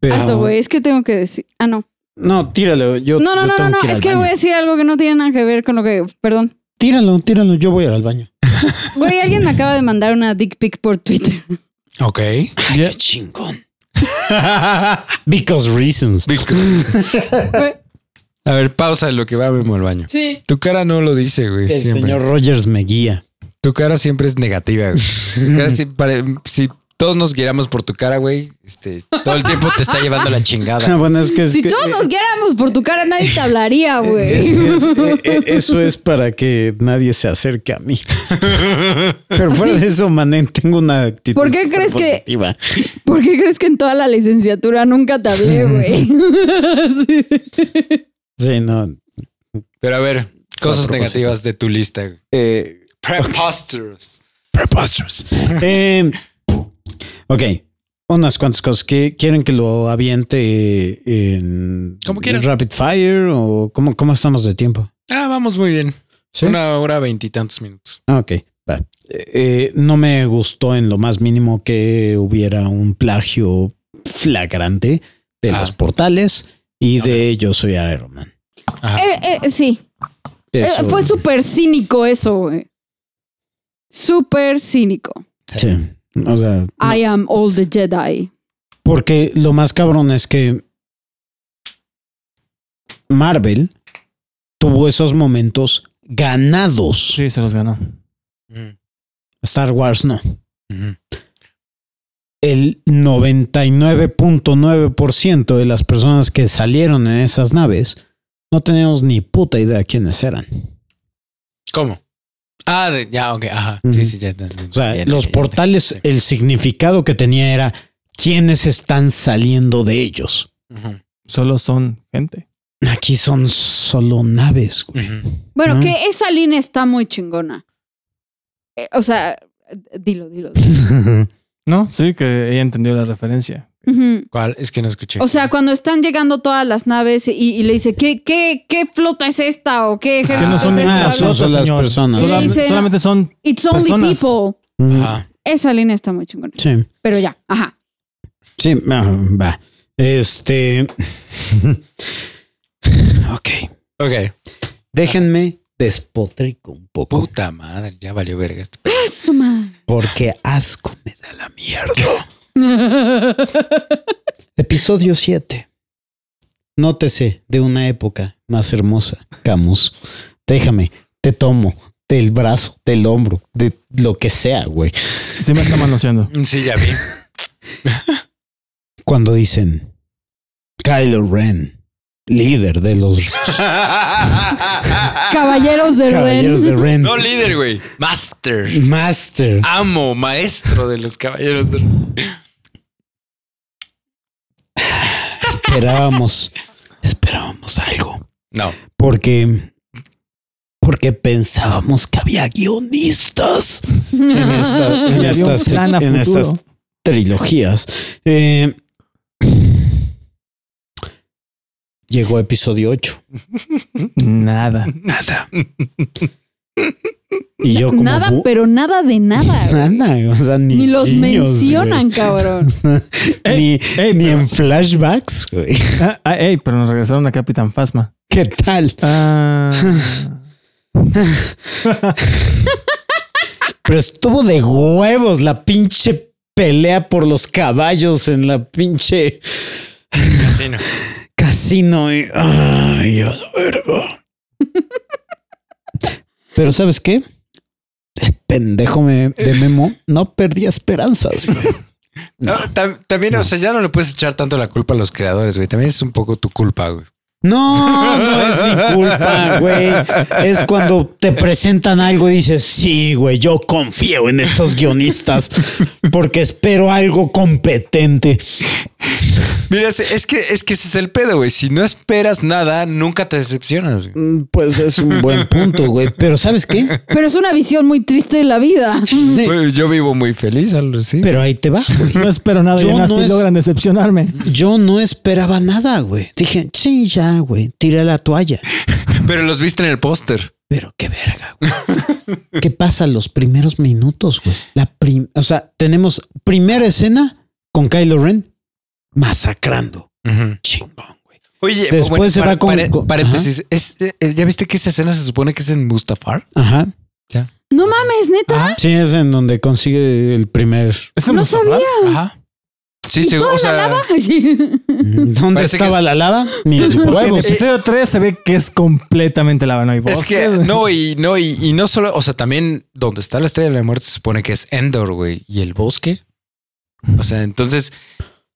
[SPEAKER 1] pero-
[SPEAKER 3] Alto, güey. Es que tengo que decir. Ah, no.
[SPEAKER 1] No, tíralo. Yo,
[SPEAKER 3] No, no,
[SPEAKER 1] yo
[SPEAKER 3] no, no,
[SPEAKER 1] tengo
[SPEAKER 3] no.
[SPEAKER 1] que ir
[SPEAKER 3] Es
[SPEAKER 1] al
[SPEAKER 3] que
[SPEAKER 1] baño.
[SPEAKER 3] voy a decir algo que no tiene nada que ver con lo que. Perdón.
[SPEAKER 1] Tíralo, tíralo. Yo voy a ir al baño.
[SPEAKER 3] Güey, alguien me acaba de mandar una dick pic por Twitter.
[SPEAKER 2] Ok.
[SPEAKER 5] Ya-
[SPEAKER 1] Qué chingón. Because reasons.
[SPEAKER 3] Güey,
[SPEAKER 2] A ver, pausa lo que va Memo al baño.
[SPEAKER 3] sí.
[SPEAKER 2] Tu cara no lo dice, güey.
[SPEAKER 1] El
[SPEAKER 2] siempre.
[SPEAKER 1] señor Rogers me guía.
[SPEAKER 2] Tu cara siempre es negativa, güey. Tu cara sí pare- si todos nos guiáramos por tu cara, güey, este, todo el tiempo te está llevando la chingada.
[SPEAKER 1] Ah, bueno, es que es
[SPEAKER 3] Si
[SPEAKER 1] que- eh,
[SPEAKER 3] todos nos guiáramos por tu cara, nadie te hablaría,
[SPEAKER 1] Es-
[SPEAKER 3] güey.
[SPEAKER 1] es- e- e- eso es para que nadie se acerque a mí. Pero fuera de eso, mané, tengo una actitud.
[SPEAKER 3] ¿Por qué
[SPEAKER 1] súper
[SPEAKER 3] crees que-
[SPEAKER 1] positiva.
[SPEAKER 3] ¿Por qué crees que en toda la licenciatura nunca te hablé, güey? Sí.
[SPEAKER 1] Sí, no.
[SPEAKER 2] Pero a ver, cosas
[SPEAKER 1] propósito.
[SPEAKER 2] negativas de tu lista. güey.
[SPEAKER 1] Eh,
[SPEAKER 2] Preposterous.
[SPEAKER 1] preposterous. Eh, ok. Unas cuantas cosas. que ¿Quieren que lo aviente en
[SPEAKER 2] Como quieran.
[SPEAKER 1] Rapid Fire o cómo, cómo estamos de tiempo?
[SPEAKER 2] Ah, vamos muy bien.
[SPEAKER 1] ¿Sí?
[SPEAKER 2] Una hora veintitantos minutos.
[SPEAKER 1] Ah, Ok, va. Eh, no me gustó en lo más mínimo que hubiera un plagio flagrante de
[SPEAKER 2] Ah.
[SPEAKER 1] los portales y de Yo soy Iron Man.
[SPEAKER 2] Ajá.
[SPEAKER 3] Eh, eh, sí. Eh,
[SPEAKER 1] Ah. Eso-
[SPEAKER 3] fue súper cínico eso, güey. Súper cínico.
[SPEAKER 1] Sí. O sea,
[SPEAKER 3] I am all the Jedi.
[SPEAKER 1] porque lo más cabrón es que Marvel tuvo esos momentos ganados.
[SPEAKER 5] Sí, se los ganó.
[SPEAKER 2] Mm,
[SPEAKER 1] Star Wars no.
[SPEAKER 2] ujú.
[SPEAKER 1] El 99.9% de las personas que salieron en esas naves no teníamos ni puta idea quiénes eran.
[SPEAKER 2] ¿Cómo? Ah, de- ya, ok, ajá.
[SPEAKER 1] Ujú.
[SPEAKER 2] Sí, sí, ya.
[SPEAKER 1] O sea, los portales, eh. el significado que tenía era quiénes están saliendo de ellos.
[SPEAKER 5] Solo son gente.
[SPEAKER 1] Aquí son solo naves. güey.
[SPEAKER 3] Bueno,
[SPEAKER 1] Ah.
[SPEAKER 3] que esa línea está muy chingona. Eh, o sea, dilo, dilo. dilo.
[SPEAKER 5] No, sí, que ella entendió la referencia.
[SPEAKER 3] Ujú.
[SPEAKER 2] ¿Cuál? Es que no escuché.
[SPEAKER 3] O sea, cuando están llegando todas las naves y, y le dice, ¿qué, qué, ¿qué flota es esta? ¿O qué
[SPEAKER 5] Es que
[SPEAKER 3] ejército
[SPEAKER 5] no
[SPEAKER 3] es
[SPEAKER 5] son
[SPEAKER 3] este?
[SPEAKER 1] nada,
[SPEAKER 3] Bla, bla,
[SPEAKER 5] ninguna
[SPEAKER 1] son-
[SPEAKER 3] bla.
[SPEAKER 5] flota,
[SPEAKER 1] las
[SPEAKER 5] señor.
[SPEAKER 1] personas.
[SPEAKER 5] Solam-
[SPEAKER 3] Sí, sí, no.
[SPEAKER 5] solamente son
[SPEAKER 3] It's only
[SPEAKER 5] personas.
[SPEAKER 3] people.
[SPEAKER 1] Mm,
[SPEAKER 2] Ajá.
[SPEAKER 3] Esa línea está muy chingona.
[SPEAKER 1] Sí,
[SPEAKER 3] Pero ya, ajá.
[SPEAKER 1] sí, ah, va. Este. ok.
[SPEAKER 2] Ok.
[SPEAKER 1] Déjenme despotrico un poco.
[SPEAKER 2] Puta madre, ya valió verga este pedo.
[SPEAKER 3] Eso, man.
[SPEAKER 1] Porque asco me da la mierda. Episodio 7. Nótese de una época más hermosa, Camus. Déjame, te tomo del brazo, del hombro, de lo que sea, güey.
[SPEAKER 5] Sí me está manoseando.
[SPEAKER 2] Sí, ya vi.
[SPEAKER 1] Cuando dicen Kylo Ren, líder de los
[SPEAKER 3] Ah. Caballeros de
[SPEAKER 1] caballeros de
[SPEAKER 3] Ren.
[SPEAKER 1] Ren,
[SPEAKER 2] no líder, güey. Master.
[SPEAKER 1] Master.
[SPEAKER 2] Amo, maestro de los caballeros. de-
[SPEAKER 1] Esperábamos, esperábamos algo.
[SPEAKER 2] No.
[SPEAKER 1] Porque, porque pensábamos que había guionistas. en, esta- en
[SPEAKER 5] Había un
[SPEAKER 1] estas,
[SPEAKER 5] plan a
[SPEAKER 1] en
[SPEAKER 5] futuro.
[SPEAKER 1] estas trilogías. Eh, llegó episodio 8.
[SPEAKER 5] Nada.
[SPEAKER 1] Nada. Y yo como...
[SPEAKER 3] nada,
[SPEAKER 1] "Bu-
[SPEAKER 3] pero nada de nada. güey.
[SPEAKER 1] Nada, o sea, ni,
[SPEAKER 3] Ni los
[SPEAKER 1] guiños,
[SPEAKER 3] mencionan, cabrón.
[SPEAKER 1] güey.
[SPEAKER 5] Ey,
[SPEAKER 1] ni
[SPEAKER 5] ey,
[SPEAKER 1] ni
[SPEAKER 5] pero-
[SPEAKER 1] en flashbacks, güey.
[SPEAKER 5] Ah, ah, ey, pero nos regresaron a Capitán Phasma.
[SPEAKER 1] ¿Qué tal?
[SPEAKER 5] Ah,
[SPEAKER 1] Pero estuvo de huevos la pinche pelea por los caballos en la pinche
[SPEAKER 2] Casino.
[SPEAKER 1] casino. y- ay, a la verga. Pero ¿sabes qué? El pendejo me- de Memo no perdí esperanzas, güey.
[SPEAKER 2] No, tam- también, o sea, ya no le puedes echar tanto la culpa a los creadores, güey. También es un poco tu culpa, güey.
[SPEAKER 1] No, no es mi culpa, güey. Es cuando te presentan algo y dices, sí, güey, yo confío en estos guionistas porque espero algo competente.
[SPEAKER 2] Mira, es, es que, es que ese es el pedo, güey. Si no esperas nada, nunca te decepcionas. güey.
[SPEAKER 1] Mm, Pues es un buen punto, güey. Pero ¿sabes qué?
[SPEAKER 3] Pero es una visión muy triste de la vida.
[SPEAKER 1] Sí,
[SPEAKER 2] Güey, Yo vivo muy feliz, algo así.
[SPEAKER 1] pero ahí te va, güey.
[SPEAKER 7] No espero nada
[SPEAKER 1] Yo
[SPEAKER 7] y aún
[SPEAKER 1] no
[SPEAKER 7] así
[SPEAKER 1] es-
[SPEAKER 7] logran decepcionarme.
[SPEAKER 1] Yo no esperaba nada, güey. Dije, sí, ya, güey, tira la toalla.
[SPEAKER 2] Pero los viste en el póster.
[SPEAKER 1] Pero qué verga, güey. ¿Qué pasa los primeros minutos, güey? La prim- o sea, tenemos primera escena con Kylo Ren masacrando. Chingón, güey.
[SPEAKER 2] Oye,
[SPEAKER 1] Después se va con- con-
[SPEAKER 2] paréntesis. Es- eh, ¿Ya viste que esa escena se supone que es en Mustafar?
[SPEAKER 1] Ajá.
[SPEAKER 3] No mames, neta.
[SPEAKER 1] Sí, es en donde consigue el primer.
[SPEAKER 5] ¿es en
[SPEAKER 3] No
[SPEAKER 5] Mustafar?
[SPEAKER 3] sabía.
[SPEAKER 2] Ajá. Sí,
[SPEAKER 3] ¿Y
[SPEAKER 2] sí,
[SPEAKER 3] toda
[SPEAKER 2] o sea,
[SPEAKER 3] la lava? Sí.
[SPEAKER 1] ¿Dónde
[SPEAKER 2] Parece que
[SPEAKER 1] estaba
[SPEAKER 2] es-
[SPEAKER 1] la lava? Mis
[SPEAKER 7] Porque en el
[SPEAKER 1] huevos.
[SPEAKER 7] episodio 3 se ve que es completamente lava, no hay voz.
[SPEAKER 2] Es que no, y no, y, y no solo, o sea, también donde está la estrella de la muerte se supone que es Endor, güey, y el bosque. O sea, entonces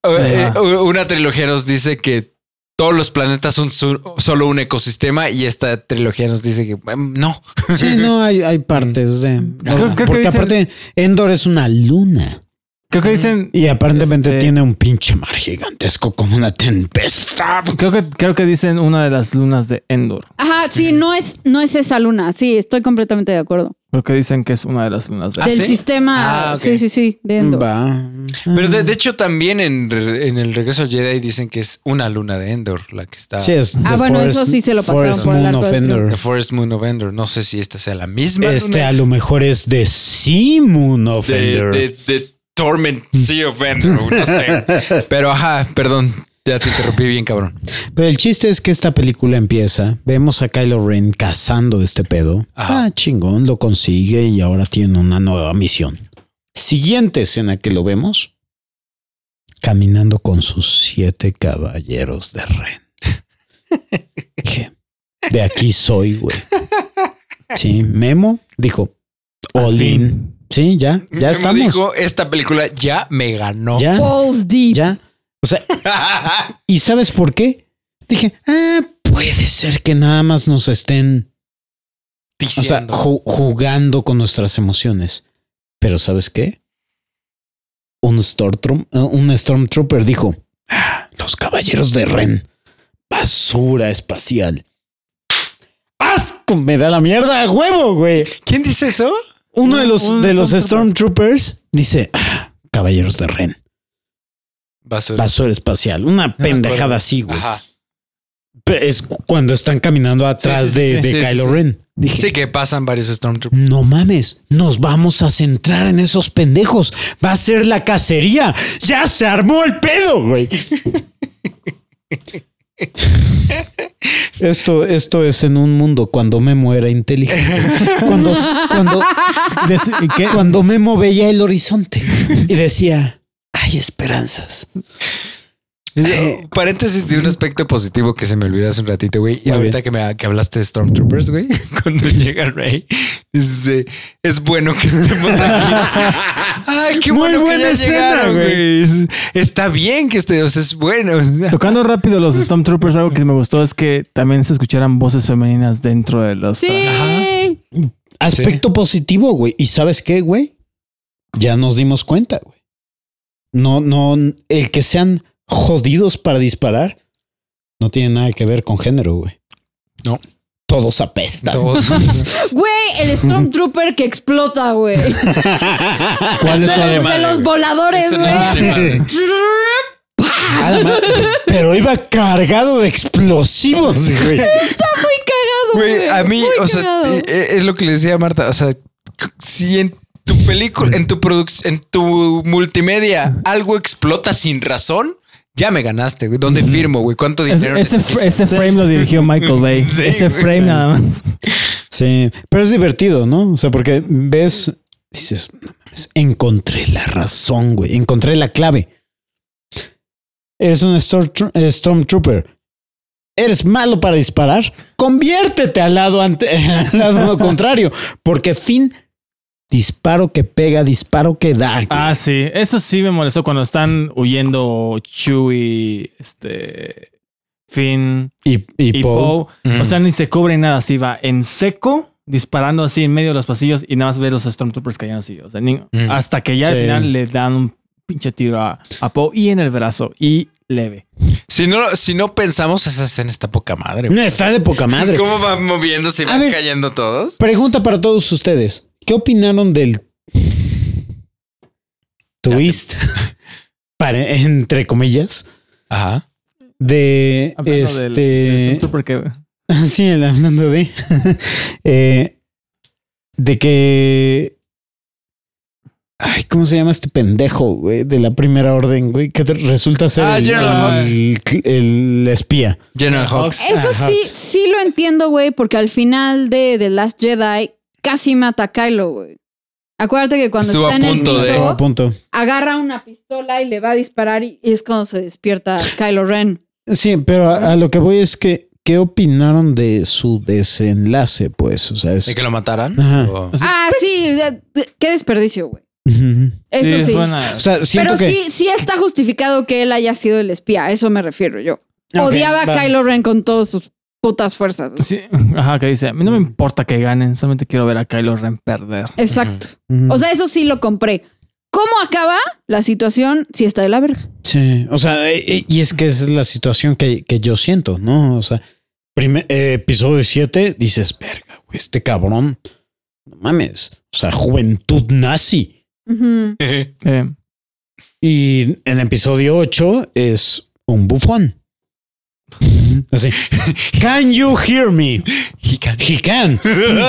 [SPEAKER 2] eh, eh, una trilogía nos dice que todos los planetas son su- solo un ecosistema y esta trilogía nos dice que em, no.
[SPEAKER 1] Sí, no, hay, hay partes de.
[SPEAKER 5] creo que
[SPEAKER 1] porque
[SPEAKER 5] dicen-
[SPEAKER 1] aparte, Endor es una luna.
[SPEAKER 5] Creo que dicen.
[SPEAKER 1] Y aparentemente
[SPEAKER 5] Este-
[SPEAKER 1] tiene un pinche mar gigantesco como una tempestad.
[SPEAKER 5] Creo que, creo que dicen una de las lunas de Endor.
[SPEAKER 3] Ajá, sí, no es, no es esa luna. Sí, estoy completamente de acuerdo.
[SPEAKER 5] Creo que dicen que es una de las lunas de
[SPEAKER 2] Ah,
[SPEAKER 3] Del
[SPEAKER 2] ¿sí?
[SPEAKER 3] sistema.
[SPEAKER 2] Ah, ok.
[SPEAKER 3] Sí, sí, sí, de Endor.
[SPEAKER 1] Va.
[SPEAKER 2] Pero de, de
[SPEAKER 1] Mm.
[SPEAKER 2] hecho también en, re- en el regreso Jedi dicen que es una luna de Endor la que está.
[SPEAKER 1] Sí, es
[SPEAKER 3] Ah,
[SPEAKER 1] The
[SPEAKER 3] bueno, eso sí se lo pasaron
[SPEAKER 1] Forest
[SPEAKER 3] por el
[SPEAKER 1] Moon
[SPEAKER 3] arco
[SPEAKER 1] of
[SPEAKER 3] del
[SPEAKER 1] Endor.
[SPEAKER 2] The Forest Moon of Endor. No sé si esta sea la misma.
[SPEAKER 1] Este
[SPEAKER 2] luna
[SPEAKER 1] a lo mejor es The Sea Moon of
[SPEAKER 2] de,
[SPEAKER 1] Endor.
[SPEAKER 2] de, de Torment Sea of Endor. No sé. Pero ajá, perdón, ya te interrumpí bien, cabrón.
[SPEAKER 1] Pero el chiste es que esta película empieza, vemos a Kylo Ren cazando este pedo.
[SPEAKER 2] Ajá.
[SPEAKER 1] Ah, chingón, lo consigue y ahora tiene una nueva misión. Siguiente escena que lo vemos, caminando con sus siete caballeros de Ren. Dije, de aquí soy, güey. Sí, Memo dijo, Olin. Sí, ya, ya
[SPEAKER 2] Memo
[SPEAKER 1] estamos.
[SPEAKER 2] dijo, esta película ya me ganó.
[SPEAKER 1] ya,
[SPEAKER 3] Balls deep.
[SPEAKER 1] ya. O sea, ¿Y sabes por qué? Dije, ah, puede ser que nada más nos estén o sea,
[SPEAKER 2] Diciendo.
[SPEAKER 1] ju- jugando con nuestras emociones. Pero ¿sabes qué? Un, Stormtrom- eh, un Stormtrooper dijo, "Ah, los caballeros de Ren, basura espacial. ¡Asco! Me da la mierda a huevo, güey.
[SPEAKER 2] ¿Quién dice eso?
[SPEAKER 1] Uno de los,
[SPEAKER 7] Un
[SPEAKER 1] de los Stormtroopers dice, "Ah, caballeros de Ren,
[SPEAKER 2] Basura.
[SPEAKER 1] basura espacial. Una pendejada así, güey.
[SPEAKER 2] Ajá.
[SPEAKER 1] es cuando están caminando atrás
[SPEAKER 5] Sí, sí,
[SPEAKER 1] de,
[SPEAKER 5] sí,
[SPEAKER 1] de
[SPEAKER 2] sí, sí,
[SPEAKER 1] Kylo
[SPEAKER 2] sí.
[SPEAKER 1] Ren. Dije,
[SPEAKER 2] Sí que pasan varios Stormtroopers.
[SPEAKER 1] no mames, nos vamos a centrar en esos pendejos. Va a ser la cacería. Ya se armó el pedo, güey. Esto, esto es en un mundo cuando Memo era inteligente. Cuando, cuando,
[SPEAKER 7] Dec- ¿qué?
[SPEAKER 1] cuando Memo veía el horizonte y decía, hay esperanzas.
[SPEAKER 2] Eh, Paréntesis de un aspecto positivo que se me olvidó hace un ratito, güey. Y
[SPEAKER 1] Muy
[SPEAKER 2] ahorita que, me, que hablaste de Stormtroopers, güey, cuando llega Rey, dice, es bueno que estemos aquí. Ay, qué
[SPEAKER 1] Muy
[SPEAKER 2] bueno que
[SPEAKER 1] buena
[SPEAKER 2] ya
[SPEAKER 1] escena,
[SPEAKER 2] llegaron, güey. Está bien que esté, o sea, es bueno.
[SPEAKER 5] Tocando rápido los Stormtroopers, algo que me gustó es que también se escucharan voces femeninas dentro de los.
[SPEAKER 3] Sí.
[SPEAKER 1] Aspecto positivo, güey. ¿Y sabes qué, güey? Ya nos dimos cuenta, güey. No, no, el que sean jodidos para disparar no tiene nada que ver con género, güey.
[SPEAKER 2] No.
[SPEAKER 1] Todos apestan.
[SPEAKER 2] Todos.
[SPEAKER 3] Güey, el Stormtrooper que explota, güey.
[SPEAKER 1] ¿Cuál
[SPEAKER 3] De
[SPEAKER 1] de todos?
[SPEAKER 3] los, de los voladores,
[SPEAKER 2] Ese no
[SPEAKER 3] güey.
[SPEAKER 2] es
[SPEAKER 1] Además, Pero iba cargado de explosivos, güey.
[SPEAKER 3] Muy cagado,
[SPEAKER 2] Güey, a mí,
[SPEAKER 3] Muy
[SPEAKER 2] o sea,
[SPEAKER 3] cagado.
[SPEAKER 2] eh, eh, es lo que le decía a Marta, o sea, si en tu película, en tu produc- en tu multimedia, algo explota sin razón, ya me ganaste, güey. ¿Dónde firmo, güey? ¿Cuánto
[SPEAKER 7] Es-
[SPEAKER 2] dinero?
[SPEAKER 7] ese,
[SPEAKER 2] necesito?
[SPEAKER 7] fr- ese frame lo dirigió Michael Bay.
[SPEAKER 2] Sí,
[SPEAKER 7] ese
[SPEAKER 2] güey,
[SPEAKER 7] frame
[SPEAKER 2] sí.
[SPEAKER 7] nada más.
[SPEAKER 1] Sí, pero es divertido, ¿no? O sea, porque ves, dices, "No mames, encontré la razón, güey, encontré la clave. Eres un stormtro- eh, stormtrooper. Eres malo para disparar. Conviértete al lado, ante- al lado contrario, porque fin disparo que pega, disparo que da. güey.
[SPEAKER 5] Ah, sí. Eso sí me molestó cuando están huyendo Chewie, este. Finn
[SPEAKER 1] y y
[SPEAKER 5] y
[SPEAKER 1] Poe.
[SPEAKER 5] Poe. O sea, ni se cubre nada. Así va en seco, disparando así en medio de los pasillos y nada más ver los Stormtroopers cayendo así. O sea, ni-
[SPEAKER 2] Mm.
[SPEAKER 5] hasta que ya al
[SPEAKER 1] Sí.
[SPEAKER 5] final le dan un pinche tiro a, a Poe y en el brazo y leve.
[SPEAKER 2] si, no, si no pensamos, esa escena está poca madre, güey.
[SPEAKER 1] No, está de poca madre.
[SPEAKER 2] ¿Cómo van moviéndose y
[SPEAKER 1] A
[SPEAKER 2] van
[SPEAKER 1] ver.
[SPEAKER 2] cayendo todos?
[SPEAKER 1] Pregunta para todos ustedes. ¿Qué opinaron del twist, para, entre comillas,
[SPEAKER 2] Ajá.
[SPEAKER 1] de
[SPEAKER 5] Hablando
[SPEAKER 1] este...
[SPEAKER 5] del- del Stormtrooper que-
[SPEAKER 1] sí, el hablando de... eh, de que... Ay, ¿cómo se llama este pendejo, güey? De la primera orden, güey, que te- resulta ser
[SPEAKER 2] Ah,
[SPEAKER 1] el,
[SPEAKER 2] General
[SPEAKER 1] el- el espía.
[SPEAKER 2] General Hawks.
[SPEAKER 5] Ah,
[SPEAKER 3] Eso
[SPEAKER 1] Ajá.
[SPEAKER 3] sí, sí lo entiendo, güey, porque al final de The Last Jedi casi mata a Kylo, güey. Acuérdate que cuando
[SPEAKER 2] Estuvo
[SPEAKER 3] está
[SPEAKER 2] a
[SPEAKER 3] en el
[SPEAKER 2] punto de-
[SPEAKER 1] Estaba
[SPEAKER 3] piso,
[SPEAKER 1] a punto.
[SPEAKER 3] agarra una pistola y le va a disparar y, y es cuando se despierta Kylo Ren.
[SPEAKER 1] Sí, pero a, a lo que voy es que, ¿qué opinaron de su desenlace? Pues, o sea, es...
[SPEAKER 2] ¿De que lo mataran?
[SPEAKER 1] Ajá.
[SPEAKER 2] O-
[SPEAKER 3] Ah, sí, de- de- qué desperdicio, güey.
[SPEAKER 1] Ujú.
[SPEAKER 3] Eso sí.
[SPEAKER 5] es buena-
[SPEAKER 1] O sea, siento
[SPEAKER 3] Pero
[SPEAKER 1] que.
[SPEAKER 3] sí, sí está justificado que él haya sido el espía, a eso me refiero yo.
[SPEAKER 1] Ok,
[SPEAKER 3] Odiaba a
[SPEAKER 1] va.
[SPEAKER 3] Kylo Ren con todas sus putas fuerzas. güey.
[SPEAKER 5] Sí, ajá, que dice, a mí no me importa que ganen, solamente quiero ver a Kylo Ren perder.
[SPEAKER 3] Exacto.
[SPEAKER 1] Ujú.
[SPEAKER 3] O sea, eso sí lo compré. ¿Cómo acaba la situación si está de la verga?
[SPEAKER 1] Sí, o sea, eh, eh, y es que esa es la situación que, que yo siento, ¿no? O sea, primer, eh, episodio 7, dices, verga, güey, este cabrón, no mames, o sea, juventud nazi.
[SPEAKER 3] Ujú.
[SPEAKER 5] Eh,
[SPEAKER 1] Y en episodio 8 es un bufón. Así, can you hear me?
[SPEAKER 2] He can-
[SPEAKER 1] He can.
[SPEAKER 3] Bueno,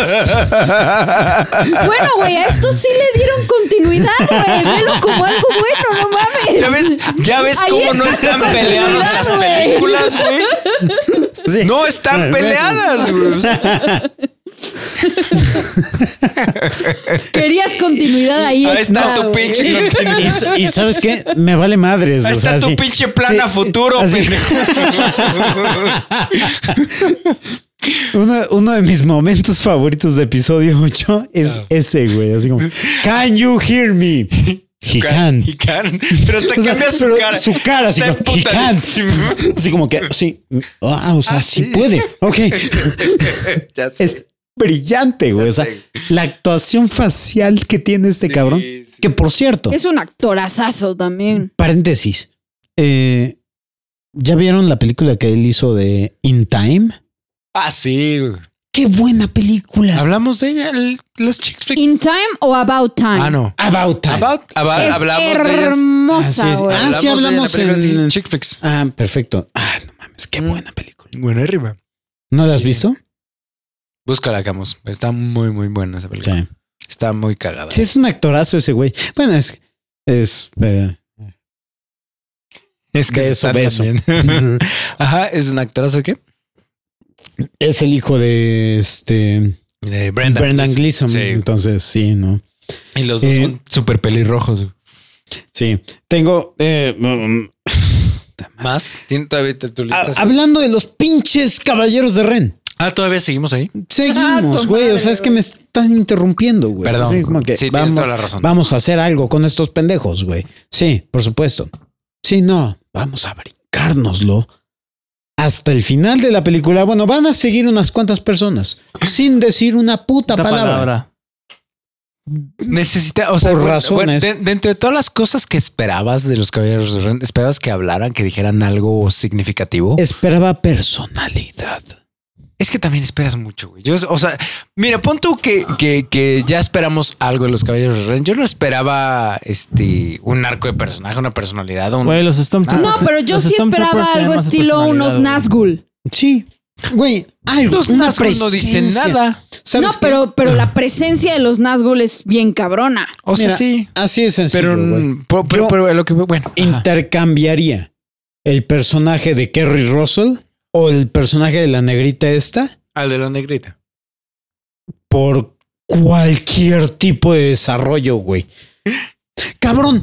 [SPEAKER 3] güey, a esto sí le dieron continuidad, güey. Velo como algo bueno, no mames.
[SPEAKER 2] ¿Ya ves, ya ves
[SPEAKER 3] Ahí
[SPEAKER 2] cómo
[SPEAKER 3] está
[SPEAKER 2] no
[SPEAKER 3] tu
[SPEAKER 2] están
[SPEAKER 3] continuidad,
[SPEAKER 2] peleadas las
[SPEAKER 3] güey.
[SPEAKER 2] películas, güey?
[SPEAKER 1] Sí.
[SPEAKER 2] No están peleadas, güey.
[SPEAKER 3] Querías continuidad ahí.
[SPEAKER 2] Ahí está tu
[SPEAKER 3] güey.
[SPEAKER 2] pinche continuidad.
[SPEAKER 1] Y, y sabes qué? Me vale madres.
[SPEAKER 2] Ahí
[SPEAKER 1] o sea,
[SPEAKER 2] está tu
[SPEAKER 1] así.
[SPEAKER 2] pinche plan a
[SPEAKER 1] Sí,
[SPEAKER 2] futuro,
[SPEAKER 1] así.
[SPEAKER 2] pendejo.
[SPEAKER 1] Uno, uno de mis momentos favoritos de episodio 8 es ese, güey. Así como, Can you hear me? He can.
[SPEAKER 2] He can. Pero hasta
[SPEAKER 1] O sea,
[SPEAKER 2] cambia su
[SPEAKER 1] pero
[SPEAKER 2] cara.
[SPEAKER 1] Su cara, así
[SPEAKER 2] Está
[SPEAKER 1] como, he can.
[SPEAKER 2] emputadísimo.
[SPEAKER 1] Así como que, sí. Ah, o sea,
[SPEAKER 2] Ah,
[SPEAKER 1] sí
[SPEAKER 2] sí.
[SPEAKER 1] puede. Ok.
[SPEAKER 2] Ya sé.
[SPEAKER 1] Es brillante, güey. O sea,
[SPEAKER 2] sé.
[SPEAKER 1] la actuación facial que tiene este
[SPEAKER 2] Sí,
[SPEAKER 1] cabrón.
[SPEAKER 2] sí.
[SPEAKER 1] Que por cierto,
[SPEAKER 3] Es un actorazazo también.
[SPEAKER 1] paréntesis. eh, ¿Ya vieron la película que él hizo de In Time?
[SPEAKER 2] Ah, sí. güey.
[SPEAKER 1] ¡Qué buena película!
[SPEAKER 2] Hablamos de ella, el- las chick flicks.
[SPEAKER 3] In Time o About Time.
[SPEAKER 2] ah, no.
[SPEAKER 1] About Time.
[SPEAKER 2] About, about-
[SPEAKER 3] Es
[SPEAKER 2] hablamos de ellas.
[SPEAKER 1] Así
[SPEAKER 3] hermosa,
[SPEAKER 1] es.
[SPEAKER 3] güey.
[SPEAKER 1] Ah, sí,
[SPEAKER 2] de
[SPEAKER 1] hablamos
[SPEAKER 2] la película,
[SPEAKER 1] en-
[SPEAKER 2] sí, chick flicks.
[SPEAKER 1] Ah, perfecto. Ah, no mames, qué
[SPEAKER 2] Mm.
[SPEAKER 1] buena película.
[SPEAKER 2] Bueno, arriba.
[SPEAKER 1] ¿No la has
[SPEAKER 2] Sí, sí.
[SPEAKER 1] visto?
[SPEAKER 2] Búscala, Camus. Está muy, muy buena esa película.
[SPEAKER 1] Sí.
[SPEAKER 2] Está muy cagada.
[SPEAKER 1] Sí, es un actorazo ese güey. Bueno, es. Es. eh,
[SPEAKER 2] Es
[SPEAKER 1] Beso,
[SPEAKER 2] está también. Ajá, es un actorazo qué?
[SPEAKER 1] es el hijo de este.
[SPEAKER 2] De Brendan.
[SPEAKER 1] Brendan Gleeson.
[SPEAKER 2] Sí.
[SPEAKER 1] Entonces, sí, ¿no?
[SPEAKER 2] Y los dos
[SPEAKER 1] Eh,
[SPEAKER 2] son súper pelirrojos. güey.
[SPEAKER 1] Sí. Tengo. eh, mm,
[SPEAKER 2] Más. ¿Tiene todavía tu tu lista?
[SPEAKER 1] ha- hablando de los pinches caballeros de Ren.
[SPEAKER 2] Ah, todavía seguimos ahí.
[SPEAKER 3] Ah,
[SPEAKER 1] Seguimos,
[SPEAKER 3] tu
[SPEAKER 1] güey. O
[SPEAKER 3] madre,
[SPEAKER 1] sea, es que
[SPEAKER 3] güey.
[SPEAKER 1] me están interrumpiendo, güey.
[SPEAKER 2] Perdón.
[SPEAKER 1] Así como que
[SPEAKER 2] sí, tienes
[SPEAKER 1] vamos,
[SPEAKER 2] toda la razón.
[SPEAKER 1] vamos a hacer algo con estos pendejos, güey. Sí, por supuesto. Sí, no, vamos a brincárnoslo hasta el final de la película. Bueno, van a seguir unas cuantas personas sin decir una puta
[SPEAKER 5] esta
[SPEAKER 1] palabra.
[SPEAKER 5] palabra.
[SPEAKER 2] Necesita, o sea,
[SPEAKER 1] Por razones.
[SPEAKER 2] de- dentro de todas las cosas que esperabas de los caballeros de Ren, esperabas que hablaran, que dijeran algo significativo. Es,
[SPEAKER 1] Esperaba personalidad.
[SPEAKER 2] que también esperas mucho, güey. Yo, o sea, mira, pon tú que, que, que ya esperamos algo de los caballeros de Ren. Yo no esperaba este un arco de personaje, una personalidad, un,
[SPEAKER 5] Güey, los Stormtroopers.
[SPEAKER 3] No, pero yo
[SPEAKER 5] los
[SPEAKER 3] sí
[SPEAKER 5] Stormtroopers
[SPEAKER 3] esperaba
[SPEAKER 5] tienen
[SPEAKER 3] algo
[SPEAKER 5] más
[SPEAKER 3] estilo
[SPEAKER 5] personalidad,
[SPEAKER 3] unos
[SPEAKER 5] güey.
[SPEAKER 3] Nazgul.
[SPEAKER 1] Sí, güey. algo.
[SPEAKER 2] Los
[SPEAKER 1] una
[SPEAKER 2] Nazgûl no dicen
[SPEAKER 1] presencia.
[SPEAKER 2] nada.
[SPEAKER 3] No,
[SPEAKER 1] ¿Sabes qué?
[SPEAKER 3] pero, pero la presencia de los Nazgûl es bien cabrona.
[SPEAKER 2] O sea,
[SPEAKER 1] Mira,
[SPEAKER 2] sí.
[SPEAKER 1] Así de sencillo,
[SPEAKER 2] Pero,
[SPEAKER 1] güey.
[SPEAKER 2] mm, pero, pero-
[SPEAKER 1] Yo-
[SPEAKER 2] pero lo que bueno. ajá.
[SPEAKER 1] intercambiaría el personaje de Kerry Russell o el personaje de la negrita esta
[SPEAKER 2] Al de la negrita.
[SPEAKER 1] por cualquier tipo de desarrollo, güey. Cabrón.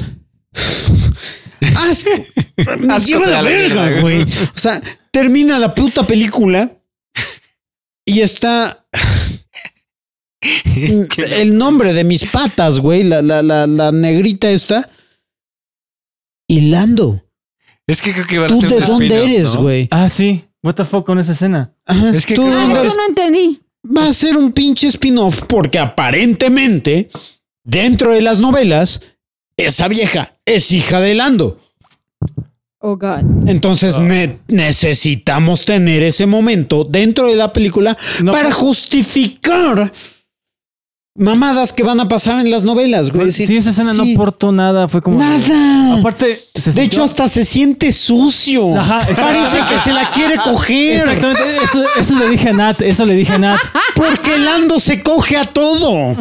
[SPEAKER 1] Asco. Me
[SPEAKER 2] Asco
[SPEAKER 1] lleva
[SPEAKER 2] te da
[SPEAKER 1] la
[SPEAKER 2] la
[SPEAKER 1] verga,
[SPEAKER 2] verga.
[SPEAKER 1] güey. O sea, termina la puta película y está el nombre de mis patas, güey, la, la, la, la negrita esta, hilando.
[SPEAKER 2] Es que creo que van a
[SPEAKER 1] ¿Tú
[SPEAKER 2] ser
[SPEAKER 1] de
[SPEAKER 2] un
[SPEAKER 1] dónde
[SPEAKER 2] spin-off,
[SPEAKER 1] eres,
[SPEAKER 2] ¿no?
[SPEAKER 1] pues, güey?
[SPEAKER 5] Ah, sí. What the fuck con esa escena.
[SPEAKER 1] Ajá.
[SPEAKER 2] Es que
[SPEAKER 1] ¿Tú
[SPEAKER 2] creo-
[SPEAKER 1] de
[SPEAKER 3] Ah,
[SPEAKER 1] dónde eres?
[SPEAKER 3] yo no entendí.
[SPEAKER 1] va a ser un pinche spin-off porque aparentemente dentro de las novelas esa vieja es hija de Lando.
[SPEAKER 3] Oh, God.
[SPEAKER 1] Entonces
[SPEAKER 5] Ah.
[SPEAKER 1] ne- necesitamos tener ese momento dentro de la película
[SPEAKER 5] No, pues-
[SPEAKER 1] para justificar mamadas que van a pasar en las novelas, güey.
[SPEAKER 5] Pues, Sí,
[SPEAKER 1] Decir,
[SPEAKER 5] esa escena no
[SPEAKER 1] sí,
[SPEAKER 5] aportó nada. Fue como.
[SPEAKER 1] nada.
[SPEAKER 5] Aparte,
[SPEAKER 1] de
[SPEAKER 5] se sintió-
[SPEAKER 1] hecho, hasta se siente sucio.
[SPEAKER 5] Ajá, exacto.
[SPEAKER 1] Parece que se la quiere coger.
[SPEAKER 5] Exactamente, eso, eso le dije a Nat, eso le dije a Nat.
[SPEAKER 1] Porque Lando se coge a todo.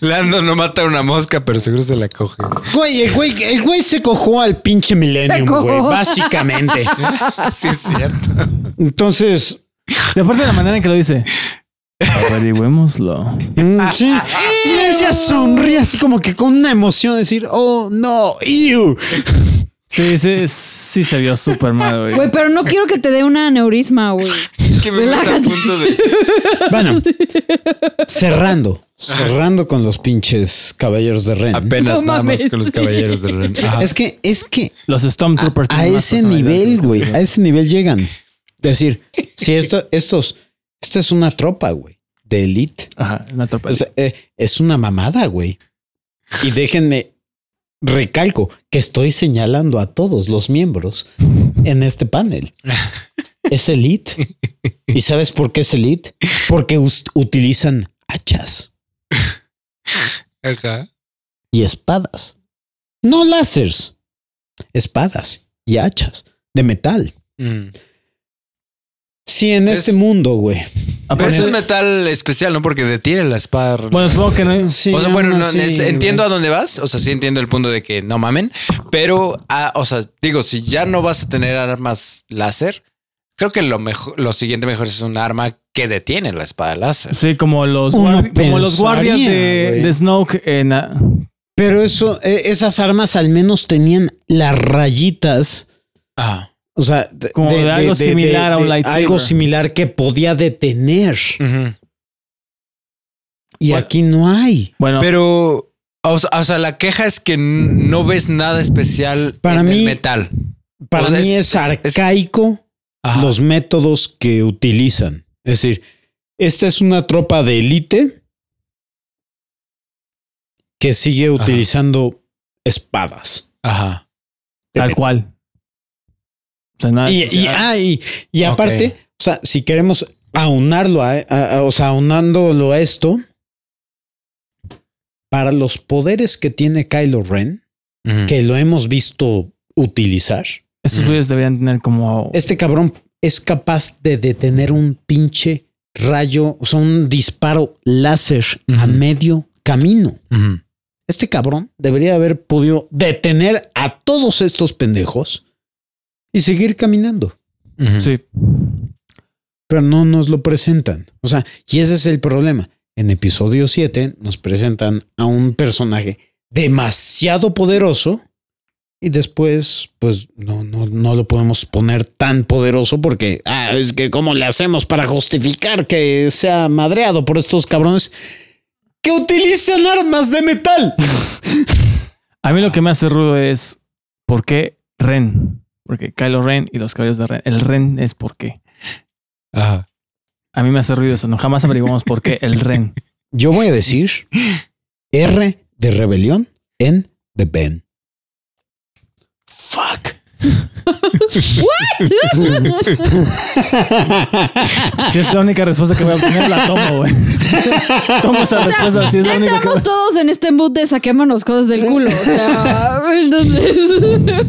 [SPEAKER 2] Lando no mata a una mosca, pero seguro se la coge.
[SPEAKER 1] Güey, el güey, el güey se cojó al pinche Millennium,
[SPEAKER 3] cojó.
[SPEAKER 1] güey, básicamente.
[SPEAKER 2] Ah, sí, es cierto.
[SPEAKER 1] Entonces,
[SPEAKER 5] Y aparte de la manera en que lo dice.
[SPEAKER 6] Averigüémoslo.
[SPEAKER 1] mm, sí. Y ella sonríe así como que con una emoción, decir, oh no, ew.
[SPEAKER 5] Sí, sí, sí se vio súper mal, güey.
[SPEAKER 3] Güey, pero no quiero que te dé una aneurisma, güey.
[SPEAKER 2] Es que me gusta a
[SPEAKER 3] Relájate.
[SPEAKER 2] punto de.
[SPEAKER 1] Bueno, cerrando, cerrando con los pinches caballeros de Ren.
[SPEAKER 2] Apenas
[SPEAKER 3] No
[SPEAKER 2] nada
[SPEAKER 3] mames.
[SPEAKER 2] más que los caballeros del Ren. Ajá.
[SPEAKER 1] Es que, es que
[SPEAKER 5] Los Stormtroopers.
[SPEAKER 1] a
[SPEAKER 5] tienen más
[SPEAKER 1] ese
[SPEAKER 5] personalidad que
[SPEAKER 1] nivel,
[SPEAKER 5] los
[SPEAKER 1] güey, a
[SPEAKER 5] Stormtroopers.
[SPEAKER 1] ese nivel llegan. Decir, si esto, estos, esta es una tropa, güey, de elite.
[SPEAKER 5] Ajá, una tropa.
[SPEAKER 1] O sea, eh, es una mamada, güey. Y déjenme, recalco que estoy señalando a todos los miembros en este panel. Es elite. ¿Y sabes por qué es elite? Porque us- utilizan hachas
[SPEAKER 2] Ajá.
[SPEAKER 1] y espadas. No lásers. Espadas y hachas de metal.
[SPEAKER 2] Mm.
[SPEAKER 1] Sí, en
[SPEAKER 2] Es-
[SPEAKER 1] este mundo, güey.
[SPEAKER 2] Pero
[SPEAKER 5] Aparte-
[SPEAKER 2] eso es metal especial, ¿no? Porque detiene la espada.
[SPEAKER 5] bueno, supongo que no.
[SPEAKER 1] Sí,
[SPEAKER 2] o sea, bueno,
[SPEAKER 1] aún
[SPEAKER 2] no,
[SPEAKER 1] así,
[SPEAKER 2] es-
[SPEAKER 1] güey.
[SPEAKER 2] entiendo a dónde vas. O sea, sí entiendo el punto de que no mamen. Pero, ah, o sea, digo, si ya no vas a tener armas láser, creo que lo mejor, lo siguiente mejor es un arma que detiene la espada láser.
[SPEAKER 5] Sí, como los,
[SPEAKER 1] Uno
[SPEAKER 5] guardi- como los guardias
[SPEAKER 1] pensaría,
[SPEAKER 5] de,
[SPEAKER 1] güey.
[SPEAKER 5] de Snoke en. ah,
[SPEAKER 1] Pero eso, eh, esas armas al menos tenían las rayitas
[SPEAKER 2] Ah.
[SPEAKER 1] O sea, de,
[SPEAKER 5] Como de algo similar a un
[SPEAKER 1] de
[SPEAKER 5] lightsaber.
[SPEAKER 1] Algo similar que podía detener.
[SPEAKER 2] Ujú.
[SPEAKER 1] Y
[SPEAKER 2] Pues,
[SPEAKER 5] Bueno.
[SPEAKER 1] aquí no hay.
[SPEAKER 5] Bueno,
[SPEAKER 2] Pero, o sea, o sea, la queja es que n- no ves nada especial
[SPEAKER 1] Para
[SPEAKER 2] en el
[SPEAKER 1] mí-
[SPEAKER 2] metal.
[SPEAKER 1] Para
[SPEAKER 2] O sea,
[SPEAKER 1] mí
[SPEAKER 2] pues, es-
[SPEAKER 1] es arcaico
[SPEAKER 2] Ajá.
[SPEAKER 1] los métodos que utilizan. Es decir, esta es una tropa de élite que sigue utilizando espadas.
[SPEAKER 2] Ajá.
[SPEAKER 5] tal cual. O sea, nada-
[SPEAKER 1] Y, y, ah, y- y
[SPEAKER 2] Ok.
[SPEAKER 1] aparte, o sea, si queremos aunarlo a, a- a- o sea, aunándolo a esto, para los poderes que tiene Kylo Ren,
[SPEAKER 2] Ujú.
[SPEAKER 1] que lo hemos visto utilizar.
[SPEAKER 5] estos güeyes deberían tener como.
[SPEAKER 1] Este cabrón es capaz de detener un pinche rayo, o sea, un disparo láser a
[SPEAKER 2] Ujú.
[SPEAKER 1] medio camino.
[SPEAKER 2] Ujú.
[SPEAKER 1] Este cabrón debería haber podido detener a todos estos pendejos y seguir caminando,
[SPEAKER 2] Ujú.
[SPEAKER 5] Sí.
[SPEAKER 1] pero no nos lo presentan. O sea, y ese es el problema. En episodio 7 nos presentan a un personaje demasiado poderoso y después, pues, no, no, no lo podemos poner tan poderoso porque, ah, es que cómo le hacemos para justificar que sea madreado por estos cabrones que utilizan armas de metal.
[SPEAKER 5] A mí lo que me hace rudo es por qué Ren. Porque Kylo Ren y los caballeros de Ren. El Ren es por qué.
[SPEAKER 2] Ajá.
[SPEAKER 5] A mí me hace ruido eso. No jamás averiguamos por qué el Ren.
[SPEAKER 1] Yo voy a decir R de rebelión en The Ben. Fuck.
[SPEAKER 5] Si es la única respuesta que voy a obtener, la tomo, güey. Tomo esa respuesta. Si Pues, es
[SPEAKER 3] Ya
[SPEAKER 5] la única que
[SPEAKER 3] entramos todos en este mood de saquémonos cosas del culo. O sea, entonces.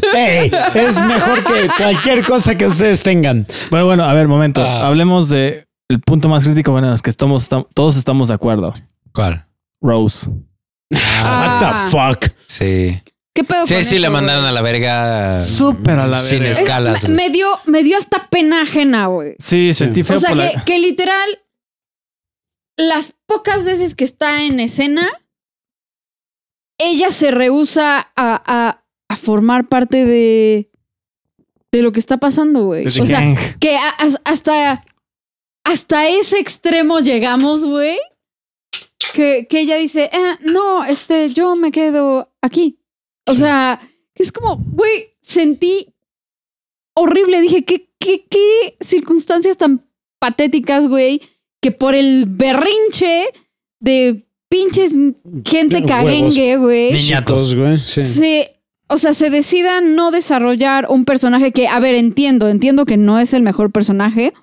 [SPEAKER 1] Ey, es mejor que cualquier cosa que ustedes tengan.
[SPEAKER 5] Bueno, bueno, a ver, momento. Hablemos de el punto más crítico, bueno, en los que estamos, estam- todos estamos de acuerdo.
[SPEAKER 2] ¿Cuál?
[SPEAKER 5] Rose.
[SPEAKER 3] Ah,
[SPEAKER 1] What the fuck?
[SPEAKER 2] Sí.
[SPEAKER 3] ¿Qué pedo
[SPEAKER 2] Sí,
[SPEAKER 3] con
[SPEAKER 2] sí,
[SPEAKER 3] eso,
[SPEAKER 2] la
[SPEAKER 3] güey?
[SPEAKER 2] mandaron a la verga.
[SPEAKER 5] Súper a la
[SPEAKER 2] Sin
[SPEAKER 5] verga.
[SPEAKER 3] Es-
[SPEAKER 2] escalas.
[SPEAKER 3] me, me dio, me dio hasta pena ajena, güey.
[SPEAKER 5] Sí, sentí feo
[SPEAKER 3] O sea,
[SPEAKER 5] por la-
[SPEAKER 3] que, que literal, las pocas veces que está en escena, ella se rehúsa a, a- a formar parte de, de lo que está pasando, güey.
[SPEAKER 5] Pues
[SPEAKER 3] O sea, que a- as- hasta, hasta ese extremo llegamos, güey. Que, que ella dice, "Ah, no, este, yo me quedo aquí. O sea, que es como, güey, sentí horrible. Dije, ¿qué, qué, qué circunstancias tan patéticas, güey, que por el berrinche de pinches gente
[SPEAKER 1] Huevos.
[SPEAKER 3] cagengue, güey
[SPEAKER 1] Niñatos, güey. Sí.
[SPEAKER 3] se, o sea, se decida no desarrollar un personaje que, a ver, entiendo, entiendo que no es el mejor personaje,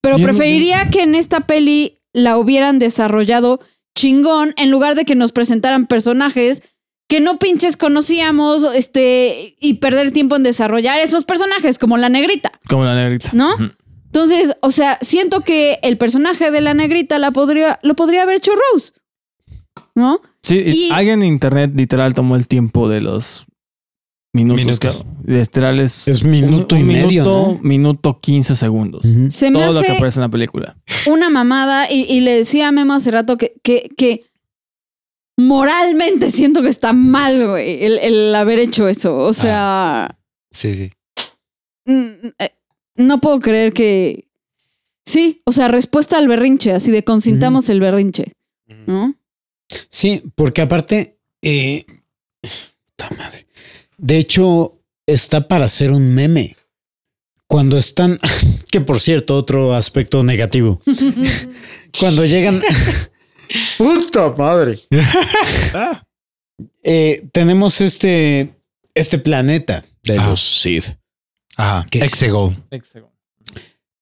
[SPEAKER 3] pero
[SPEAKER 5] Sí, yo no-
[SPEAKER 3] preferiría que en esta peli la hubieran desarrollado chingón en lugar de que nos presentaran personajes que no pinches conocíamos, este, y perder tiempo en desarrollar esos personajes, como la negrita.
[SPEAKER 5] Como la negrita.
[SPEAKER 3] ¿No?
[SPEAKER 5] Ujú.
[SPEAKER 3] Entonces, o sea, siento que el personaje de la negrita la podría, lo podría haber hecho Rose. ¿No?
[SPEAKER 5] Sí, y
[SPEAKER 3] Y-
[SPEAKER 5] alguien en internet literal tomó el tiempo de los minutos.
[SPEAKER 2] Minutos.
[SPEAKER 5] que- literal es...
[SPEAKER 1] Es minuto
[SPEAKER 5] un-
[SPEAKER 1] y
[SPEAKER 5] un
[SPEAKER 1] medio.
[SPEAKER 5] Minuto, minuto 15 segundos.
[SPEAKER 1] ¿no? Ujú.
[SPEAKER 3] Se me
[SPEAKER 5] Todo lo
[SPEAKER 3] hace
[SPEAKER 5] que aparece en la película.
[SPEAKER 3] una mamada y, y le decía a Memo hace rato que, que, que moralmente siento que está mal, güey, el, el haber hecho eso.
[SPEAKER 2] Ah.
[SPEAKER 3] O sea,
[SPEAKER 2] Sí, sí.
[SPEAKER 3] mm, eh, no puedo creer que... Sí, o sea, respuesta al berrinche, así de consintamos el berrinche, ¿no?
[SPEAKER 1] Sí, porque aparte, eh, puta madre. De hecho, está para hacer un meme. Cuando están, que por cierto, otro aspecto negativo. Cuando llegan, puta madre. Eh, tenemos este, este planeta de
[SPEAKER 2] Ah.
[SPEAKER 1] los Sith.
[SPEAKER 2] Ajá.
[SPEAKER 1] ¿Qué es?
[SPEAKER 2] Exegol.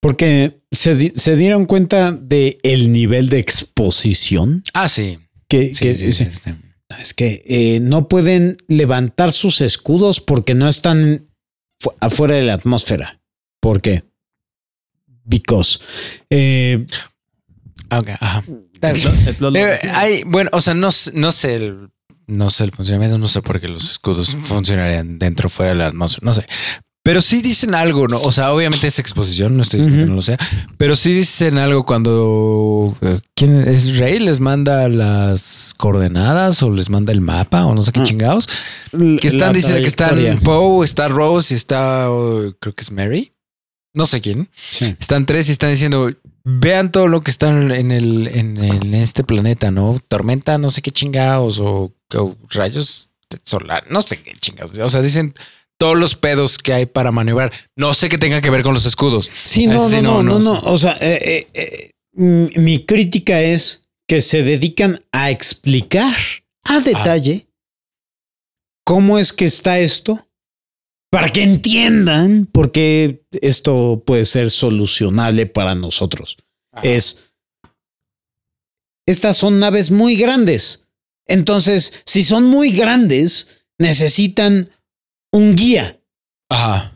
[SPEAKER 1] Porque se, di- se dieron cuenta de el nivel de exposición
[SPEAKER 2] Ah, sí.
[SPEAKER 1] que,
[SPEAKER 2] Sí,
[SPEAKER 1] que-
[SPEAKER 2] sí, sí,
[SPEAKER 1] sí.
[SPEAKER 2] este.
[SPEAKER 1] Es que eh, no pueden levantar sus escudos porque no están fu- afuera de la atmósfera. ¿Por qué? Because. Eh,
[SPEAKER 2] Ah, ok, ajá.
[SPEAKER 5] El plot lo-
[SPEAKER 2] Eh, hay, bueno, o sea, no, s- no sé el, no sé el funcionamiento, no sé por qué los escudos funcionarían dentro o fuera de la atmósfera, no sé. Pero sí dicen algo, ¿no? O sea, obviamente es exposición, no estoy diciendo
[SPEAKER 1] Ujú.
[SPEAKER 2] que no lo sea, pero sí dicen algo cuando eh, quién es Rey les manda las coordenadas o les manda el mapa o no sé qué
[SPEAKER 1] Ah.
[SPEAKER 2] chingados, que
[SPEAKER 1] la
[SPEAKER 2] están diciendo que
[SPEAKER 1] trayectoria.
[SPEAKER 2] están Poe, está Rose y está oh, creo que es Mary, no sé quién.
[SPEAKER 1] Sí.
[SPEAKER 2] Están tres y están diciendo, vean todo lo que está en, el, en, el- en este planeta, ¿no? Tormenta, no sé qué chingados, o, o rayos solar, no sé qué chingados. O sea, dicen todos los pedos que hay para maniobrar. No sé qué tenga que ver con los escudos.
[SPEAKER 1] Sí,
[SPEAKER 2] Ah,
[SPEAKER 1] no,
[SPEAKER 2] sí,
[SPEAKER 1] no, no,
[SPEAKER 2] no,
[SPEAKER 1] no,
[SPEAKER 2] no,
[SPEAKER 1] no. O sea, eh, eh, eh, mm, mi crítica es que se dedican a explicar
[SPEAKER 2] Ah.
[SPEAKER 1] a detalle cómo es que está esto para que entiendan por qué esto puede ser solucionable para nosotros. Es estas son naves muy grandes. Entonces, si son muy grandes, necesitan un guía.
[SPEAKER 2] Ajá.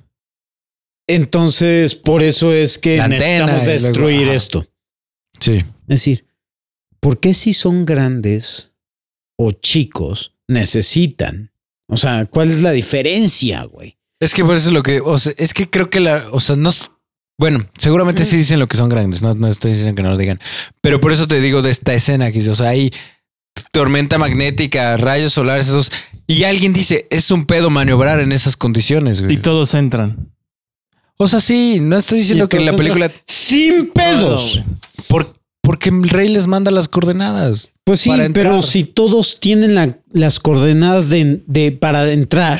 [SPEAKER 1] Entonces, por eso es que
[SPEAKER 2] La antena
[SPEAKER 1] necesitamos
[SPEAKER 2] y luego,
[SPEAKER 1] destruir
[SPEAKER 2] ajá.
[SPEAKER 1] esto.
[SPEAKER 2] Sí.
[SPEAKER 1] Es decir, ¿por qué si son grandes o chicos necesitan? O sea, ¿cuál es la diferencia, güey?
[SPEAKER 2] Es que por eso lo que, o sea, es que creo que la, o sea, no, s- bueno, seguramente sí dicen lo que son grandes, no, no estoy diciendo que no lo digan, pero por eso te digo de esta escena que dice, o sea, hay tormenta magnética, rayos solares, esos, y alguien dice, es un pedo maniobrar en esas condiciones, güey.
[SPEAKER 5] Y todos entran.
[SPEAKER 2] O sea, sí, no estoy diciendo
[SPEAKER 1] Y
[SPEAKER 2] que la
[SPEAKER 1] todos
[SPEAKER 2] película,
[SPEAKER 1] Sin pedos.
[SPEAKER 5] Todo, güey.
[SPEAKER 2] por, porque el rey les manda las coordenadas.
[SPEAKER 1] Pues sí,
[SPEAKER 2] Para entrar.
[SPEAKER 1] pero si todos tienen la- las coordenadas de, de- para entrar,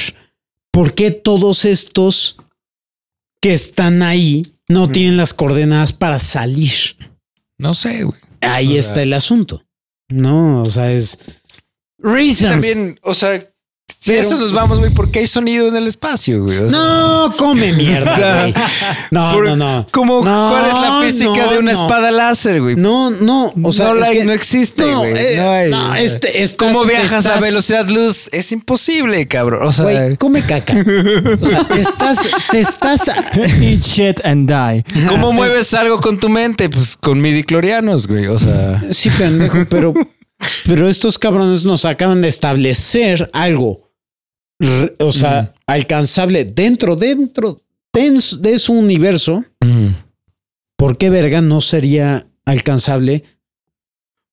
[SPEAKER 1] ¿por qué todos estos que están ahí no tienen las coordenadas para salir?
[SPEAKER 2] No sé, güey.
[SPEAKER 1] Ahí
[SPEAKER 2] O sea-
[SPEAKER 1] está el asunto. No, o sea, es reasons.
[SPEAKER 2] También, o sea, Si eso nos vamos, güey, porque hay sonido en el espacio, güey. O sea,
[SPEAKER 1] No, come mierda, güey. No,
[SPEAKER 2] por-
[SPEAKER 1] no, no.
[SPEAKER 2] Como,
[SPEAKER 1] No,
[SPEAKER 2] ¿Cuál es la física
[SPEAKER 1] no,
[SPEAKER 2] de una
[SPEAKER 1] no.
[SPEAKER 2] espada láser, güey?
[SPEAKER 1] No, no, o sea,
[SPEAKER 2] no,
[SPEAKER 1] es
[SPEAKER 2] la-
[SPEAKER 1] que-
[SPEAKER 2] no existe,
[SPEAKER 1] No,
[SPEAKER 2] güey.
[SPEAKER 1] eh,
[SPEAKER 2] no hay-
[SPEAKER 1] no, este, estás-
[SPEAKER 2] ¿Cómo viajas a
[SPEAKER 1] estás-
[SPEAKER 2] velocidad luz? Es imposible, cabrón. O sea,
[SPEAKER 1] Güey, come caca. O sea, te estás, te estás,
[SPEAKER 5] Eat shit and die.
[SPEAKER 2] ¿cómo mueves algo con tu mente? Pues con midi clorianos, güey. O sea,
[SPEAKER 1] sí, pendejo, pero, pero estos cabrones nos acaban de establecer algo, r- o sea, alcanzable dentro, dentro dens- de su universo. ¿Por qué verga no sería alcanzable?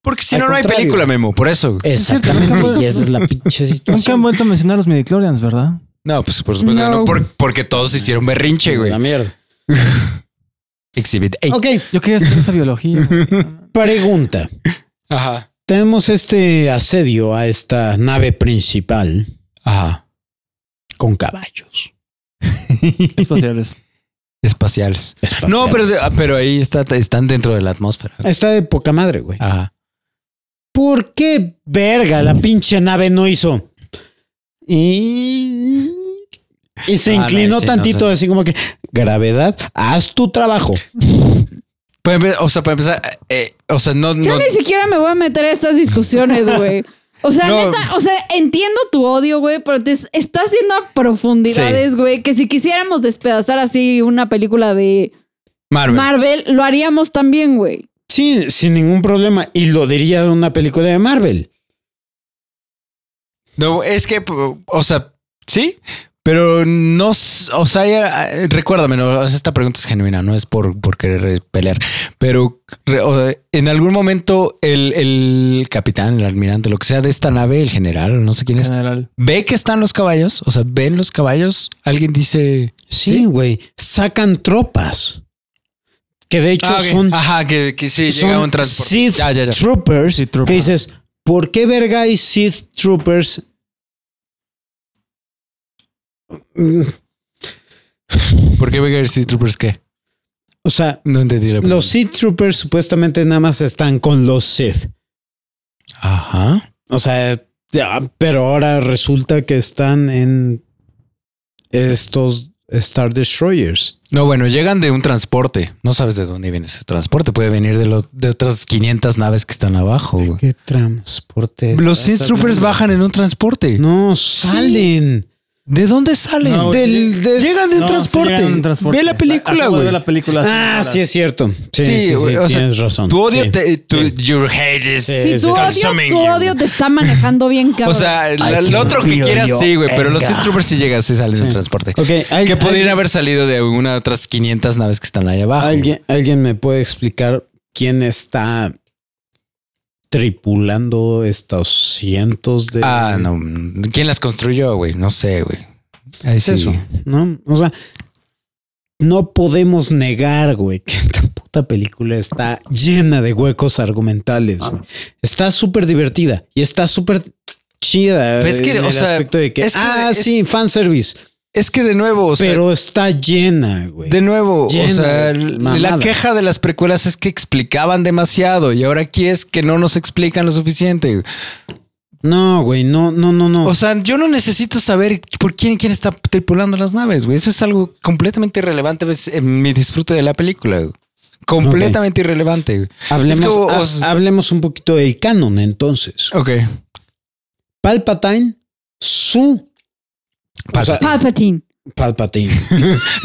[SPEAKER 2] porque si
[SPEAKER 1] Al
[SPEAKER 2] no, no hay
[SPEAKER 1] contrario.
[SPEAKER 2] película, Memo. Por eso. güey.
[SPEAKER 1] Exactamente, y esa es la pinche
[SPEAKER 5] Nunca han
[SPEAKER 1] situación.
[SPEAKER 5] vuelto a mencionar los midichlorians, ¿verdad?
[SPEAKER 2] No, pues por supuesto que
[SPEAKER 3] No.
[SPEAKER 2] no. por- porque todos hicieron berrinche, güey.
[SPEAKER 1] La mierda.
[SPEAKER 2] Exhibit A.
[SPEAKER 1] Ok,
[SPEAKER 5] Yo quería estudiar esa biología.
[SPEAKER 1] pregunta.
[SPEAKER 2] Ajá.
[SPEAKER 1] Tenemos este asedio a esta nave principal
[SPEAKER 2] Ajá.
[SPEAKER 1] con caballos.
[SPEAKER 5] Espaciales.
[SPEAKER 2] Espaciales.
[SPEAKER 1] espaciales.
[SPEAKER 2] No, pero, ah, pero ahí está, están dentro de la atmósfera. güey.
[SPEAKER 1] Está de poca madre, güey.
[SPEAKER 2] Ajá.
[SPEAKER 1] ¿Por qué verga la pinche nave no hizo? Y, y se
[SPEAKER 2] Ah, no,
[SPEAKER 1] inclinó
[SPEAKER 2] sí, no
[SPEAKER 1] tantito,
[SPEAKER 2] sé.
[SPEAKER 1] así como que, gravedad, haz tu trabajo.
[SPEAKER 2] Para empe- o sea, para empezar, eh, o sea, no,
[SPEAKER 3] Yo
[SPEAKER 2] no,
[SPEAKER 3] ni siquiera me voy a meter a estas discusiones, güey. O sea,
[SPEAKER 2] No.
[SPEAKER 3] neta, o sea, entiendo tu odio, güey, pero te es- estás yendo a profundidades, güey, que si quisiéramos despedazar así una película de
[SPEAKER 2] Marvel.
[SPEAKER 3] Marvel, lo haríamos también, güey.
[SPEAKER 1] Sí, sin ningún problema. Y lo diría de una película de Marvel.
[SPEAKER 2] No, es que, o sea, sí, pero no, s- o sea, ya- recuérdame, no, o sea, esta pregunta es genuina, no es por, por querer eh, pelear, pero re- o- en algún momento el, el capitán, el almirante, lo que sea de esta nave, el general, no sé quién es,
[SPEAKER 5] General.
[SPEAKER 2] ve que están los caballos, o sea, ven los caballos, alguien dice...
[SPEAKER 1] Sí, güey. Sacan tropas. Que de hecho
[SPEAKER 2] Ah, ok.
[SPEAKER 1] son
[SPEAKER 2] Ajá, que, que sí,
[SPEAKER 1] son
[SPEAKER 2] llega un transporte.
[SPEAKER 1] Sith
[SPEAKER 2] Ya, ya, ya.
[SPEAKER 1] Troopers.
[SPEAKER 5] Sith Troopers.
[SPEAKER 1] Que dices, ¿por qué verga hay Sith Troopers? Mm,
[SPEAKER 2] ¿Por qué ve que el Sith Troopers qué?
[SPEAKER 1] O sea,
[SPEAKER 2] No entendí la pregunta.
[SPEAKER 1] los Sith Troopers supuestamente nada más están con los Sith.
[SPEAKER 2] Ajá.
[SPEAKER 1] O sea, ya, pero ahora resulta que están en estos Star Destroyers.
[SPEAKER 2] No, bueno, llegan de un transporte. No sabes de dónde viene ese transporte. Puede venir de, lo- de otras 500 naves que están abajo.
[SPEAKER 1] ¿De
[SPEAKER 2] güey.
[SPEAKER 1] qué transporte?
[SPEAKER 2] Los
[SPEAKER 1] estás
[SPEAKER 2] Sith Troopers
[SPEAKER 1] hablando?
[SPEAKER 2] bajan en un transporte.
[SPEAKER 1] No, salen.
[SPEAKER 2] ¿De dónde salen?
[SPEAKER 5] No,
[SPEAKER 2] De-
[SPEAKER 1] Del, des-
[SPEAKER 2] Llegan de un
[SPEAKER 5] No, sí
[SPEAKER 2] transporte.
[SPEAKER 5] llegan en transporte.
[SPEAKER 2] Ve la película,
[SPEAKER 5] Acabo de ver
[SPEAKER 2] güey.
[SPEAKER 5] la película. hace
[SPEAKER 1] Ah,
[SPEAKER 5] horas.
[SPEAKER 1] sí, es cierto. Sí,
[SPEAKER 2] Sí,
[SPEAKER 1] sí, sí,
[SPEAKER 2] güey, o sea,
[SPEAKER 1] tienes razón.
[SPEAKER 2] Tu odio,
[SPEAKER 1] Sí.
[SPEAKER 2] te, tu,
[SPEAKER 1] sí.
[SPEAKER 2] your hate is
[SPEAKER 1] Eh, Sí.
[SPEAKER 3] Si tu odio,
[SPEAKER 2] consuming
[SPEAKER 3] tu
[SPEAKER 2] you.
[SPEAKER 3] odio te está manejando bien, cabrón.
[SPEAKER 2] O sea, la-
[SPEAKER 6] I
[SPEAKER 2] el
[SPEAKER 6] can
[SPEAKER 2] otro que
[SPEAKER 6] feel
[SPEAKER 2] quieras,
[SPEAKER 6] your
[SPEAKER 2] sí, güey. Pero los
[SPEAKER 6] anger.
[SPEAKER 2] Sith Troopers sí llegan, sí salen
[SPEAKER 1] Sí.
[SPEAKER 2] en transporte.
[SPEAKER 1] Ok, al-
[SPEAKER 2] Que podrían
[SPEAKER 1] alguien-
[SPEAKER 2] haber salido de una de otras 500 naves que están allá abajo.
[SPEAKER 1] ¿Alguien, alguien me puede explicar quién está tripulando estos cientos de.
[SPEAKER 2] Ah, no. ¿Quién las construyó, güey? No sé, güey. Ahí
[SPEAKER 1] Es
[SPEAKER 2] sí.
[SPEAKER 1] eso, ¿no? O sea, no podemos negar, güey, que esta puta película está llena de huecos argumentales.
[SPEAKER 2] Ah.
[SPEAKER 1] güey. Está súper divertida y está súper chida.
[SPEAKER 2] Pero es que,
[SPEAKER 1] en
[SPEAKER 2] o
[SPEAKER 1] el
[SPEAKER 2] sea,
[SPEAKER 1] aspecto de que.
[SPEAKER 2] es que-
[SPEAKER 1] ah,
[SPEAKER 2] es-
[SPEAKER 1] sí, fanservice.
[SPEAKER 2] Es que de nuevo, o sea,
[SPEAKER 1] pero está llena, güey.
[SPEAKER 2] de nuevo,
[SPEAKER 1] Lleno
[SPEAKER 2] o sea,
[SPEAKER 1] de
[SPEAKER 2] l- la
[SPEAKER 1] mamadas.
[SPEAKER 2] queja de las precuelas es que explicaban demasiado y ahora aquí es que no nos explican lo suficiente. güey.
[SPEAKER 1] No, güey, no, no, no, no.
[SPEAKER 2] O sea, yo no necesito saber por quién quién está tripulando las naves, güey. Eso es algo completamente irrelevante ves, en mi disfrute de la película. güey. Completamente irrelevante. güey.
[SPEAKER 1] hablemos,
[SPEAKER 2] es como-
[SPEAKER 1] ha-
[SPEAKER 2] o sea-
[SPEAKER 1] hablemos un poquito del canon entonces.
[SPEAKER 2] Ok.
[SPEAKER 1] Palpatine, su o sea,
[SPEAKER 3] Palpatine.
[SPEAKER 1] Palpatine.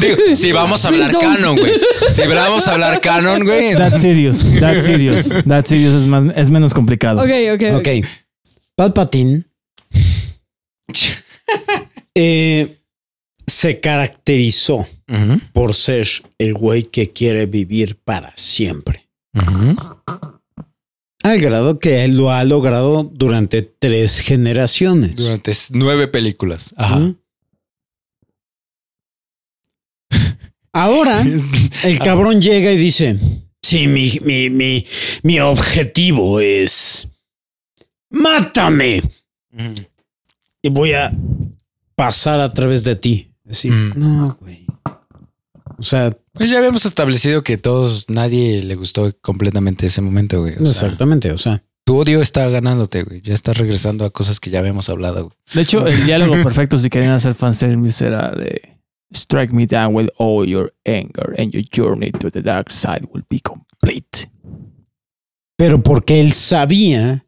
[SPEAKER 2] Digo, si vamos a hablar
[SPEAKER 3] Please don't.
[SPEAKER 2] canon, güey. Si vamos a hablar canon, güey.
[SPEAKER 5] That's serious. That's serious. That's serious es, más, es menos complicado.
[SPEAKER 3] Ok, ok. ok.
[SPEAKER 1] Ok. Palpatine eh, se caracterizó
[SPEAKER 2] Ujú,
[SPEAKER 1] por ser el güey que quiere vivir para siempre.
[SPEAKER 2] ujú.
[SPEAKER 1] Al grado que él lo ha logrado durante tres generaciones.
[SPEAKER 2] Durante s- nueve películas. Ajá.
[SPEAKER 1] ¿Mm? Ahora el cabrón llega y dice: Sí, mi, mi, mi, mi objetivo es. ¡Mátame!
[SPEAKER 2] Ujú.
[SPEAKER 1] Y voy a pasar a través de ti. Decir,
[SPEAKER 2] Mm.
[SPEAKER 1] no, güey. O sea,
[SPEAKER 2] Pues ya habíamos establecido que todos, nadie le gustó completamente ese momento, güey. O sea,
[SPEAKER 1] exactamente. O sea,
[SPEAKER 2] Tu odio está ganándote, güey. Ya estás regresando a cosas que ya habíamos hablado, güey.
[SPEAKER 5] De hecho, el diálogo perfecto si querían hacer fanservice era de Strike me down with all your anger and your journey to the dark side will be complete.
[SPEAKER 1] Pero porque él sabía.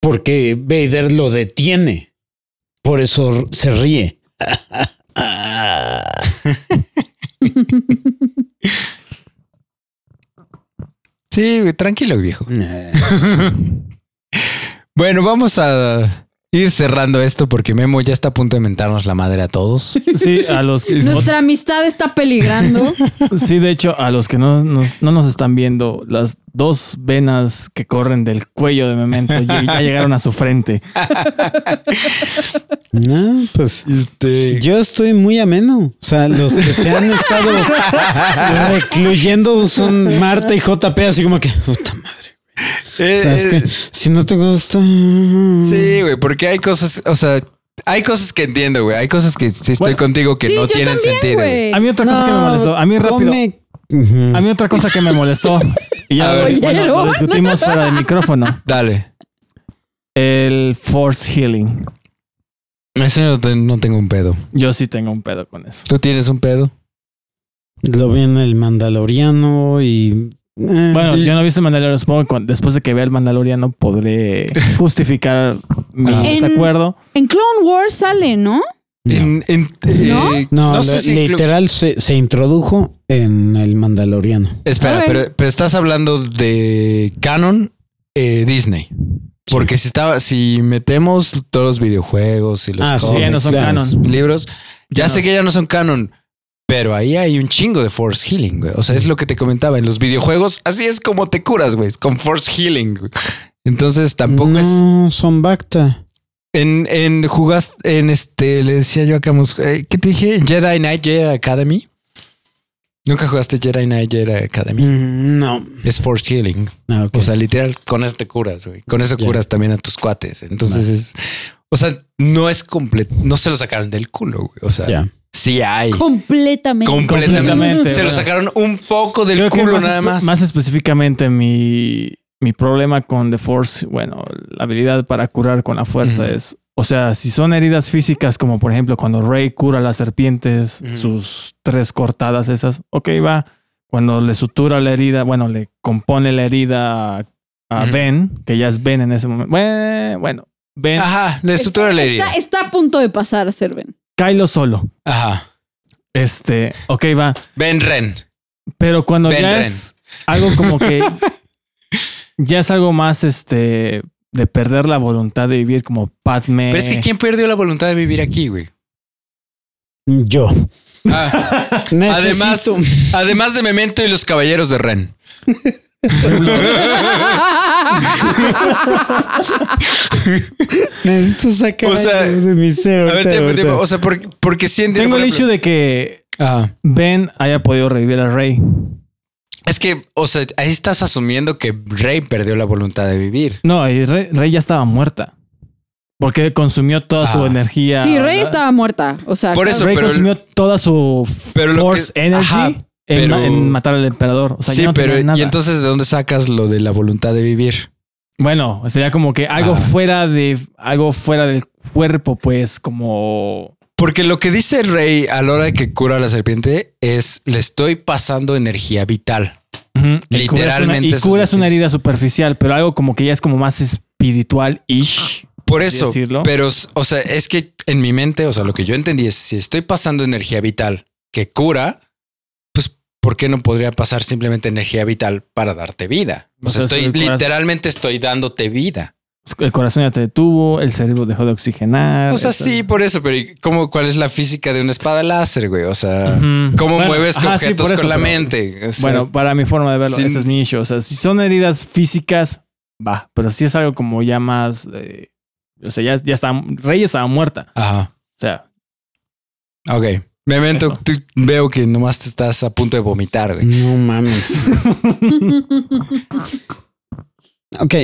[SPEAKER 1] Porque Vader lo detiene. Por eso r- se ríe.
[SPEAKER 2] Sí, güey, tranquilo, viejo. Bueno, vamos a ir cerrando esto porque Memo ya está a punto de mentarnos la madre a todos.
[SPEAKER 5] Sí, a los
[SPEAKER 3] Nuestra amistad está peligrando.
[SPEAKER 5] Sí, de hecho, a los que no nos, no nos están viendo, las dos venas que corren del cuello de Memento ya, ya llegaron a su frente.
[SPEAKER 1] No, pues.
[SPEAKER 2] Este.
[SPEAKER 1] Yo estoy muy ameno. O sea, los que se han estado recluyendo son Marta y JP, así como que. Puta madre. O sea, es que si no te gusta.
[SPEAKER 2] Eh, Sí, güey, porque hay cosas, o sea, hay cosas que entiendo, güey. Hay cosas que sí estoy
[SPEAKER 5] Bueno.
[SPEAKER 2] contigo que
[SPEAKER 3] sí,
[SPEAKER 2] no
[SPEAKER 3] yo
[SPEAKER 2] tienen
[SPEAKER 3] también,
[SPEAKER 2] sentido. güey.
[SPEAKER 3] güey.
[SPEAKER 5] A mí otra cosa que me
[SPEAKER 1] No,
[SPEAKER 5] molestó, a mí rápido,
[SPEAKER 1] come- Ujú.
[SPEAKER 5] a mí otra cosa que me molestó. Y
[SPEAKER 2] A
[SPEAKER 5] ya
[SPEAKER 2] ver.
[SPEAKER 5] bueno, lo discutimos fuera de micrófono.
[SPEAKER 2] Dale.
[SPEAKER 5] El force healing.
[SPEAKER 2] Eso yo no, te- no tengo un pedo.
[SPEAKER 5] Yo sí tengo un pedo con eso.
[SPEAKER 2] ¿Tú tienes un pedo?
[SPEAKER 1] Lo vi en el Mandaloriano y. eh,
[SPEAKER 5] Bueno,
[SPEAKER 1] y-
[SPEAKER 5] yo no he visto el Mandalorian. Supongo que cuando- después de que vea el Mandaloriano podré justificar mi
[SPEAKER 2] Ah.
[SPEAKER 3] En-
[SPEAKER 5] desacuerdo.
[SPEAKER 3] En Clone Wars sale, ¿no?
[SPEAKER 1] no.
[SPEAKER 2] En- en-
[SPEAKER 3] ¿No?
[SPEAKER 2] eh,
[SPEAKER 1] No,
[SPEAKER 2] sé
[SPEAKER 1] le-
[SPEAKER 2] si inclu-
[SPEAKER 1] literal se, se introdujo en el Mandaloriano.
[SPEAKER 2] Espera,
[SPEAKER 3] A ver.
[SPEAKER 2] pero, pero estás hablando de Canon eh, Disney. Porque si estaba, si metemos todos los videojuegos y los
[SPEAKER 1] Ah, sí,
[SPEAKER 5] Sí, ya no
[SPEAKER 2] cómics,
[SPEAKER 5] son
[SPEAKER 1] claro.
[SPEAKER 5] canon.
[SPEAKER 2] libros, ya,
[SPEAKER 5] Ya
[SPEAKER 2] sé
[SPEAKER 5] no-
[SPEAKER 2] que ya no son canon, pero ahí hay un chingo de force healing, güey. O sea, es lo que te comentaba en los videojuegos. Así es como te curas, güey, es con force healing. güey. Entonces tampoco es
[SPEAKER 1] no, son Bacta.
[SPEAKER 2] en, en jugas en este le decía yo a Camus, eh, ¿qué te dije? Jedi Knight Jedi Academy. Nunca jugaste Jedi Knight Jedi Academy.
[SPEAKER 1] Mm, No.
[SPEAKER 2] Es force healing.
[SPEAKER 1] Ah, ok.
[SPEAKER 2] O sea, literal, con eso te curas, güey. Con eso
[SPEAKER 1] Ya.
[SPEAKER 2] curas también a tus cuates. Entonces es. O sea, no es completo. No se lo sacaron del culo, güey. O sea,
[SPEAKER 1] Ya.
[SPEAKER 2] sí hay.
[SPEAKER 3] Completamente.
[SPEAKER 2] Completamente.
[SPEAKER 5] Completamente,
[SPEAKER 2] se lo
[SPEAKER 5] bueno.
[SPEAKER 2] sacaron un poco del
[SPEAKER 5] Creo que
[SPEAKER 2] culo
[SPEAKER 5] más,
[SPEAKER 2] nada
[SPEAKER 5] espe-
[SPEAKER 2] más.
[SPEAKER 5] más específicamente mi, mi problema con The Force, bueno, la habilidad para curar con la fuerza
[SPEAKER 2] Ujú.
[SPEAKER 5] es, o sea, si son heridas físicas como por ejemplo cuando Rey cura a las serpientes,
[SPEAKER 2] Ujú.
[SPEAKER 5] sus tres cortadas esas, ok, va. Cuando le sutura la herida, bueno, le compone la herida a, a
[SPEAKER 2] Ujú.
[SPEAKER 5] Ben, que ya es Ben en ese momento. Bueno, bueno, Ben,
[SPEAKER 2] Ajá, le sutura la herida.
[SPEAKER 3] Está, está a punto de pasar a ser Ben.
[SPEAKER 5] Kylo solo.
[SPEAKER 2] Ajá.
[SPEAKER 5] Este, ok, va.
[SPEAKER 2] Ben Ren.
[SPEAKER 5] Pero cuando
[SPEAKER 2] Ben
[SPEAKER 5] ya
[SPEAKER 2] Ren.
[SPEAKER 5] es algo como que ya es algo más este de perder la voluntad de vivir como Padme.
[SPEAKER 2] Pero es que ¿quién perdió la voluntad de vivir aquí, güey?
[SPEAKER 1] Yo.
[SPEAKER 2] Ah, además,
[SPEAKER 1] Necesito-
[SPEAKER 2] además de Memento y los Caballeros de Ren.
[SPEAKER 1] Necesito sacar
[SPEAKER 2] O sea,
[SPEAKER 1] algo de mi
[SPEAKER 2] A
[SPEAKER 1] ser.
[SPEAKER 2] ver,
[SPEAKER 1] ahorita,
[SPEAKER 2] te- te-
[SPEAKER 1] ahorita.
[SPEAKER 2] o sea, porque, porque sí entiendo.
[SPEAKER 5] Tengo
[SPEAKER 2] por
[SPEAKER 5] el
[SPEAKER 2] ejemplo-
[SPEAKER 5] issue de que
[SPEAKER 2] Ajá.
[SPEAKER 5] Ben haya podido revivir a Rey.
[SPEAKER 2] Es que, o sea, ahí estás asumiendo que Rey perdió la voluntad de vivir.
[SPEAKER 5] No, y Rey, Rey ya estaba muerta. Porque consumió toda su
[SPEAKER 2] Ah.
[SPEAKER 5] energía.
[SPEAKER 3] Sí, Rey estaba muerta. O sea,
[SPEAKER 2] Por eso,
[SPEAKER 5] Rey
[SPEAKER 2] pero-
[SPEAKER 5] consumió toda su f-
[SPEAKER 2] pero lo
[SPEAKER 5] force
[SPEAKER 2] que-
[SPEAKER 5] energy
[SPEAKER 2] ajá,
[SPEAKER 5] en
[SPEAKER 2] pero-
[SPEAKER 5] ma- en, matar al emperador. O sea,
[SPEAKER 2] sí,
[SPEAKER 5] ya no tenía
[SPEAKER 2] pero
[SPEAKER 5] nada.
[SPEAKER 2] ¿y entonces de dónde sacas lo de la voluntad de vivir?
[SPEAKER 5] Bueno, sería como que algo
[SPEAKER 2] Ah.
[SPEAKER 5] fuera de algo fuera del cuerpo, pues, como
[SPEAKER 2] Porque lo que dice Rey a la hora de que cura a la serpiente es le estoy pasando energía vital.
[SPEAKER 5] Ujú. Y
[SPEAKER 2] Literalmente
[SPEAKER 5] curas una- Y
[SPEAKER 2] eso es lo
[SPEAKER 5] cura
[SPEAKER 2] que
[SPEAKER 5] una
[SPEAKER 2] es.
[SPEAKER 5] herida superficial, pero algo como que ya es como más espiritual ish.
[SPEAKER 2] Por
[SPEAKER 5] así
[SPEAKER 2] eso,
[SPEAKER 5] decirlo.
[SPEAKER 2] pero, o sea, es que en mi mente, o sea, lo que yo entendí es si estoy pasando energía vital que cura, pues, ¿por qué no podría pasar simplemente energía vital para darte vida? O,
[SPEAKER 5] O
[SPEAKER 2] sea,
[SPEAKER 5] sea, si
[SPEAKER 2] estoy
[SPEAKER 5] curas-
[SPEAKER 2] literalmente estoy dándote vida.
[SPEAKER 5] El corazón ya te detuvo, el cerebro dejó de oxigenar.
[SPEAKER 2] O sea,
[SPEAKER 5] Ah, eso.
[SPEAKER 2] sí, por eso, pero ¿y ¿cómo, ¿cuál es la física de una espada láser, güey? O sea,
[SPEAKER 5] Ujú.
[SPEAKER 2] ¿cómo
[SPEAKER 5] Bueno,
[SPEAKER 2] mueves
[SPEAKER 5] ajá, sí,
[SPEAKER 2] objetos
[SPEAKER 5] por eso,
[SPEAKER 2] con la
[SPEAKER 5] pero-
[SPEAKER 2] mente? O sea,
[SPEAKER 5] Bueno, para mi forma de verlo,
[SPEAKER 2] Sin-
[SPEAKER 5] ese es mi issue. O sea, si son heridas físicas, va, pero si es algo como ya más. eh, o sea, ya, ya estaba. Rey estaba muerta.
[SPEAKER 2] Ajá.
[SPEAKER 5] O sea,
[SPEAKER 2] Ok. Memento,
[SPEAKER 5] Eso.
[SPEAKER 2] tú- veo que nomás te estás a punto de vomitar, güey.
[SPEAKER 1] No mames. ok.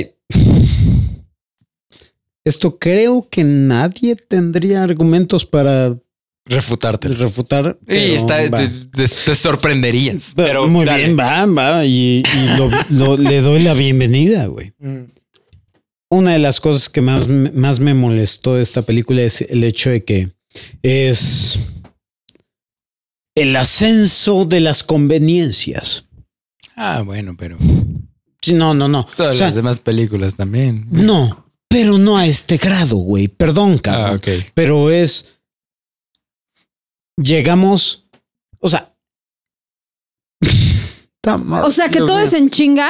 [SPEAKER 1] Esto creo que nadie tendría argumentos para
[SPEAKER 2] refutártelo.
[SPEAKER 1] el refutar.
[SPEAKER 2] Y
[SPEAKER 1] pero
[SPEAKER 2] está,
[SPEAKER 1] va.
[SPEAKER 2] te, te- te sorprenderías.
[SPEAKER 1] Pero
[SPEAKER 2] Pero
[SPEAKER 1] muy
[SPEAKER 2] dale.
[SPEAKER 1] bien, va, va. Y, y lo- lo- le doy la bienvenida, güey.
[SPEAKER 2] Mm.
[SPEAKER 1] Una de las cosas que más, me- más me molestó de esta película es el hecho de que es el ascenso de las conveniencias.
[SPEAKER 2] Ah, bueno, pero
[SPEAKER 1] Sí, No, no, no.
[SPEAKER 2] todas
[SPEAKER 1] O sea,
[SPEAKER 2] las demás películas también.
[SPEAKER 1] No, pero no a este grado, güey. Perdón, cabrón.
[SPEAKER 2] Ah, ok.
[SPEAKER 1] pero es llegamos, o sea, ta madre,
[SPEAKER 3] O sea, que
[SPEAKER 1] Dios
[SPEAKER 3] todo
[SPEAKER 1] mío.
[SPEAKER 3] es en chinga.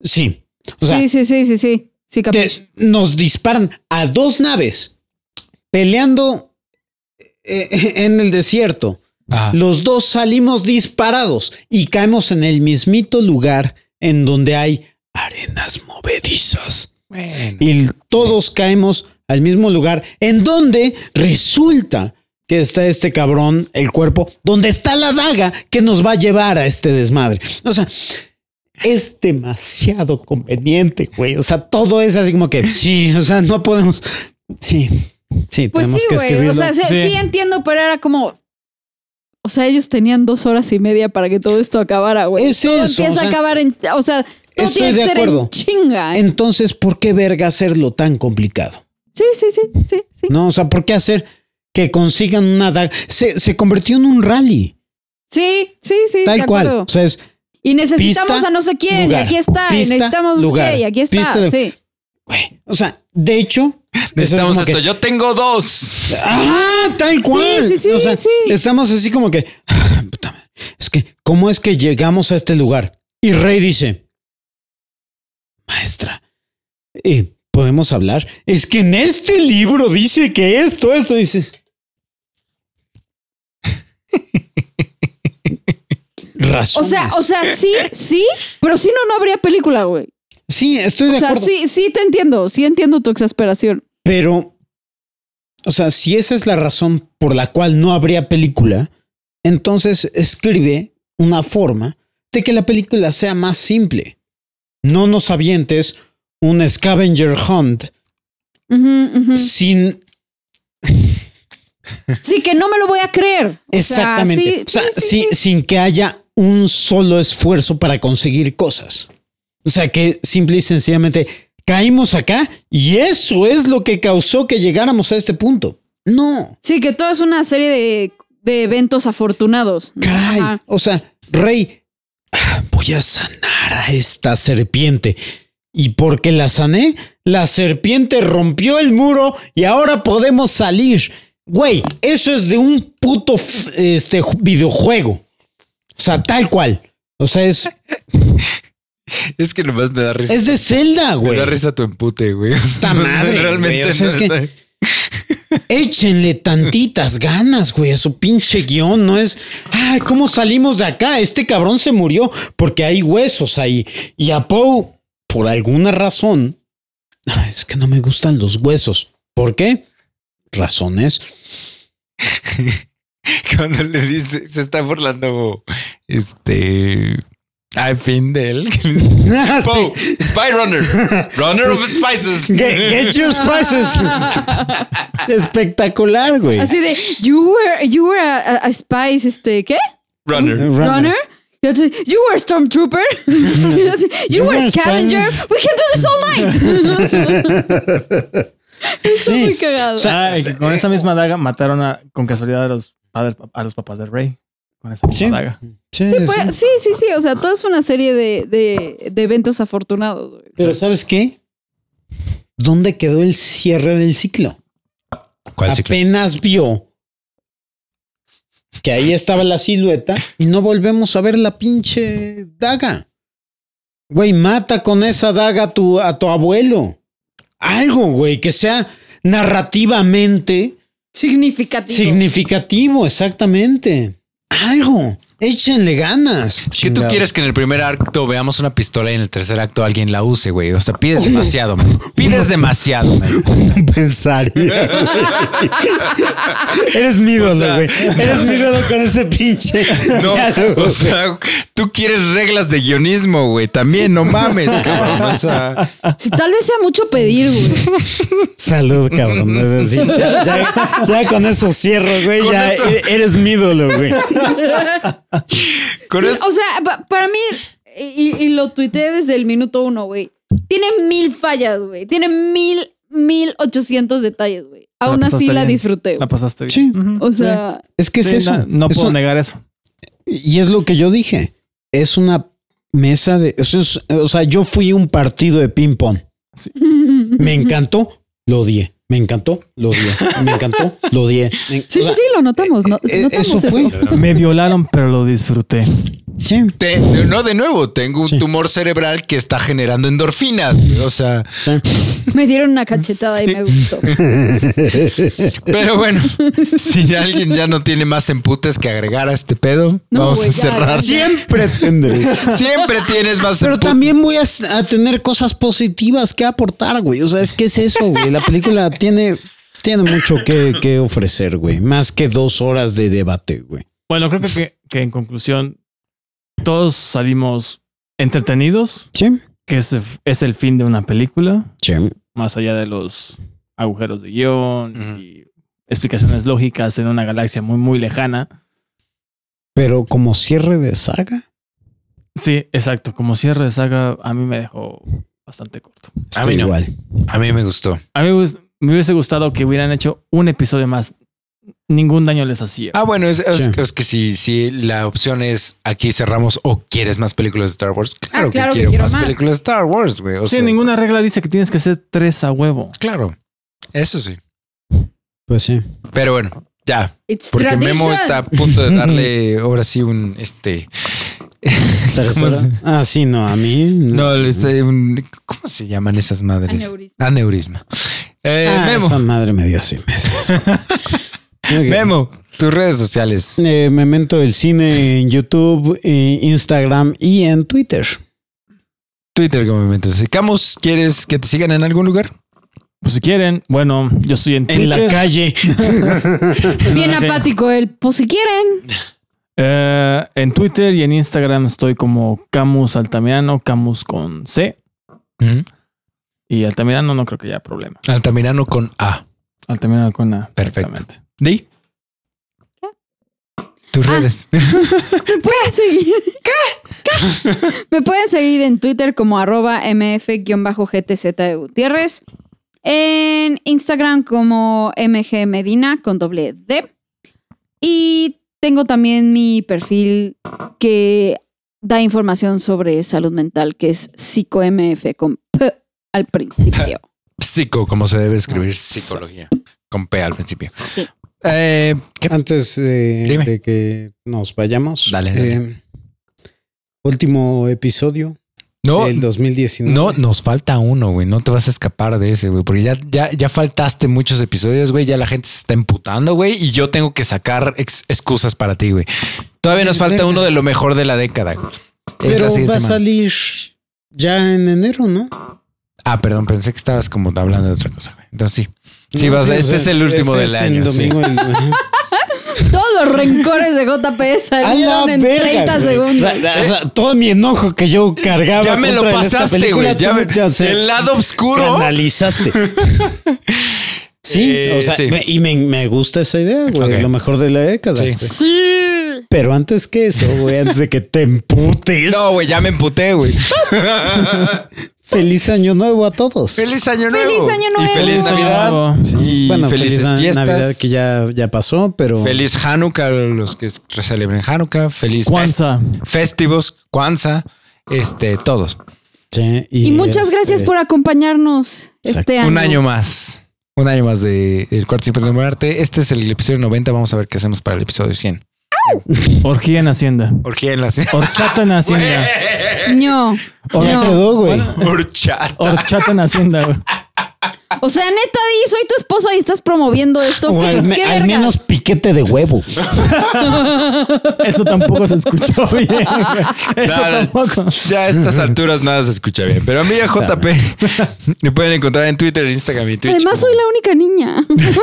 [SPEAKER 1] sí, o sea,
[SPEAKER 3] sí, sí, sí, sí, sí. Sí,
[SPEAKER 1] te-
[SPEAKER 3] capish.
[SPEAKER 1] nos disparan a dos naves peleando eh, en el desierto.
[SPEAKER 2] Ah,
[SPEAKER 1] Los dos salimos disparados y caemos en el mismito lugar en donde hay arenas movedizas.
[SPEAKER 2] bueno.
[SPEAKER 1] y todos caemos al mismo lugar, en donde resulta que está este cabrón, el cuerpo, donde está la daga que nos va a llevar a este desmadre. O sea, es demasiado conveniente, güey. O sea, todo es así como que sí, o sea, no podemos. Sí, sí,
[SPEAKER 3] Pues
[SPEAKER 1] tenemos
[SPEAKER 3] sí,
[SPEAKER 1] que
[SPEAKER 3] güey.
[SPEAKER 1] escribirlo.
[SPEAKER 3] O sea, sí,
[SPEAKER 5] Sí.
[SPEAKER 3] sí entiendo, pero era como. O sea, ellos tenían dos horas y media para que todo esto acabara, güey.
[SPEAKER 1] Es
[SPEAKER 3] todo
[SPEAKER 1] eso,
[SPEAKER 3] Empieza
[SPEAKER 1] o sea,
[SPEAKER 3] a acabar en. O sea, todo
[SPEAKER 1] estoy
[SPEAKER 3] tiene que
[SPEAKER 1] de
[SPEAKER 3] ser en
[SPEAKER 1] acuerdo.
[SPEAKER 3] chinga.
[SPEAKER 1] Entonces, ¿por qué verga hacerlo tan complicado?
[SPEAKER 3] Sí, sí, sí, sí, sí.
[SPEAKER 1] No, o sea, ¿por qué hacer que consigan una daga? Se, se convirtió en un rally,
[SPEAKER 3] Sí, sí, sí.
[SPEAKER 1] tal
[SPEAKER 3] de
[SPEAKER 1] cual.
[SPEAKER 3] acuerdo.
[SPEAKER 1] O sea, es
[SPEAKER 3] Y necesitamos
[SPEAKER 1] Pista,
[SPEAKER 3] a no sé quién,
[SPEAKER 1] lugar.
[SPEAKER 3] y aquí está, y
[SPEAKER 1] Pista,
[SPEAKER 3] necesitamos no sé
[SPEAKER 1] lugar.
[SPEAKER 3] qué, y aquí está.
[SPEAKER 1] Pista de-
[SPEAKER 3] Sí.
[SPEAKER 1] Güey, o sea, de hecho,
[SPEAKER 2] Necesitamos
[SPEAKER 1] eso es
[SPEAKER 2] esto.
[SPEAKER 1] como
[SPEAKER 2] Yo tengo dos.
[SPEAKER 1] que, ¡Ah, tal cual!
[SPEAKER 3] sí, sí,
[SPEAKER 1] O sea,
[SPEAKER 3] sí.
[SPEAKER 1] Estamos así como que. "Ah, puta madre, Es que, ¿cómo es que llegamos a este lugar? Y Rey dice: Maestra, eh, ¿podemos hablar? Es que en este libro dice que esto, esto, dices.
[SPEAKER 3] O
[SPEAKER 1] Razones.
[SPEAKER 3] sea, o sea, sí, sí, pero si no, no habría película, güey.
[SPEAKER 1] sí, estoy de
[SPEAKER 3] O sea,
[SPEAKER 1] acuerdo.
[SPEAKER 3] sí, sí te entiendo, sí entiendo tu exasperación.
[SPEAKER 1] Pero, o sea, si esa es la razón por la cual no habría película, entonces escribe una forma de que la película sea más simple. No nos avientes un scavenger hunt
[SPEAKER 3] Ujú, ujú.
[SPEAKER 1] sin
[SPEAKER 3] Sí, que no me lo voy a creer. O sea,
[SPEAKER 1] exactamente,
[SPEAKER 3] sí,
[SPEAKER 1] o sea,
[SPEAKER 3] sí, sí,
[SPEAKER 1] sin, sin que haya un solo esfuerzo para conseguir cosas. O sea, que simple y sencillamente caímos acá y eso es lo que causó que llegáramos a este punto. No.
[SPEAKER 3] Sí, que todo es una serie de, de eventos afortunados.
[SPEAKER 1] Caray,
[SPEAKER 3] Ajá.
[SPEAKER 1] o sea, rey, ah, voy a sanar a esta serpiente. Y porque la sané, la serpiente rompió el muro y ahora podemos salir. Güey, eso es de un puto f- este, ju- videojuego. O sea, tal cual. O sea, es,
[SPEAKER 2] Es que nomás me da risa.
[SPEAKER 1] es de Zelda,
[SPEAKER 2] me
[SPEAKER 1] güey.
[SPEAKER 2] da risa tu empute, güey.
[SPEAKER 1] Puta madre, güey. O sea, es que-
[SPEAKER 2] está-
[SPEAKER 1] Échenle tantitas ganas, güey, a su pinche guión. No es, ay, ¿cómo salimos de acá? Este cabrón se murió porque hay huesos ahí. Y a Poe, por alguna razón, "Ay, es que no me gustan los huesos. ¿Por qué? Razones.
[SPEAKER 2] cuando le dice, se está burlando este al fin de él. que le dice,
[SPEAKER 1] Ah, sí.
[SPEAKER 2] "Poe, Spy Runner, Runner of Spices.
[SPEAKER 1] Get, get your spices. Espectacular, güey.
[SPEAKER 3] Así de, you were, you were a, a- a spice, este, ¿qué?
[SPEAKER 2] Runner.
[SPEAKER 3] Runner. Y otro, you were stormtrooper. Y otro, you,
[SPEAKER 1] You
[SPEAKER 3] were
[SPEAKER 1] were
[SPEAKER 3] scavenger. We can do this all night. Está
[SPEAKER 1] Sí.
[SPEAKER 3] muy cagado.
[SPEAKER 1] O sea, eh,
[SPEAKER 5] Ah, y que con esa misma daga mataron a- con casualidad a los, padres- a los papás del rey. Con esa misma
[SPEAKER 1] Sí.
[SPEAKER 5] daga.
[SPEAKER 1] Sí,
[SPEAKER 3] Sí,
[SPEAKER 1] sí.
[SPEAKER 3] pues, sí, sí, sí. O sea, todo es una serie de, de- de eventos afortunados. güey.
[SPEAKER 1] Pero ¿sabes qué? ¿Dónde quedó el cierre del ciclo?
[SPEAKER 2] ¿Cuál
[SPEAKER 1] apenas vio que ahí estaba la silueta y no volvemos a ver la pinche daga. Güey, mata con esa daga a tu, a tu abuelo. Algo, güey, que sea narrativamente
[SPEAKER 3] Significativo.
[SPEAKER 1] significativo, exactamente. Algo. Échenle ganas.
[SPEAKER 2] Es que tú quieres que en el primer acto veamos una pistola y en el tercer acto alguien la use, güey. O sea, pides demasiado, man. Pides demasiado, man.
[SPEAKER 1] pensaría. Eres mi
[SPEAKER 2] O
[SPEAKER 1] ídolo,
[SPEAKER 2] sea-
[SPEAKER 1] güey. Eres mi ídolo con ese pinche.
[SPEAKER 2] No,
[SPEAKER 1] diálogo.
[SPEAKER 2] o sea, tú quieres reglas de guionismo, güey. También, no mames, cabrón. O sea,
[SPEAKER 3] Si tal vez sea mucho pedir, güey.
[SPEAKER 1] Salud, cabrón. Es así. Ya, ya- ya con eso cierro, güey.
[SPEAKER 2] Con
[SPEAKER 1] Ya
[SPEAKER 2] eso.
[SPEAKER 1] e- eres mi ídolo, güey.
[SPEAKER 2] con
[SPEAKER 3] Sí,
[SPEAKER 2] esto-
[SPEAKER 3] o sea, pa- para mí, y, y lo tuiteé desde el minuto uno, güey. Tiene mil fallas, güey. Tiene mil, mil ochocientos detalles, güey.
[SPEAKER 5] La
[SPEAKER 3] Aún así
[SPEAKER 5] pasaste
[SPEAKER 3] la
[SPEAKER 5] Ah, pues, bien. Ah, pues,
[SPEAKER 3] disfruté.
[SPEAKER 5] La
[SPEAKER 3] güey.
[SPEAKER 5] pasaste bien.
[SPEAKER 1] Sí.
[SPEAKER 5] Ujú.
[SPEAKER 3] O sea,
[SPEAKER 1] Es que es
[SPEAKER 5] Sí,
[SPEAKER 1] eso.
[SPEAKER 5] na- no puedo
[SPEAKER 1] Eso-
[SPEAKER 5] negar eso.
[SPEAKER 1] Y es lo que yo dije. Es una mesa de. o sea, es- o sea, yo fui un partido de ping-pong. Me encantó, lo odié. Me encantó, lo odié. Me encantó, lo odié. Me-
[SPEAKER 3] sí,
[SPEAKER 1] o
[SPEAKER 3] sí,
[SPEAKER 1] sea,
[SPEAKER 3] sí, lo notamos. No,
[SPEAKER 1] eh,
[SPEAKER 3] notamos
[SPEAKER 1] eso
[SPEAKER 3] eso.
[SPEAKER 1] fue.
[SPEAKER 5] Me violaron, pero lo disfruté.
[SPEAKER 1] Sí,
[SPEAKER 2] te- no, de nuevo, tengo un
[SPEAKER 1] Sí.
[SPEAKER 2] tumor cerebral que está generando endorfinas. güey. O sea,
[SPEAKER 1] sí.
[SPEAKER 3] Me dieron una cachetada y me gustó.
[SPEAKER 2] pero bueno, si alguien ya no tiene más emputes que agregar a este pedo,
[SPEAKER 3] No,
[SPEAKER 2] vamos
[SPEAKER 3] güey,
[SPEAKER 2] a
[SPEAKER 3] ya,
[SPEAKER 2] cerrar.
[SPEAKER 3] ya.
[SPEAKER 1] Siempre tendré.
[SPEAKER 2] Siempre tienes más
[SPEAKER 1] Pero
[SPEAKER 2] emputes.
[SPEAKER 1] también voy a, s- a tener cosas positivas que aportar, güey. O sea, es que es eso, güey. La película tiene, tiene mucho que, que ofrecer, güey. Más que dos horas de debate, güey.
[SPEAKER 5] Bueno, creo que- que, que en conclusión, todos salimos entretenidos,
[SPEAKER 1] Sí,
[SPEAKER 5] que ese f- es el fin de una película,
[SPEAKER 1] sí.
[SPEAKER 5] más allá de los agujeros de guión
[SPEAKER 2] Ujú.
[SPEAKER 5] y explicaciones lógicas en una galaxia muy, muy lejana.
[SPEAKER 1] Pero como cierre de saga,
[SPEAKER 5] Sí, exacto. Como cierre de saga, a mí me dejó bastante corto.
[SPEAKER 2] A
[SPEAKER 1] estoy
[SPEAKER 2] mí no.
[SPEAKER 1] igual.
[SPEAKER 2] A mí me gustó.
[SPEAKER 5] A mí me hubies- me hubiese gustado que hubieran hecho un episodio más. Ningún daño les hacía.
[SPEAKER 2] Ah, bueno, es, es-
[SPEAKER 1] Sí.
[SPEAKER 2] es que si, si la opción es aquí cerramos o quieres más películas de Star Wars, claro,
[SPEAKER 3] claro
[SPEAKER 2] que,
[SPEAKER 3] que
[SPEAKER 2] quiero,
[SPEAKER 3] quiero
[SPEAKER 2] más,
[SPEAKER 3] más.
[SPEAKER 2] películas de Star Wars, güey. O
[SPEAKER 5] sí,
[SPEAKER 2] sea,
[SPEAKER 5] ninguna regla dice que tienes que ser tres a huevo.
[SPEAKER 2] Claro, eso sí.
[SPEAKER 1] Pues sí.
[SPEAKER 2] Pero bueno, ya,
[SPEAKER 3] It's
[SPEAKER 2] porque
[SPEAKER 3] tradition.
[SPEAKER 2] Memo está a punto de darle ahora sí un este.
[SPEAKER 1] ¿Tercera?
[SPEAKER 2] ¿Cómo se-
[SPEAKER 1] Ah, sí, no, a mí.
[SPEAKER 2] No, este, un- ¿cómo se llaman esas madres?
[SPEAKER 3] Aneurisma.
[SPEAKER 2] Aneurisma. Eh,
[SPEAKER 1] Ah,
[SPEAKER 2] Memo,
[SPEAKER 1] Esa madre me dio seis meses. Ok.
[SPEAKER 2] Memo, tus redes sociales.
[SPEAKER 1] Eh, Memento del cine en YouTube, eh, Instagram y en Twitter.
[SPEAKER 2] Twitter, como me Camus, ¿quieres que te sigan en algún lugar?
[SPEAKER 5] Pues si quieren, bueno, yo estoy en Twitter.
[SPEAKER 1] calle.
[SPEAKER 3] Bien
[SPEAKER 5] Ok.
[SPEAKER 3] apático él. Pues si quieren.
[SPEAKER 5] Eh, en Twitter y en Instagram estoy como Camus Altamirano, Camus con C. Y Altamirano no creo que haya problema.
[SPEAKER 2] Altamirano con A.
[SPEAKER 5] Altamirano con A.
[SPEAKER 2] Perfecto.
[SPEAKER 5] exactamente.
[SPEAKER 2] ¿Di?
[SPEAKER 3] ¿Qué?
[SPEAKER 2] Tus
[SPEAKER 3] Ah.
[SPEAKER 2] redes.
[SPEAKER 3] Me pueden seguir. ¿Qué? ¿Qué? Me pueden seguir en Twitter como arroba mf-gtz de Gutiérrez. En Instagram como mgmedina con doble D. Y tengo también mi perfil que da información sobre salud mental, que es psicomf con P al principio.
[SPEAKER 2] Psico, como se debe escribir psicología. Con P al principio.
[SPEAKER 3] Ah. Sí.
[SPEAKER 2] Eh, ¿qué?
[SPEAKER 1] Antes eh,
[SPEAKER 2] Dime.
[SPEAKER 1] de que nos vayamos,
[SPEAKER 2] Dale, dale.
[SPEAKER 1] eh, último episodio
[SPEAKER 2] No,
[SPEAKER 1] del 2019.
[SPEAKER 2] Oh, no, nos falta uno, güey. No te vas a escapar de ese, güey. Porque ya, ya, ya faltaste muchos episodios, güey. Ya la gente se está emputando, güey. Y yo tengo que sacar ex- excusas para ti, güey. Todavía nos falta uno de lo mejor de la década, güey. Es
[SPEAKER 1] pero
[SPEAKER 2] la
[SPEAKER 1] va
[SPEAKER 2] siguiente
[SPEAKER 1] a
[SPEAKER 2] semana.
[SPEAKER 1] salir ya en enero, ¿no?
[SPEAKER 2] Ah, perdón, pensé que estabas como hablando de otra cosa, güey. Entonces sí. Sí,
[SPEAKER 1] No,
[SPEAKER 2] vas a-
[SPEAKER 1] o
[SPEAKER 2] este
[SPEAKER 1] sea,
[SPEAKER 2] es el último
[SPEAKER 1] este
[SPEAKER 2] del
[SPEAKER 1] es en
[SPEAKER 2] año. sí.
[SPEAKER 1] domingo, el- ajá.
[SPEAKER 3] Todos los rencores de JP
[SPEAKER 1] A la
[SPEAKER 3] salieron en
[SPEAKER 1] verga,
[SPEAKER 3] 30
[SPEAKER 1] güey.
[SPEAKER 3] segundos.
[SPEAKER 1] O sea, o sea, todo mi enojo que yo cargaba.
[SPEAKER 2] Ya me lo
[SPEAKER 1] contra esta
[SPEAKER 2] pasaste,
[SPEAKER 1] película,
[SPEAKER 2] güey. Ya
[SPEAKER 1] tú
[SPEAKER 2] me-
[SPEAKER 1] sé,
[SPEAKER 2] el lado oscuro.
[SPEAKER 1] canalizaste. sí,
[SPEAKER 2] Eh,
[SPEAKER 1] o sea,
[SPEAKER 2] sí.
[SPEAKER 1] me- y me, me gusta esa idea, güey.
[SPEAKER 2] Ok.
[SPEAKER 1] Lo mejor de la década.
[SPEAKER 2] Sí.
[SPEAKER 3] Sí.
[SPEAKER 1] Pero antes que eso, güey, antes de que te emputes,
[SPEAKER 2] No, güey, ya me emputé, güey.
[SPEAKER 1] feliz año nuevo a todos.
[SPEAKER 2] Feliz año nuevo.
[SPEAKER 3] Feliz Año Nuevo.
[SPEAKER 2] Y feliz
[SPEAKER 5] Feliz Año
[SPEAKER 2] Navidad.
[SPEAKER 5] Nuevo.
[SPEAKER 2] Y
[SPEAKER 1] bueno,
[SPEAKER 2] felices
[SPEAKER 1] feliz na-
[SPEAKER 2] fiestas.
[SPEAKER 1] Navidad que ya, ya pasó, pero
[SPEAKER 2] Feliz Hanukkah a los que celebren Hanukkah. Feliz fest-
[SPEAKER 5] Kwanzaa.
[SPEAKER 2] festivos, Kwanzaa, este, todos.
[SPEAKER 1] Sí,
[SPEAKER 3] Y muchas
[SPEAKER 1] este,
[SPEAKER 3] gracias por acompañarnos
[SPEAKER 1] Exacto.
[SPEAKER 3] este año.
[SPEAKER 2] Un año más. Un año más de El Cuarto Siempre de Arte. Este es el episodio 90. Vamos a ver qué hacemos para el episodio 100.
[SPEAKER 5] Orgía en Hacienda.
[SPEAKER 2] Orgía en la
[SPEAKER 5] Horchata en Hacienda.
[SPEAKER 3] No.
[SPEAKER 1] Ya
[SPEAKER 5] Horchata,
[SPEAKER 1] quedó, güey.
[SPEAKER 2] Horchata.
[SPEAKER 5] horchata en Hacienda, güey.
[SPEAKER 3] O sea, neta, Di, soy tu esposa y estás promoviendo esto.
[SPEAKER 6] O
[SPEAKER 3] ¿Qué,
[SPEAKER 6] al, me-
[SPEAKER 3] qué
[SPEAKER 6] al
[SPEAKER 3] verga?
[SPEAKER 6] menos piquete de huevo.
[SPEAKER 5] Esto tampoco se escuchó bien. Esto
[SPEAKER 2] Nada.
[SPEAKER 5] tampoco.
[SPEAKER 2] Ya a estas alturas nada se escucha bien. Pero a mí a JP me pueden encontrar en Twitter, Instagram y Twitch.
[SPEAKER 3] Además, soy la única niña.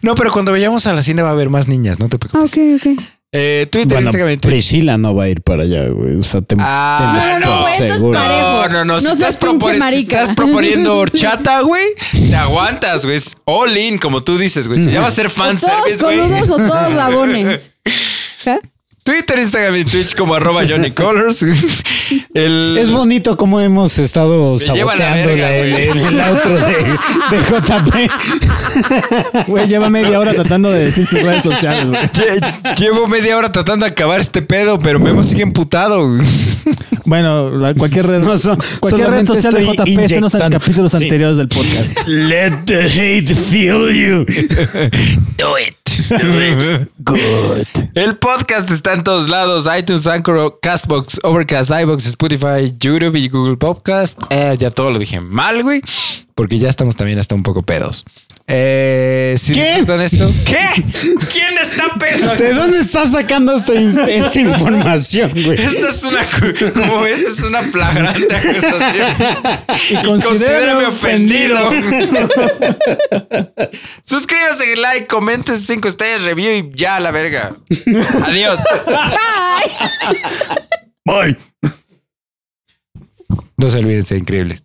[SPEAKER 2] No, pero cuando vayamos a la cine va a haber más niñas, no te
[SPEAKER 3] Ah,
[SPEAKER 2] preocupes.
[SPEAKER 3] ok, ok.
[SPEAKER 2] Eh, Twitter,
[SPEAKER 6] Bueno,
[SPEAKER 2] Instagram y Twitch.
[SPEAKER 6] Priscila no va a ir para allá, güey. O sea, te,
[SPEAKER 2] Ah,
[SPEAKER 3] No, no, no,
[SPEAKER 2] no,
[SPEAKER 3] güey, esto es
[SPEAKER 6] seguro.
[SPEAKER 3] parejo.
[SPEAKER 2] No, no, no. Si
[SPEAKER 3] No
[SPEAKER 2] estás,
[SPEAKER 3] seas pinche
[SPEAKER 2] propone- si
[SPEAKER 3] marica.
[SPEAKER 2] estás proponiendo horchata, güey, te aguantas, güey. Es All in, como tú dices, güey. Si ya va a ser
[SPEAKER 3] O
[SPEAKER 2] fanservice,
[SPEAKER 3] todos
[SPEAKER 2] güey.
[SPEAKER 3] coludos o todos ¿Ah? rabones. ¿Ja?
[SPEAKER 2] Twitter, Instagram y Twitch como arroba Johnny Colors. güey. El...
[SPEAKER 6] Es bonito cómo hemos estado
[SPEAKER 2] lleva la
[SPEAKER 6] saboteando
[SPEAKER 2] verga,
[SPEAKER 6] la- el,
[SPEAKER 2] güey.
[SPEAKER 6] el outro de, de JP.
[SPEAKER 5] Güey, lleva media hora tratando de decir sus redes sociales, güey.
[SPEAKER 2] Lle- Llevo media hora tratando de acabar este pedo, pero Memo sigue emputado. güey.
[SPEAKER 5] Bueno, la- cualquier red,
[SPEAKER 6] No, so-
[SPEAKER 5] cualquier red
[SPEAKER 6] solamente
[SPEAKER 5] social de
[SPEAKER 6] estoy
[SPEAKER 5] JP estén los
[SPEAKER 6] inyectando.
[SPEAKER 5] capítulos
[SPEAKER 6] Sí.
[SPEAKER 5] anteriores del podcast.
[SPEAKER 6] Let the hate feel you.
[SPEAKER 2] Do it. Do it. Good. El podcast está en todos lados: iTunes, Anchor, Castbox, Overcast, iBox, Spotify, YouTube y Google Podcast. Eh, ya todo lo dije mal, güey, porque ya estamos también hasta un poco pedos. Eh, si
[SPEAKER 6] ¿Qué?
[SPEAKER 2] disfrutan esto, ¿qué? ¿Quién está pedo?
[SPEAKER 6] ¿De dónde estás sacando esta, in- esta información, güey?
[SPEAKER 2] Esa es una, cu- como ves, es una flagrante acusación. Y considérame ofendido. Suscríbase, like, comenten cinco estrellas, review y ya, a la verga. Adiós.
[SPEAKER 6] Voy.
[SPEAKER 2] No se olviden, ser increíbles.